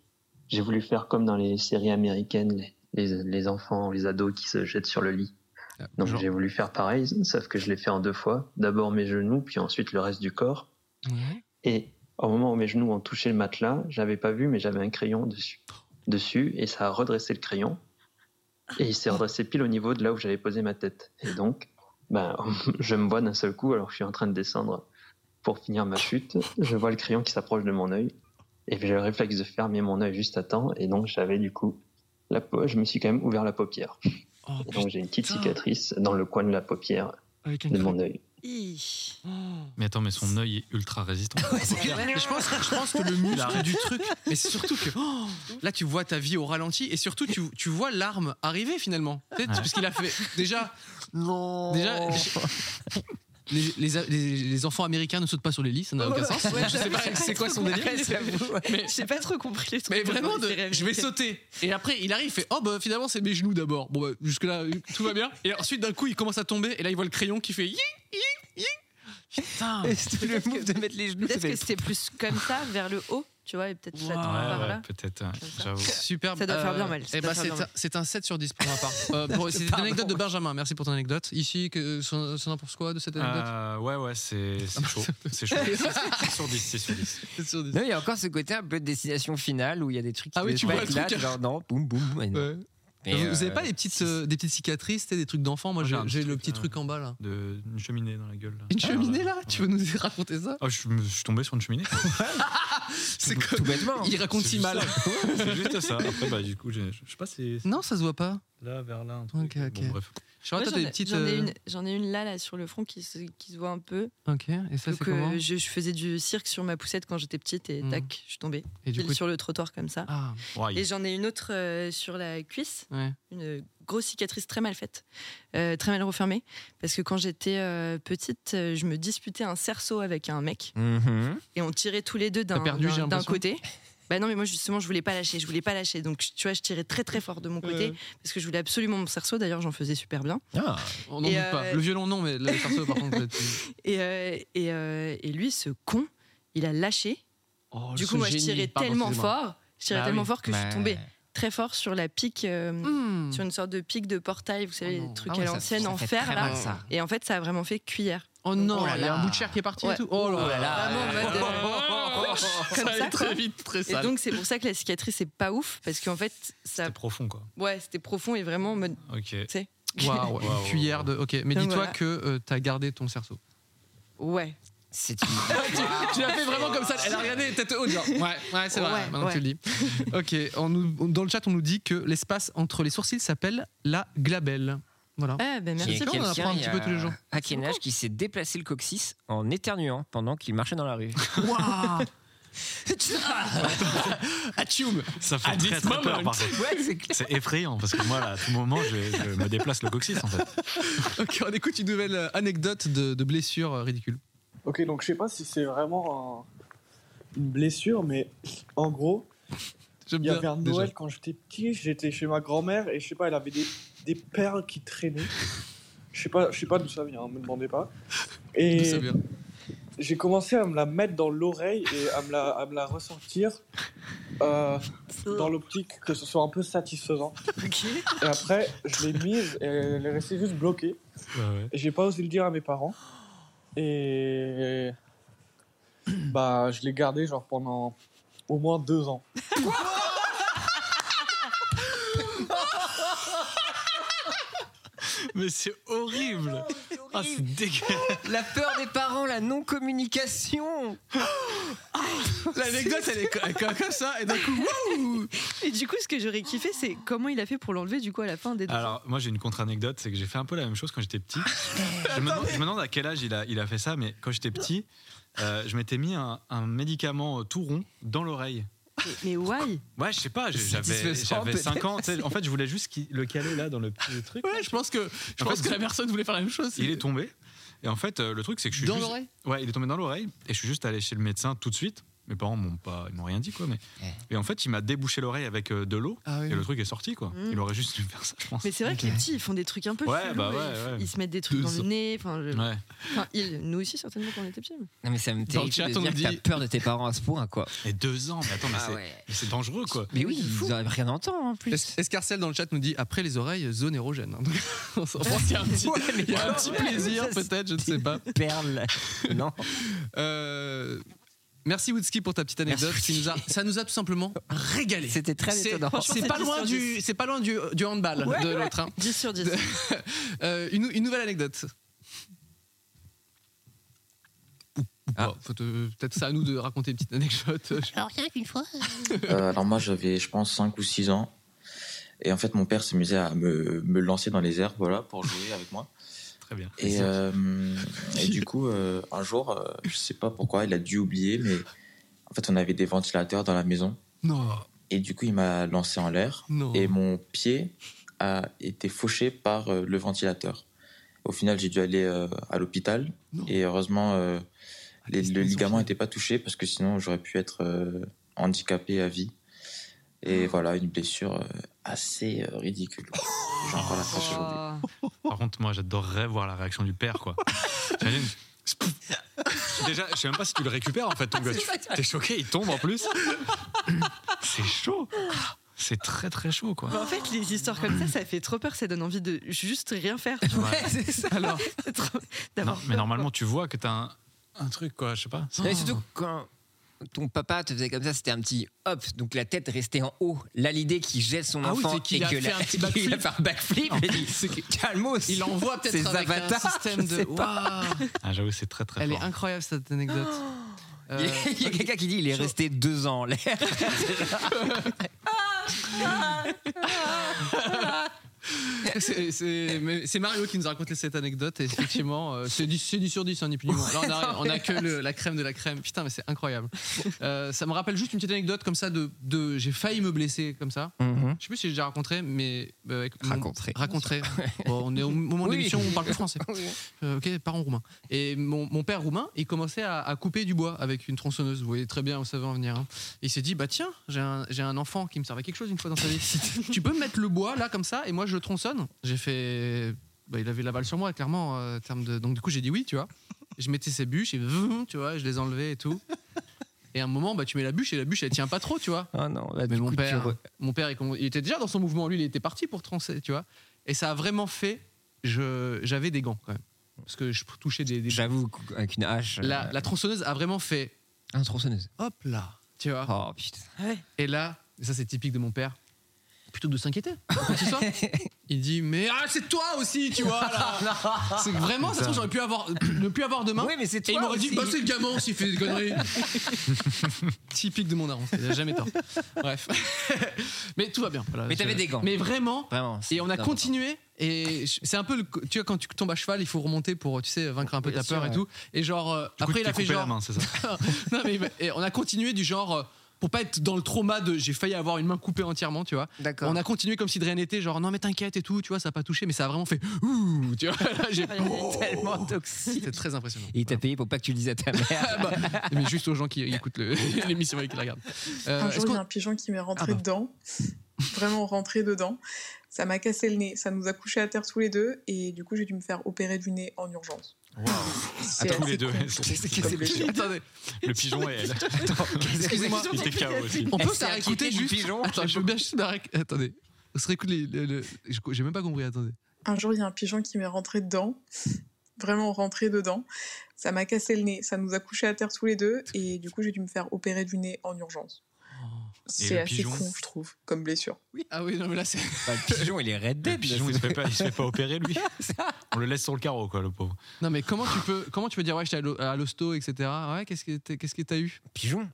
[SPEAKER 10] j'ai voulu faire comme dans les séries américaines, les, les- les enfants, les ados qui se jettent sur le lit.
[SPEAKER 2] Euh,
[SPEAKER 10] Donc
[SPEAKER 2] genre-
[SPEAKER 10] j'ai voulu faire pareil, sauf que je l'ai fait en deux fois. D'abord mes genoux, puis ensuite le reste du corps.
[SPEAKER 2] Ouais.
[SPEAKER 10] Et au moment où mes genoux ont touché le matelas, j'avais pas vu, mais j'avais un crayon dessus. dessus, et ça a redressé le crayon. Et il s'est redressé pile au niveau de là où j'avais posé ma tête. Et donc, ben, <laughs> je me vois d'un seul coup, alors que je suis en train de descendre pour finir ma chute. Je vois le crayon qui s'approche de mon œil. Et puis j'ai le réflexe de fermer mon œil juste à temps. Et donc, j'avais du coup, la peau, je me suis quand même ouvert la paupière.
[SPEAKER 2] Oh,
[SPEAKER 10] Et donc, j'ai une petite
[SPEAKER 2] putain.
[SPEAKER 10] cicatrice dans le coin de la paupière
[SPEAKER 2] avec un
[SPEAKER 10] de
[SPEAKER 2] crayon.
[SPEAKER 10] mon œil.
[SPEAKER 3] Hi.
[SPEAKER 4] Mais attends, mais son œil est ultra résistant.
[SPEAKER 3] <laughs>
[SPEAKER 2] Et je, pense, je pense que le muscle du truc, mais c'est surtout que oh, là tu vois ta vie au ralenti et surtout tu, tu vois l'arme arriver finalement. Tu sais, Parce qu'il a fait déjà. Déjà. <laughs> je- les, les- les- les enfants américains ne sautent pas sur les lits, ça n'a aucun sens. je sais pas c'est quoi son délire. Mais,
[SPEAKER 3] J'ai pas trop compris les trucs.
[SPEAKER 2] mais vraiment, de-
[SPEAKER 3] dans les séries
[SPEAKER 2] je vais
[SPEAKER 3] américaines.
[SPEAKER 2] sauter. Et après, il arrive, il fait Oh, bah finalement, c'est mes genoux d'abord. Bon, bah jusque-là, tout va bien. Et ensuite, d'un coup, il commence à tomber. Et là, il voit le crayon qui fait Yi, yi, yi.
[SPEAKER 3] <laughs>
[SPEAKER 2] Putain.
[SPEAKER 1] C'était le move de mettre les genoux.
[SPEAKER 3] Peut-être
[SPEAKER 1] ça
[SPEAKER 3] que
[SPEAKER 1] fait-
[SPEAKER 3] c'était plus comme ça, vers le haut, tu vois, et peut-être ça tombe
[SPEAKER 4] Ouais,
[SPEAKER 3] par
[SPEAKER 4] ouais,
[SPEAKER 3] là.
[SPEAKER 4] peut-être. ouais,
[SPEAKER 3] Comme ça.
[SPEAKER 4] J'avoue.
[SPEAKER 2] Superbe.
[SPEAKER 3] Ça doit faire bien mal, ça
[SPEAKER 2] Eh
[SPEAKER 3] doit
[SPEAKER 2] ben,
[SPEAKER 3] faire
[SPEAKER 2] c'est
[SPEAKER 3] bien
[SPEAKER 2] un-
[SPEAKER 3] mal.
[SPEAKER 2] c'est un 7 sur 10 pour ma part.
[SPEAKER 4] <laughs>
[SPEAKER 2] Euh, pour- <laughs> c'est une
[SPEAKER 1] Pardon.
[SPEAKER 2] anecdote de Benjamin. Merci pour ton anecdote. Ici, que, euh, son, son n'importe quoi de Ah, cette anecdote
[SPEAKER 4] Euh, ouais, ouais, c'est
[SPEAKER 2] <laughs>
[SPEAKER 4] c'est chaud. C'est chaud. <laughs> 6 sur 10, 6 sur 10.
[SPEAKER 2] 7 sur 10.
[SPEAKER 1] Non, il y a encore ce côté un peu de destination finale où il y a des trucs qui
[SPEAKER 2] Ah oui,
[SPEAKER 1] devaient
[SPEAKER 2] tu
[SPEAKER 1] pas
[SPEAKER 2] vois
[SPEAKER 1] être
[SPEAKER 2] le
[SPEAKER 1] là,
[SPEAKER 2] truc.
[SPEAKER 1] genre non, boum boum. ouais, non.
[SPEAKER 2] Ouais.
[SPEAKER 1] Mais,
[SPEAKER 2] vous
[SPEAKER 1] euh,
[SPEAKER 2] n'avez pas les petites, euh, des petites cicatrices, t'sais, des trucs d'enfant Moi,
[SPEAKER 4] Moi,
[SPEAKER 2] j'ai j'ai
[SPEAKER 4] j'ai un petit
[SPEAKER 2] le
[SPEAKER 4] truc,
[SPEAKER 2] petit
[SPEAKER 4] euh,
[SPEAKER 2] truc en bas
[SPEAKER 4] <laughs>
[SPEAKER 2] là.
[SPEAKER 4] De, une cheminée dans la gueule. Là.
[SPEAKER 2] Une cheminée là
[SPEAKER 4] Ouais.
[SPEAKER 2] Tu veux nous <laughs> raconter ça
[SPEAKER 4] Oh, je, me- je suis tombé sur
[SPEAKER 2] <laughs>
[SPEAKER 4] une cheminée.
[SPEAKER 2] C'est
[SPEAKER 1] tout-
[SPEAKER 2] que-
[SPEAKER 1] tout bêtement.
[SPEAKER 2] Il raconte
[SPEAKER 4] C'est
[SPEAKER 2] si
[SPEAKER 4] juste
[SPEAKER 2] mal.
[SPEAKER 4] ça. Ouais, c'est juste ça. Après, bah, du coup, j'ai- je sais pas si c'est
[SPEAKER 2] Non, ça se voit pas.
[SPEAKER 4] là, vers là. Un
[SPEAKER 2] Ok, ok.
[SPEAKER 4] Bon, bref.
[SPEAKER 2] Charlotte, toi,
[SPEAKER 3] Moi, J'en
[SPEAKER 2] t'as des
[SPEAKER 3] ai-
[SPEAKER 2] petites.
[SPEAKER 3] j'en ai
[SPEAKER 2] euh,
[SPEAKER 3] une- j'en ai une là, là, sur le front qui se, qui se voit un peu.
[SPEAKER 2] Ok, et ça, c'est
[SPEAKER 3] Donc, euh,
[SPEAKER 2] comment
[SPEAKER 3] je, je faisais du cirque sur ma poussette quand j'étais petite et
[SPEAKER 2] Mhm.
[SPEAKER 3] tac, je suis tombée.
[SPEAKER 2] Et du
[SPEAKER 3] pile
[SPEAKER 2] coup.
[SPEAKER 3] sur le trottoir comme ça.
[SPEAKER 2] Ah,
[SPEAKER 4] Ouais,
[SPEAKER 3] Et j'en ai une autre euh, sur la cuisse,
[SPEAKER 2] ouais.
[SPEAKER 3] une grosse cicatrice très mal faite, euh, très mal refermée, parce que quand j'étais euh, petite, euh, je me disputais un cerceau avec un mec
[SPEAKER 4] Hmm.
[SPEAKER 1] Mhm.
[SPEAKER 3] et on tirait tous les deux d'un
[SPEAKER 2] T'as perdu,
[SPEAKER 3] d'un-
[SPEAKER 2] j'ai
[SPEAKER 3] d'un
[SPEAKER 2] l'impression.
[SPEAKER 3] côté. Bah non, mais moi justement, je voulais pas lâcher, je voulais pas lâcher. Donc tu vois, je tirais très très fort de mon côté
[SPEAKER 2] Ouais.
[SPEAKER 3] parce que je voulais absolument mon cerceau. D'ailleurs, j'en faisais super bien.
[SPEAKER 1] Ah,
[SPEAKER 2] On n'en
[SPEAKER 3] Et
[SPEAKER 2] doute
[SPEAKER 3] euh,
[SPEAKER 2] pas. Le violon, non,
[SPEAKER 3] <laughs>
[SPEAKER 2] mais les perso, par contre, vous êtes-
[SPEAKER 3] Et, euh, et, euh, et lui, ce con, il a lâché.
[SPEAKER 2] Oh,
[SPEAKER 3] Du
[SPEAKER 2] ce
[SPEAKER 3] coup, moi, je
[SPEAKER 2] génie.
[SPEAKER 3] tirais
[SPEAKER 2] Pardon,
[SPEAKER 3] tellement
[SPEAKER 2] excusez-moi.
[SPEAKER 3] fort, je tirais
[SPEAKER 2] Bah
[SPEAKER 3] tellement
[SPEAKER 2] oui.
[SPEAKER 3] fort que je
[SPEAKER 1] bah,
[SPEAKER 3] suis tombée très fort sur la pique, euh,
[SPEAKER 2] Hmm.
[SPEAKER 3] sur une sorte de pique de portail, vous savez,
[SPEAKER 2] Oh non.
[SPEAKER 3] les trucs
[SPEAKER 1] Ah ouais,
[SPEAKER 3] à
[SPEAKER 1] ça-
[SPEAKER 3] l'ancienne
[SPEAKER 1] ça
[SPEAKER 3] en
[SPEAKER 1] fait
[SPEAKER 3] fer
[SPEAKER 1] très
[SPEAKER 3] là.
[SPEAKER 1] mal, ça.
[SPEAKER 3] Et en fait, ça a vraiment fait cuillère.
[SPEAKER 2] Oh non,
[SPEAKER 1] Oh là
[SPEAKER 2] il y a
[SPEAKER 1] là.
[SPEAKER 2] un bout de chair qui est parti
[SPEAKER 3] Ouais.
[SPEAKER 2] et tout. Oh là là.
[SPEAKER 3] Vraiment, en mode, euh,
[SPEAKER 2] Ça <laughs>
[SPEAKER 3] comme
[SPEAKER 2] allait
[SPEAKER 3] ça,
[SPEAKER 2] très
[SPEAKER 3] quoi.
[SPEAKER 2] vite, très
[SPEAKER 3] Et
[SPEAKER 2] sale.
[SPEAKER 3] donc, c'est pour ça que la cicatrice c'est pas ouf parce qu'en fait, ça,
[SPEAKER 4] C'était profond, quoi.
[SPEAKER 3] ouais, c'était profond et vraiment en mode-
[SPEAKER 4] Ok.
[SPEAKER 2] Waouh,
[SPEAKER 4] Waouh, waouh,
[SPEAKER 2] une cuillère de. Ok, mais
[SPEAKER 3] Donc
[SPEAKER 2] dis-toi
[SPEAKER 3] voilà.
[SPEAKER 2] que euh, t'as gardé ton cerceau.
[SPEAKER 3] <laughs> ouais.
[SPEAKER 1] <laughs> C'est une.
[SPEAKER 2] <laughs> tu l'as fait vraiment comme ça. Elle a regardé tête haute, genre. Ouais, ouais, c'est vrai.
[SPEAKER 3] Ouais,
[SPEAKER 2] maintenant que tu
[SPEAKER 3] ouais.
[SPEAKER 2] le dis. Ok, on nous- on- dans le chat, on nous dit que l'espace entre les sourcils s'appelle la glabelle. Voilà.
[SPEAKER 3] Ah, ben
[SPEAKER 1] Il y a
[SPEAKER 3] merci.
[SPEAKER 2] bien, on en
[SPEAKER 1] quelqu'un,
[SPEAKER 2] apprend un
[SPEAKER 1] il y
[SPEAKER 2] petit peu
[SPEAKER 1] a
[SPEAKER 2] tous les jours.
[SPEAKER 1] À quel âge qui s'est déplacé le coccyx en éternuant pendant qu'il marchait dans la rue
[SPEAKER 2] Waouh Atchoum
[SPEAKER 4] Ça
[SPEAKER 2] At
[SPEAKER 4] fait
[SPEAKER 2] this
[SPEAKER 4] très, très peur,
[SPEAKER 2] moment.
[SPEAKER 4] par contre.
[SPEAKER 1] Ouais, c'est
[SPEAKER 4] C'est effrayant parce que moi, là, à tout moment, je, je me déplace le coccyx en fait.
[SPEAKER 2] Ok, on écoute une nouvelle euh, anecdote de, de blessure euh, ridicule.
[SPEAKER 11] Ok, donc je sais pas si c'est vraiment un- une blessure, mais en gros,
[SPEAKER 2] J'aime
[SPEAKER 11] il y avait un
[SPEAKER 2] déjà.
[SPEAKER 11] Noël quand j'étais petit, j'étais chez ma grand-mère et je sais pas, elle avait des, des perles qui traînaient. Je sais pas, je sais pas d'où ça vient, hein, me demandez pas.
[SPEAKER 2] D'où
[SPEAKER 11] Et
[SPEAKER 2] ça vient
[SPEAKER 11] j'ai commencé à me la mettre dans l'oreille et à me la, à me la ressentir euh, dans l'optique que ce soit un peu satisfaisant. Et après, je l'ai mise et elle est restée juste bloquée. Et J'ai pas osé le dire à mes parents. Et. Bah, je l'ai gardé genre pendant au moins deux ans.
[SPEAKER 4] <laughs> Mais c'est horrible. Ah, c'est dégueulasse.
[SPEAKER 1] La peur des parents, la non-communication.
[SPEAKER 4] Ah,
[SPEAKER 2] L'anecdote, elle est co- elle est co- comme ça, <laughs> et d'un coup, wouh
[SPEAKER 3] Et du coup, ce que j'aurais kiffé, c'est comment il a fait pour l'enlever du coup à la fin des deux.
[SPEAKER 4] Alors, moi, j'ai une contre-anecdote c'est que j'ai fait un peu la même chose quand j'étais petit. Je me, demande, je me demande à quel âge il a, il a fait ça, mais quand j'étais petit, euh, je m'étais mis un, un médicament euh, tout rond dans l'oreille.
[SPEAKER 3] Mais, mais why
[SPEAKER 4] Ouais, je sais pas, j'ai- j'avais
[SPEAKER 1] Satisfaisant,
[SPEAKER 4] j'avais
[SPEAKER 1] peut-être.
[SPEAKER 4] 5 ans. tu sais, En fait, je voulais juste qu'il- le caler là dans le petit truc.
[SPEAKER 2] Ouais, je pense que, je
[SPEAKER 4] En
[SPEAKER 2] pense
[SPEAKER 4] fait,
[SPEAKER 2] que la personne voulait faire la même chose.
[SPEAKER 4] Il est tombé. Et en fait, euh, le truc, c'est que je suis
[SPEAKER 2] dans
[SPEAKER 4] juste-
[SPEAKER 2] l'oreille.
[SPEAKER 4] Ouais, il est tombé dans l'oreille et je suis juste allé chez le médecin tout de suite. Mes parents m'ont pas, ils m'ont rien dit quoi, mais et en fait il m'a débouché l'oreille avec euh, de l'eau
[SPEAKER 2] Ah oui.
[SPEAKER 4] et le truc est sorti quoi.
[SPEAKER 3] Mm.
[SPEAKER 4] Il aurait juste dû faire ça, je pense.
[SPEAKER 3] Mais c'est vrai que les petits, ils font des trucs un peu.
[SPEAKER 4] Ouais,
[SPEAKER 3] chelous,
[SPEAKER 4] bah
[SPEAKER 3] et
[SPEAKER 4] ouais,
[SPEAKER 3] ils-
[SPEAKER 4] ouais.
[SPEAKER 3] Ils se mettent des trucs
[SPEAKER 2] Deux
[SPEAKER 3] dans le
[SPEAKER 2] ans.
[SPEAKER 3] nez. Enfin, je-
[SPEAKER 4] Ouais.
[SPEAKER 3] enfin, ils- nous aussi, certainement, quand on était petits.
[SPEAKER 1] Non, mais ça me
[SPEAKER 2] Dans le
[SPEAKER 1] terrifie
[SPEAKER 2] chat,
[SPEAKER 1] de
[SPEAKER 2] on
[SPEAKER 1] se dire
[SPEAKER 2] me
[SPEAKER 1] que t'as
[SPEAKER 2] dit-
[SPEAKER 1] peur de tes parents à ce point, quoi. Ah
[SPEAKER 4] Et deux ans, mais attends, mais c'est,
[SPEAKER 1] ouais.
[SPEAKER 4] mais c'est dangereux quoi.
[SPEAKER 1] Mais oui, ils n'auraient rien entendu en plus.
[SPEAKER 2] Es- Escarcelle dans le chat nous dit après les oreilles, zone érogène. <laughs> Donc, on s'en fout, il y a un petit, il y a un petit plaisir peut-être, je ne sais pas. <laughs>
[SPEAKER 1] Perle. Non.
[SPEAKER 2] Euh, merci Woodski pour ta petite anecdote.
[SPEAKER 1] Merci,
[SPEAKER 2] qui nous a- ça nous a tout simplement régalé.
[SPEAKER 1] C'était très
[SPEAKER 2] C'est
[SPEAKER 1] étonnant.
[SPEAKER 2] c'est pas, loin du- c'est pas loin du du handball de l'autre. hein.
[SPEAKER 3] 10 sur 10.
[SPEAKER 2] <laughs> Euh, une, une nouvelle anecdote. Ou- ou
[SPEAKER 1] Ah.
[SPEAKER 2] pas. Faut, euh, Peut-être c'est à nous de raconter une petite anecdote.
[SPEAKER 12] Alors rien qu'une fois.
[SPEAKER 7] <laughs> Euh, alors moi j'avais je pense 5 ou 6 ans et en fait mon père s'amusait à me, me lancer dans les airs voilà pour jouer avec moi
[SPEAKER 4] Très bien.
[SPEAKER 7] et, euh, et du coup euh, un jour euh, je sais pas pourquoi il a dû oublier mais en fait on avait des ventilateurs dans la maison
[SPEAKER 2] Non,
[SPEAKER 7] et du coup il m'a lancé en l'air
[SPEAKER 2] non.
[SPEAKER 7] et mon pied a été fauché par euh, le ventilateur au final j'ai dû aller euh, à l'hôpital
[SPEAKER 2] Non. Ah,
[SPEAKER 7] et heureusement euh, les-
[SPEAKER 2] Ils
[SPEAKER 7] le
[SPEAKER 2] sont
[SPEAKER 7] ligament
[SPEAKER 2] finis.
[SPEAKER 7] n'était pas touché parce que sinon j'aurais pu être euh, handicapé à vie.
[SPEAKER 2] Ah.
[SPEAKER 7] Et voilà, une blessure euh, assez euh, ridicule. J'ai encore la trace aujourd'hui.
[SPEAKER 4] Oh. Par contre, moi j'adorerais voir la réaction du père quoi. T'imagines Déjà, je sais même pas si tu le récupères en fait
[SPEAKER 2] Ah,
[SPEAKER 4] ton gars. Tu- T'es choqué, il tombe en plus.
[SPEAKER 2] <laughs>
[SPEAKER 4] c'est chaud. C'est très très chaud
[SPEAKER 2] Bah,
[SPEAKER 4] quoi.
[SPEAKER 3] Mais Bah, en fait, les histoires comme ça, ça fait trop peur. Ça donne envie de juste rien faire.
[SPEAKER 4] Ouais.
[SPEAKER 3] c'est ça. <laughs>
[SPEAKER 2] Alors.
[SPEAKER 3] C'est trop-
[SPEAKER 4] Non,
[SPEAKER 3] d'avoir
[SPEAKER 4] mais
[SPEAKER 3] peur,
[SPEAKER 4] normalement tu vois que t'as un, un truc quoi, je sais pas.
[SPEAKER 2] Ah.
[SPEAKER 1] Non, mais surtout quand ton papa te faisait comme ça, c'était un petit hop, donc la tête restait en haut. Là, l'idée qu'il jette son
[SPEAKER 2] Ah oui,
[SPEAKER 1] enfant
[SPEAKER 2] c'est qu'il
[SPEAKER 1] et
[SPEAKER 2] a
[SPEAKER 1] que
[SPEAKER 2] fait
[SPEAKER 1] la- <laughs>
[SPEAKER 2] un petit
[SPEAKER 1] qu'il
[SPEAKER 2] <laughs>
[SPEAKER 1] a
[SPEAKER 2] backflip.
[SPEAKER 1] fait un backflip, il dit,
[SPEAKER 2] <laughs>
[SPEAKER 1] calmos.
[SPEAKER 2] Il envoie
[SPEAKER 1] Ces
[SPEAKER 2] peut-être avec
[SPEAKER 1] avatars,
[SPEAKER 2] un
[SPEAKER 1] je
[SPEAKER 2] système de.
[SPEAKER 1] sais
[SPEAKER 2] Waouh
[SPEAKER 4] Ah, j'avoue, c'est très très
[SPEAKER 2] Elle est
[SPEAKER 4] fort.
[SPEAKER 2] incroyable cette anecdote.
[SPEAKER 1] <laughs> Il y
[SPEAKER 3] Oh.
[SPEAKER 2] Euh,
[SPEAKER 1] a- il y a quelqu'un qui dit il est
[SPEAKER 2] sur-
[SPEAKER 1] resté deux ans en l'air.
[SPEAKER 2] <laughs> C'est- C'est mais c'est Mario qui nous a raconté cette anecdote, et effectivement, euh, c'est du, c'est du sur 10, hein, ni plus ni moins. Là, on a, on a que le- la crème de la crème. Putain, mais c'est incroyable. Euh, ça me rappelle juste une petite anecdote comme ça de. de j'ai failli me blesser comme ça.
[SPEAKER 4] Mm-hmm.
[SPEAKER 1] Mhm.
[SPEAKER 2] Je sais plus si j'ai déjà raconté, mais. euh, raconté.
[SPEAKER 4] <laughs>
[SPEAKER 2] Raconté. on est au moment
[SPEAKER 1] <laughs>
[SPEAKER 2] de
[SPEAKER 1] Oui.
[SPEAKER 2] l'émission, on parle plus français. Euh, ok, parents roumains. Et mon, mon père roumain, il commençait à, à couper du bois avec une tronçonneuse. Vous voyez très bien, vous savez en venir. hein. Et il s'est dit, bah tiens, j'ai un, j'ai un enfant qui me servait à quelque chose une fois dans sa vie. tu peux me mettre le bois là comme ça et moi je le tronçonne J'ai fait. Bah, il avait la balle sur moi, clairement. euh, en termes de... Donc du coup, j'ai dit oui, tu vois. Je mettais ses bûches et vroom, tu vois, je les enlevais et tout. Et à un moment, bah, tu mets la bûche et la bûche, elle tient pas trop, tu vois.
[SPEAKER 1] Ah non,
[SPEAKER 2] Mais mon
[SPEAKER 1] coup, tu
[SPEAKER 2] père,
[SPEAKER 1] re-
[SPEAKER 2] mon père, il, comm- il était déjà dans son mouvement, lui, il était parti pour troncer, tu vois. Et ça a vraiment fait. je- J'avais des gants quand même. Parce que je touchais des. des-
[SPEAKER 1] J'avoue, cou- avec une hache. euh,
[SPEAKER 2] La, la tronçonneuse a vraiment fait.
[SPEAKER 1] Un tronçonneuse.
[SPEAKER 2] Hop là, tu vois.
[SPEAKER 1] Oh putain.
[SPEAKER 2] Et là, et ça c'est typique de mon père, plutôt que
[SPEAKER 1] <laughs>
[SPEAKER 2] de s'inquiéter. quand il sort, il dit Mais ah, c'est toi aussi, tu vois
[SPEAKER 1] <laughs>
[SPEAKER 2] là C'est que vraiment, ça se trouve, j'aurais pu avoir, <clears throat> ne plus avoir demain.
[SPEAKER 1] Oui, mais c'est
[SPEAKER 2] Et il
[SPEAKER 1] toi
[SPEAKER 2] m'aurait dit
[SPEAKER 1] aussi.
[SPEAKER 2] Bah, c'est le gamin s'il fait des conneries. typique de mon daron, il a jamais tort. Bref. mais tout va bien. voilà.
[SPEAKER 1] Mais t'avais
[SPEAKER 2] Je-
[SPEAKER 1] des gants.
[SPEAKER 2] Mais vraiment,
[SPEAKER 1] Vraiment. c'est
[SPEAKER 2] et on a
[SPEAKER 1] important.
[SPEAKER 2] continué. Et je- c'est un peu, le, tu vois, quand tu tombes à cheval, il faut remonter pour, tu sais, vaincre un peu
[SPEAKER 1] Bien
[SPEAKER 2] ta peur
[SPEAKER 1] sûr,
[SPEAKER 2] et tout. Et genre, euh,
[SPEAKER 4] coup,
[SPEAKER 2] après,
[SPEAKER 4] tu
[SPEAKER 2] il a
[SPEAKER 4] t'es
[SPEAKER 2] fait
[SPEAKER 4] coupé la
[SPEAKER 2] genre.
[SPEAKER 4] main, c'est ça
[SPEAKER 2] <laughs> non, mais et on a continué du genre. euh, Pour pas être dans le trauma de j'ai failli avoir une main coupée entièrement, tu vois.
[SPEAKER 1] D'accord.
[SPEAKER 2] On a continué comme si de rien n'était, genre non mais t'inquiète et tout, tu vois, ça a pas touché, mais ça a vraiment fait ouh, tu vois. <laughs> Là,
[SPEAKER 4] <laughs>
[SPEAKER 2] j'ai
[SPEAKER 1] tellement toxique.
[SPEAKER 2] C'était très impressionnant.
[SPEAKER 1] Et il t'a payé pour pas que tu le dises à ta mère.
[SPEAKER 2] Ah <laughs> bah, mais juste aux gens qui écoutent le- <laughs> l'émission et qui la regardent. Euh,
[SPEAKER 12] un
[SPEAKER 2] est-ce
[SPEAKER 12] jour, il y
[SPEAKER 2] qu'on-
[SPEAKER 12] a un pigeon qui m'est rentré
[SPEAKER 2] Ah bah.
[SPEAKER 12] dedans. <laughs> Vraiment rentré dedans. Ça m'a cassé le nez. Ça nous a couché à terre tous les deux. Et du coup, j'ai dû me faire opérer du nez en urgence.
[SPEAKER 4] À
[SPEAKER 12] C'est
[SPEAKER 4] tous
[SPEAKER 12] assez
[SPEAKER 4] les deux.
[SPEAKER 12] con.
[SPEAKER 2] Qu'est-ce que c'est
[SPEAKER 4] Attendez, le pigeon et elle.
[SPEAKER 2] Excusez-moi.
[SPEAKER 4] Il était KO aussi.
[SPEAKER 2] On peut
[SPEAKER 1] Elle s'est
[SPEAKER 2] ça
[SPEAKER 1] inquiétée
[SPEAKER 2] réécouter
[SPEAKER 1] du
[SPEAKER 2] juste.
[SPEAKER 1] pigeon,
[SPEAKER 2] Attends, je veux bien juste. me ré- Attendez. On se réécoute les. le- le- je- J'ai même pas compris, attendez.
[SPEAKER 12] Un jour, il y a un pigeon qui m'est rentré dedans. Vraiment rentré dedans. Ça m'a cassé le nez. Ça nous a couché à terre tous les deux. Et du coup, j'ai dû me faire opérer du nez en urgence. C'est
[SPEAKER 4] le
[SPEAKER 12] assez
[SPEAKER 4] pigeon
[SPEAKER 12] con, je trouve, comme blessure.
[SPEAKER 2] Ah oui, non, mais là, c'est.
[SPEAKER 1] Bah, le pigeon, il est red
[SPEAKER 4] Le
[SPEAKER 1] dead.
[SPEAKER 4] pigeon, il se, fait pas, il se fait pas
[SPEAKER 2] <laughs>
[SPEAKER 4] opérer, lui. On le laisse sur le carreau, quoi, le pauvre.
[SPEAKER 2] Non, mais comment tu peux, comment tu peux dire, ouais, j'étais à l'ho- à l'hosto, etc. Ouais, qu'est-ce que t'es- qu'est-ce que t'as eu
[SPEAKER 1] pigeon.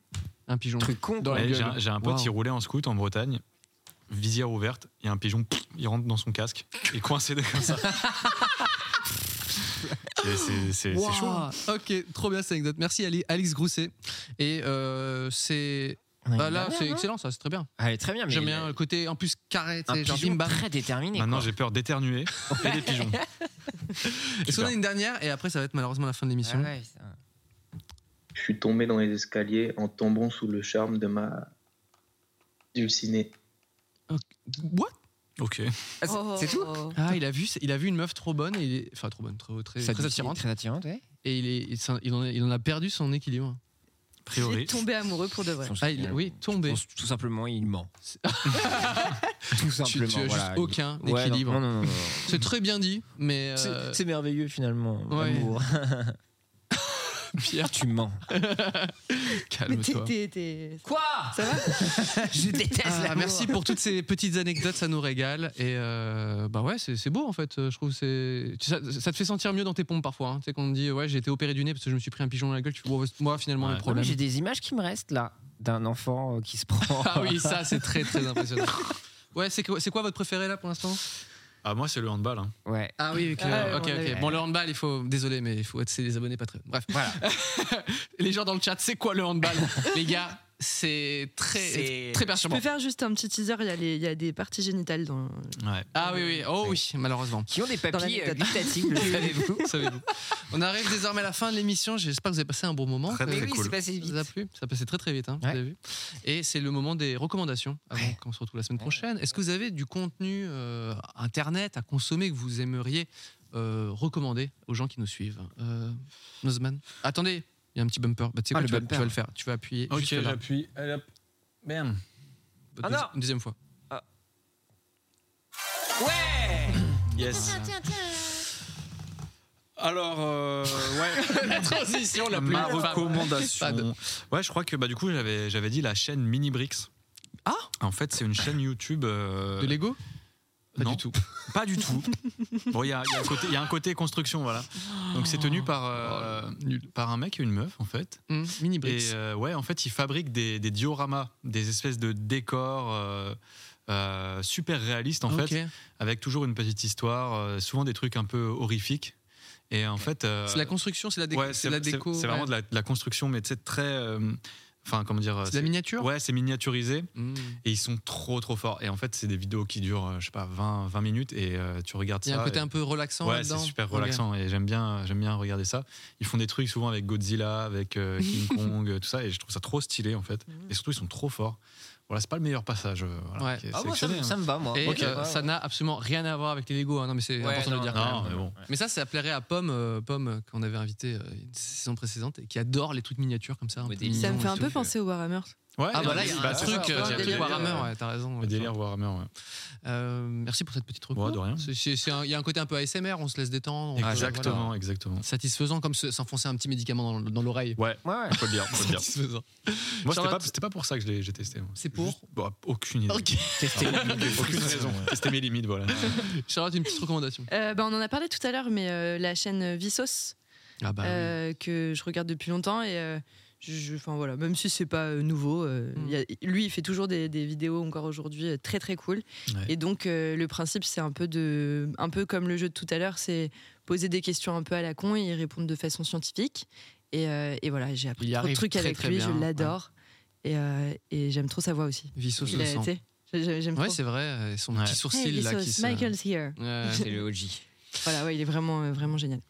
[SPEAKER 2] Un pigeon.
[SPEAKER 1] Truc con.
[SPEAKER 2] <laughs> Dans la
[SPEAKER 4] Et
[SPEAKER 2] gueule.
[SPEAKER 4] J'ai un, j'ai un pote,
[SPEAKER 2] Waouh.
[SPEAKER 4] il roulait en scout en Bretagne, visière ouverte, et un pigeon, pff, il rentre dans son casque, il est coincé de-
[SPEAKER 2] <laughs>
[SPEAKER 4] comme ça. C'est- C'est c'est- c'est chaud. hein.
[SPEAKER 2] Waouh. Ok, trop bien cette anecdote. Merci, Ali- Alex Grousset. Et euh, c'est. Ah, là, c'est excellent, ça, c'est très bien.
[SPEAKER 1] Allez, Ah, très bien. mais
[SPEAKER 2] J'aime
[SPEAKER 1] il-
[SPEAKER 2] bien le côté en plus carré, tu
[SPEAKER 1] Un
[SPEAKER 2] sais, genre
[SPEAKER 1] pigeon
[SPEAKER 2] bim bam.
[SPEAKER 1] très déterminé.
[SPEAKER 4] Maintenant,
[SPEAKER 1] quoi.
[SPEAKER 4] j'ai peur d'éternuer et des pigeons.
[SPEAKER 2] <laughs> Est-ce qu'on a une dernière Et après, ça va être malheureusement la fin de
[SPEAKER 1] Ah
[SPEAKER 2] l'émission.
[SPEAKER 1] ouais, ça-
[SPEAKER 7] Je suis tombé dans les escaliers en tombant sous le charme de ma dulcinée.
[SPEAKER 2] What
[SPEAKER 4] Ok.
[SPEAKER 1] Ah, c'est- c'est tout
[SPEAKER 2] Ah, il a vu, il a vu une meuf trop bonne, et il est- enfin trop bonne, trop, très,
[SPEAKER 1] Ça
[SPEAKER 2] très
[SPEAKER 1] dit-
[SPEAKER 2] attirante,
[SPEAKER 1] Très attirante, ouais.
[SPEAKER 2] et il, est, il s'en- il en a, il en a perdu son équilibre.
[SPEAKER 4] A priori.
[SPEAKER 3] tombé amoureux pour de vrai.
[SPEAKER 1] Son-
[SPEAKER 2] Ah, il-
[SPEAKER 1] euh,
[SPEAKER 2] oui, tombé.
[SPEAKER 1] son- Tout simplement, il ment. Tout
[SPEAKER 2] Tu, tu as
[SPEAKER 1] simplement.
[SPEAKER 2] juste
[SPEAKER 1] voilà.
[SPEAKER 2] aucun
[SPEAKER 1] Ouais, non,
[SPEAKER 2] équilibre.
[SPEAKER 1] non, non, non, non.
[SPEAKER 2] C'est très bien dit, mais
[SPEAKER 1] C'est-
[SPEAKER 2] euh,
[SPEAKER 1] C'est merveilleux finalement.
[SPEAKER 2] Ouais. <laughs>
[SPEAKER 1] l'amour.
[SPEAKER 2] Pierre,
[SPEAKER 1] Tu mens.
[SPEAKER 3] Mais t'es-
[SPEAKER 2] <laughs> calme-toi.
[SPEAKER 3] t'es- t'es-
[SPEAKER 1] Quoi
[SPEAKER 3] Ça va
[SPEAKER 1] <laughs> Je déteste
[SPEAKER 2] Ah,
[SPEAKER 1] l'amour.
[SPEAKER 2] merci pour toutes ces petites anecdotes, ça nous régale. Et euh, bah ouais, c'est c'est beau en fait. euh, Je trouve que c'est tu- ça, ça te fait sentir mieux dans tes pompes parfois. hein. Tu sais qu'on te dit ouais j'ai été opéré du nez parce que je me suis pris un pigeon dans la gueule. Tu fais, ouais, moi finalement
[SPEAKER 1] Ah,
[SPEAKER 2] le
[SPEAKER 4] Ouais.
[SPEAKER 1] Non, mais
[SPEAKER 2] problème.
[SPEAKER 1] J'ai des images qui me restent là d'un enfant euh, qui se prend.
[SPEAKER 2] Ah oui ça c'est
[SPEAKER 1] <laughs>
[SPEAKER 2] très très impressionnant. Ouais c'est quoi, c'est quoi votre préféré là pour l'instant
[SPEAKER 4] Ah, moi, c'est le handball. hein.
[SPEAKER 1] Ouais.
[SPEAKER 2] Ah oui ok
[SPEAKER 3] Ah ouais,
[SPEAKER 2] ok
[SPEAKER 3] on l'a
[SPEAKER 2] ok.
[SPEAKER 3] vu.
[SPEAKER 2] Bon le handball il faut désolé mais il faut être c'est des abonnés Patreon. Bref
[SPEAKER 1] Voilà.
[SPEAKER 2] <laughs> les gens dans le chat c'est quoi le handball <laughs> les gars c'est très
[SPEAKER 1] C'est-
[SPEAKER 2] très
[SPEAKER 3] Je
[SPEAKER 2] perturbant.
[SPEAKER 3] peux faire juste un petit teaser, il y, a les- il y a des parties génitales dans...
[SPEAKER 4] Ouais.
[SPEAKER 2] Ah oui oui oh oui malheureusement.
[SPEAKER 1] Qui ont des papilles euh,
[SPEAKER 3] l'anecdote.
[SPEAKER 1] gustatives, le savez-vous
[SPEAKER 2] <laughs> Savez-vous. On arrive désormais à la fin de l'émission. J'espère que vous avez passé un bon moment.
[SPEAKER 4] Très,
[SPEAKER 2] que-
[SPEAKER 4] très
[SPEAKER 1] Mais oui,
[SPEAKER 4] cool.
[SPEAKER 1] c'est passé
[SPEAKER 2] Ça
[SPEAKER 1] vite.
[SPEAKER 2] vous a plu Ça passait très très vite, hein,
[SPEAKER 1] Ouais.
[SPEAKER 2] vous avez vu. Et c'est le moment des recommandations, avant
[SPEAKER 1] Ouais.
[SPEAKER 2] qu'on se retrouve la semaine
[SPEAKER 1] Ouais.
[SPEAKER 2] prochaine. Est-ce que vous avez du contenu euh, internet à consommer que vous aimeriez euh, recommander aux gens qui nous suivent euh, Nozman Attendez, il y a un petit bumper. Bah, tu
[SPEAKER 1] Ah,
[SPEAKER 2] sais quoi,
[SPEAKER 1] le
[SPEAKER 2] tu, vas,
[SPEAKER 1] bumper.
[SPEAKER 2] tu vas le faire. Tu vas appuyer.
[SPEAKER 4] Ok,
[SPEAKER 2] juste là.
[SPEAKER 4] j'appuie. Allez, hop. Bam.
[SPEAKER 2] Bah,
[SPEAKER 1] Ah,
[SPEAKER 2] deuxi-
[SPEAKER 1] non.
[SPEAKER 2] une deuxième fois.
[SPEAKER 1] Ouais
[SPEAKER 4] Yes. Alors, euh, <laughs> ouais.
[SPEAKER 2] La transition la plus
[SPEAKER 4] Ma
[SPEAKER 2] infâme.
[SPEAKER 4] recommandation.
[SPEAKER 2] Fade.
[SPEAKER 4] Ouais, je crois que bah, du coup, j'avais j'avais dit la chaîne Mini Bricks.
[SPEAKER 2] Ah
[SPEAKER 4] En fait, c'est une chaîne YouTube. euh,
[SPEAKER 2] De Lego Pas
[SPEAKER 4] non,
[SPEAKER 2] du tout.
[SPEAKER 4] <laughs> Pas du tout. Bon, il y a, il y a un côté- il y a un côté construction, voilà. Donc, c'est tenu par, euh,
[SPEAKER 2] Oh,
[SPEAKER 4] par un mec et une meuf, en fait.
[SPEAKER 2] Hum, mini
[SPEAKER 4] Et
[SPEAKER 2] bricks.
[SPEAKER 4] euh, ouais, en fait, ils fabriquent des, des dioramas, des espèces de décors. euh, euh, super réaliste en
[SPEAKER 2] Ok.
[SPEAKER 4] fait, avec toujours une petite histoire, euh, souvent des trucs un peu horrifiques. Et en fait, euh,
[SPEAKER 2] C'est la construction, c'est la déco.
[SPEAKER 4] Ouais,
[SPEAKER 2] c'est la déco.
[SPEAKER 4] c'est vraiment
[SPEAKER 2] ouais.
[SPEAKER 4] de la, de la construction, mais tu sais, très. euh, Enfin, comment dire.
[SPEAKER 2] C'est de la miniature
[SPEAKER 4] Ouais, c'est miniaturisé.
[SPEAKER 2] Hmm.
[SPEAKER 4] Et ils sont trop, trop forts. Et en fait, c'est des vidéos qui durent, euh, je sais pas, 20, 20 minutes. Et euh, tu regardes ça.
[SPEAKER 2] Il y a un côté
[SPEAKER 4] et-
[SPEAKER 2] un peu relaxant
[SPEAKER 4] Ouais, c'est
[SPEAKER 2] là-dedans.
[SPEAKER 4] super
[SPEAKER 2] Ok.
[SPEAKER 4] relaxant. Et j'aime bien, euh, j'aime bien regarder ça. Ils font des trucs souvent avec Godzilla, avec
[SPEAKER 2] <laughs>
[SPEAKER 4] euh, King Kong, euh, tout ça. Et je trouve ça trop stylé, en
[SPEAKER 2] Mhm.
[SPEAKER 4] fait. Et surtout, ils sont trop forts. Voilà, c'est pas le meilleur passage. euh, voilà,
[SPEAKER 2] Ouais.
[SPEAKER 4] qui est
[SPEAKER 2] Ah, moi, ça me-
[SPEAKER 4] sélectionné, hein.
[SPEAKER 2] ça me va, moi. Et,
[SPEAKER 4] Ok.
[SPEAKER 2] euh, ça n'a absolument rien à voir avec les Lego. hein. Non, mais c'est
[SPEAKER 4] Ouais,
[SPEAKER 2] important de
[SPEAKER 4] non,
[SPEAKER 2] le dire.
[SPEAKER 4] non,
[SPEAKER 2] quand même.
[SPEAKER 4] mais bon.
[SPEAKER 2] Mais ça, ça plairait à Pomme, euh, Pomme euh, qu'on avait invité euh, une saison précédente et qui adore les trucs miniatures comme ça. un peu
[SPEAKER 3] Ça me
[SPEAKER 2] mignons
[SPEAKER 3] fait
[SPEAKER 2] et
[SPEAKER 3] un peu
[SPEAKER 2] tout.
[SPEAKER 3] penser au Warhammer.
[SPEAKER 2] ah bah là, il y a
[SPEAKER 4] bah,
[SPEAKER 2] un
[SPEAKER 4] c'est
[SPEAKER 2] truc,
[SPEAKER 4] ça,
[SPEAKER 2] euh, il y a un
[SPEAKER 4] délire,
[SPEAKER 2] truc Warhammer,
[SPEAKER 4] euh,
[SPEAKER 2] ouais, t'as raison.
[SPEAKER 4] Le délire Warhammer, ouais.
[SPEAKER 2] Euh, merci pour cette petite recours.
[SPEAKER 4] Ouais, de rien.
[SPEAKER 2] C'est- c'est- c'est un- Il y a un côté un peu ASMR, on se laisse détendre. on peut-
[SPEAKER 4] Exactement,
[SPEAKER 2] Ah, voilà.
[SPEAKER 4] exactement.
[SPEAKER 2] Satisfaisant comme se- s'enfoncer un petit médicament dans, dans l'oreille.
[SPEAKER 4] Ouais,
[SPEAKER 1] ouais,
[SPEAKER 4] faut le dire, faut le dire.
[SPEAKER 2] Satisfaisant.
[SPEAKER 4] Moi, c'était pas,
[SPEAKER 2] Charlotte-
[SPEAKER 4] c'était pas pour ça que je l'ai- j'ai testé. moi.
[SPEAKER 2] C'est pour
[SPEAKER 4] Juste- bah, Aucune idée.
[SPEAKER 2] Ok. Tester les limites.
[SPEAKER 4] <laughs> Aucune raison. Tester mes limites, voilà.
[SPEAKER 2] <laughs> Charlotte, une petite recommandation.
[SPEAKER 3] Euh, bah, on en a parlé tout à l'heure, mais euh, la chaîne Vsauce,
[SPEAKER 2] Ah bah oui.
[SPEAKER 3] euh, que je regarde depuis longtemps et. euh, je- je- Enfin voilà, même si c'est pas euh, nouveau, euh,
[SPEAKER 2] Mm.
[SPEAKER 3] il y a- lui il fait toujours des, des vidéos encore aujourd'hui euh, très très cool.
[SPEAKER 13] Ouais.
[SPEAKER 3] Et donc euh, le principe c'est un peu de, un peu comme le jeu de tout à l'heure, c'est poser des questions un peu à la con et y répondre de façon scientifique. Et, euh, et voilà, j'ai appris
[SPEAKER 2] Il y
[SPEAKER 3] trop de
[SPEAKER 2] arrive
[SPEAKER 3] trucs
[SPEAKER 2] très,
[SPEAKER 3] avec
[SPEAKER 2] très
[SPEAKER 3] lui,
[SPEAKER 2] bien,
[SPEAKER 3] je
[SPEAKER 2] ouais.
[SPEAKER 3] l'adore. Et, euh, et j'aime trop sa voix aussi.
[SPEAKER 2] Vsauce
[SPEAKER 3] Il
[SPEAKER 2] le
[SPEAKER 3] a-
[SPEAKER 2] sent.
[SPEAKER 3] tu sais, j'ai- J'aime
[SPEAKER 2] Ouais,
[SPEAKER 3] trop.
[SPEAKER 2] c'est vrai, euh, son petit sourcil
[SPEAKER 3] Hey,
[SPEAKER 2] là
[SPEAKER 3] Vsauce,
[SPEAKER 2] qui se.
[SPEAKER 3] Michael's here.
[SPEAKER 2] Ouais.
[SPEAKER 3] C'est le
[SPEAKER 1] OG.
[SPEAKER 3] Voilà, ouais, il est vraiment, euh, vraiment génial.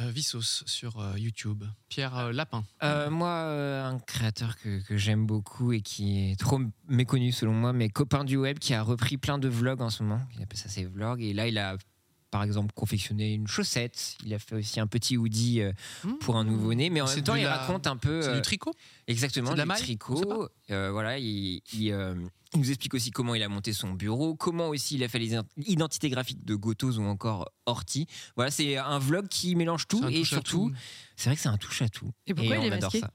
[SPEAKER 2] Euh, Vsauce sur euh, YouTube. Pierre euh, Lapin.
[SPEAKER 1] Euh, moi, euh, un créateur que, que j'aime beaucoup et qui est trop m- méconnu selon moi, mais copain du web qui a repris plein de vlogs en ce moment. Il appelle ça ses vlogs. Et là, il a par exemple confectionné une chaussette. Il a fait aussi un petit hoodie euh, pour un nouveau-né. Mais en
[SPEAKER 2] Mmh. C'est
[SPEAKER 1] même temps,
[SPEAKER 2] de
[SPEAKER 1] il
[SPEAKER 2] la-
[SPEAKER 1] raconte un peu.
[SPEAKER 2] c'est du
[SPEAKER 1] euh,
[SPEAKER 2] tricot
[SPEAKER 1] Exactement,
[SPEAKER 2] C'est de la
[SPEAKER 1] du
[SPEAKER 2] maille On sait
[SPEAKER 1] tricot. Euh, voilà, il, il, euh, il nous explique aussi comment il a monté son bureau, comment aussi il a fait les ident- identités graphiques de Gotos ou encore Horty. Voilà, c'est un vlog qui mélange tout
[SPEAKER 2] un
[SPEAKER 1] et
[SPEAKER 2] touche à
[SPEAKER 1] surtout,
[SPEAKER 2] tout.
[SPEAKER 1] c'est vrai que c'est un touche à tout.
[SPEAKER 3] Et pourquoi il est
[SPEAKER 1] on adore
[SPEAKER 3] masqué
[SPEAKER 1] ça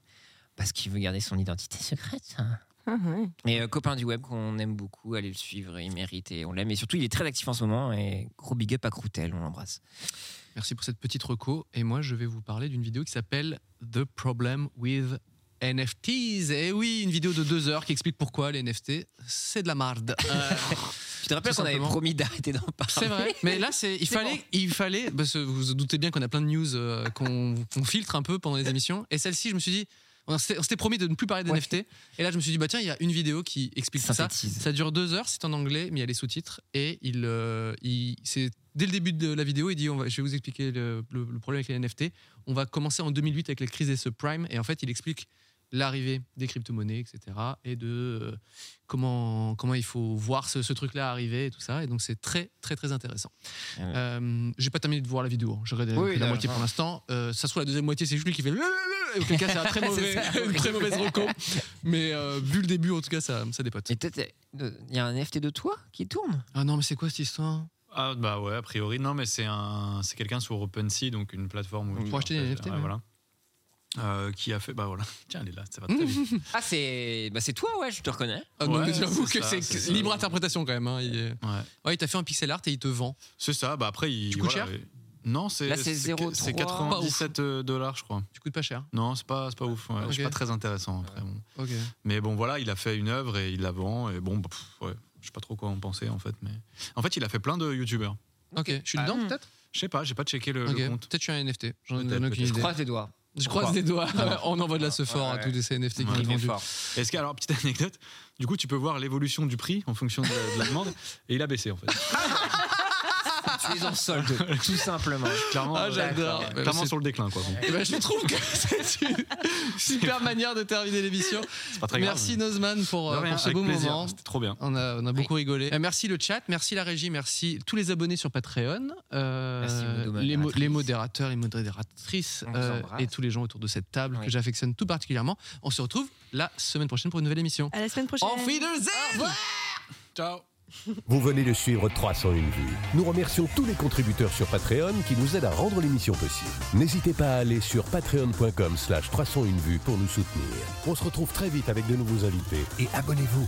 [SPEAKER 1] Parce qu'il veut garder son identité secrète. hein.
[SPEAKER 3] Ah
[SPEAKER 1] Et euh, copain du web qu'on aime beaucoup, allez le suivre, il mérite et on l'aime. Et surtout, il est très actif en ce moment et gros big up à Croutel, on l'embrasse.
[SPEAKER 2] Merci pour cette petite reco. Et moi, je vais vous parler d'une vidéo qui s'appelle The Problem with NFTs. Et oui, une vidéo de deux heures qui explique pourquoi les NFT, c'est de la marde.
[SPEAKER 1] Euh, Tu te rappelles
[SPEAKER 2] Tout
[SPEAKER 1] qu'on avait
[SPEAKER 2] simplement.
[SPEAKER 1] promis d'arrêter d'en parler <laughs>
[SPEAKER 2] C'est vrai, mais là, c'est il
[SPEAKER 1] C'est
[SPEAKER 2] fallait,
[SPEAKER 1] bon.
[SPEAKER 2] il fallait. Parce que vous vous doutez bien qu'on a plein de news euh, qu'on qu'on filtre un peu pendant les émissions. Et celle-ci, je me suis dit, on s'était on s'était promis de ne plus parler d'NFT. Et là, je me suis dit, bah tiens, il y a une vidéo qui explique tout ça. Ça dure deux heures, c'est en anglais, mais il y a les sous-titres. Et il, euh, il- c'est dès le début de la vidéo, il dit, on va, je vais vous expliquer le, le- le problème avec les NFT. On va commencer en 2008 avec la crise des subprimes. Et en fait, il explique l'arrivée des crypto-monnaies, etc. Et de euh, comment, comment il faut voir ce, ce truc-là arriver et tout ça. Et donc, c'est très, très, très intéressant. Euh, J'ai pas terminé de voir la vidéo. hein. J'ai regardé
[SPEAKER 4] Oui,
[SPEAKER 2] la
[SPEAKER 4] là,
[SPEAKER 2] moitié pour
[SPEAKER 4] ouais.
[SPEAKER 2] l'instant. Euh, ça se trouve, la deuxième moitié, c'est juste lui qui fait. Et auquel cas, c'est un très mauvais,
[SPEAKER 1] C'est ça,
[SPEAKER 2] <laughs> une très
[SPEAKER 1] horrible.
[SPEAKER 2] mauvaise reco. Mais euh, vu le début, en tout cas, ça, ça dépote.
[SPEAKER 1] Il y a un NFT de toi qui tourne
[SPEAKER 2] Ah non, mais c'est quoi cette histoire
[SPEAKER 4] Ah, bah ouais, a priori. Non, mais c'est un, c'est quelqu'un sur OpenSea, donc une plateforme où.
[SPEAKER 2] Pour acheter des NFT,
[SPEAKER 4] Ouais,
[SPEAKER 2] ouais.
[SPEAKER 4] Voilà. Euh, qui a fait. Bah voilà. <laughs> Tiens, elle est là, ça
[SPEAKER 2] <laughs>
[SPEAKER 4] va très vite.
[SPEAKER 1] Ah, c'est bah, c'est toi, ouais, je te reconnais.
[SPEAKER 2] Ah non,
[SPEAKER 4] Ouais,
[SPEAKER 2] mais j'avoue
[SPEAKER 4] c'est
[SPEAKER 2] que
[SPEAKER 4] ça,
[SPEAKER 2] c'est
[SPEAKER 4] c'est
[SPEAKER 2] que-
[SPEAKER 4] ça.
[SPEAKER 2] libre interprétation quand même. hein. Il, est-
[SPEAKER 4] Ouais.
[SPEAKER 2] ouais, il t'a fait un pixel art et il te vend.
[SPEAKER 4] C'est ça, bah après, il.
[SPEAKER 2] Tu coûtes
[SPEAKER 4] voilà,
[SPEAKER 2] cher
[SPEAKER 4] et- Non, c'est.
[SPEAKER 2] Là, c'est
[SPEAKER 4] c'est que-
[SPEAKER 2] 0,3.
[SPEAKER 4] C'est
[SPEAKER 2] Pas ouf.
[SPEAKER 4] 97 euh, dollars, je crois.
[SPEAKER 2] Tu coûtes pas cher.
[SPEAKER 4] Non, c'est pas, c'est pas ouf. ouais.
[SPEAKER 2] Ok.
[SPEAKER 4] C'est pas très intéressant après. bon.
[SPEAKER 2] Ok.
[SPEAKER 4] Mais bon, voilà, il a fait une œuvre et il la vend. Et bon, bah, pff, ouais, je sais pas trop quoi en penser en fait. Mais en fait, il a fait plein de youtubeurs.
[SPEAKER 2] Ok, je suis
[SPEAKER 4] Ah.
[SPEAKER 2] dedans peut-être
[SPEAKER 4] Je sais pas, j'ai pas checké le, le
[SPEAKER 2] Ok,
[SPEAKER 4] compte.
[SPEAKER 2] Peut-être je suis un NFT. J'en
[SPEAKER 4] Peut-être,
[SPEAKER 2] j'en ai aucune
[SPEAKER 4] peut-être.
[SPEAKER 2] idée.
[SPEAKER 4] Je croise les
[SPEAKER 1] doigts.
[SPEAKER 2] Je croise les doigts. <laughs> On envoie de la sephore
[SPEAKER 4] Sephora
[SPEAKER 2] à
[SPEAKER 4] <laughs>
[SPEAKER 2] tous les NFT qui
[SPEAKER 4] Ouais.
[SPEAKER 2] sont vendus.
[SPEAKER 4] Est-ce que, alors, petite anecdote, du coup, tu peux voir l'évolution du prix en fonction de la, de la
[SPEAKER 2] <laughs>
[SPEAKER 4] demande et il a baissé en fait.
[SPEAKER 1] tu es en
[SPEAKER 4] <laughs>
[SPEAKER 1] solde, tout simplement.
[SPEAKER 4] Clairement,
[SPEAKER 2] Ah,
[SPEAKER 4] euh,
[SPEAKER 2] j'adore.
[SPEAKER 4] clairement,
[SPEAKER 2] Mais
[SPEAKER 4] clairement
[SPEAKER 2] c'est-
[SPEAKER 4] sur le déclin quoi. bon.
[SPEAKER 2] Eh ben, je trouve que <laughs> c'est une super manière de terminer l'émission.
[SPEAKER 4] pas très grave,
[SPEAKER 2] Merci
[SPEAKER 4] mais-
[SPEAKER 2] Nozman pour,
[SPEAKER 4] De
[SPEAKER 2] euh,
[SPEAKER 4] rien,
[SPEAKER 2] pour ce
[SPEAKER 4] avec
[SPEAKER 2] beau
[SPEAKER 4] plaisir,
[SPEAKER 2] moment.
[SPEAKER 4] C'était trop bien.
[SPEAKER 2] On a, on a beaucoup rigolé. Euh, Merci le chat, merci la régie, merci tous les abonnés sur Patreon, euh,
[SPEAKER 1] Merci aux
[SPEAKER 2] les, mo- les modérateurs, les modératrices
[SPEAKER 1] On vous
[SPEAKER 2] euh,
[SPEAKER 1] embrasse.
[SPEAKER 2] et tous les gens autour de cette table
[SPEAKER 1] Oui.
[SPEAKER 2] que j'affectionne tout particulièrement. On se retrouve la semaine prochaine pour une nouvelle émission.
[SPEAKER 3] À la semaine prochaine. Ah,
[SPEAKER 2] Auf Wiedersehen. Ciao.
[SPEAKER 5] <clears throat> Vous venez de suivre 301 vues. Nous remercions tous les contributeurs sur Patreon qui nous aident à rendre l'émission possible. N'hésitez pas à aller sur patreon.com slash 301 vues pour nous soutenir. On se retrouve très vite avec de nouveaux invités et abonnez-vous.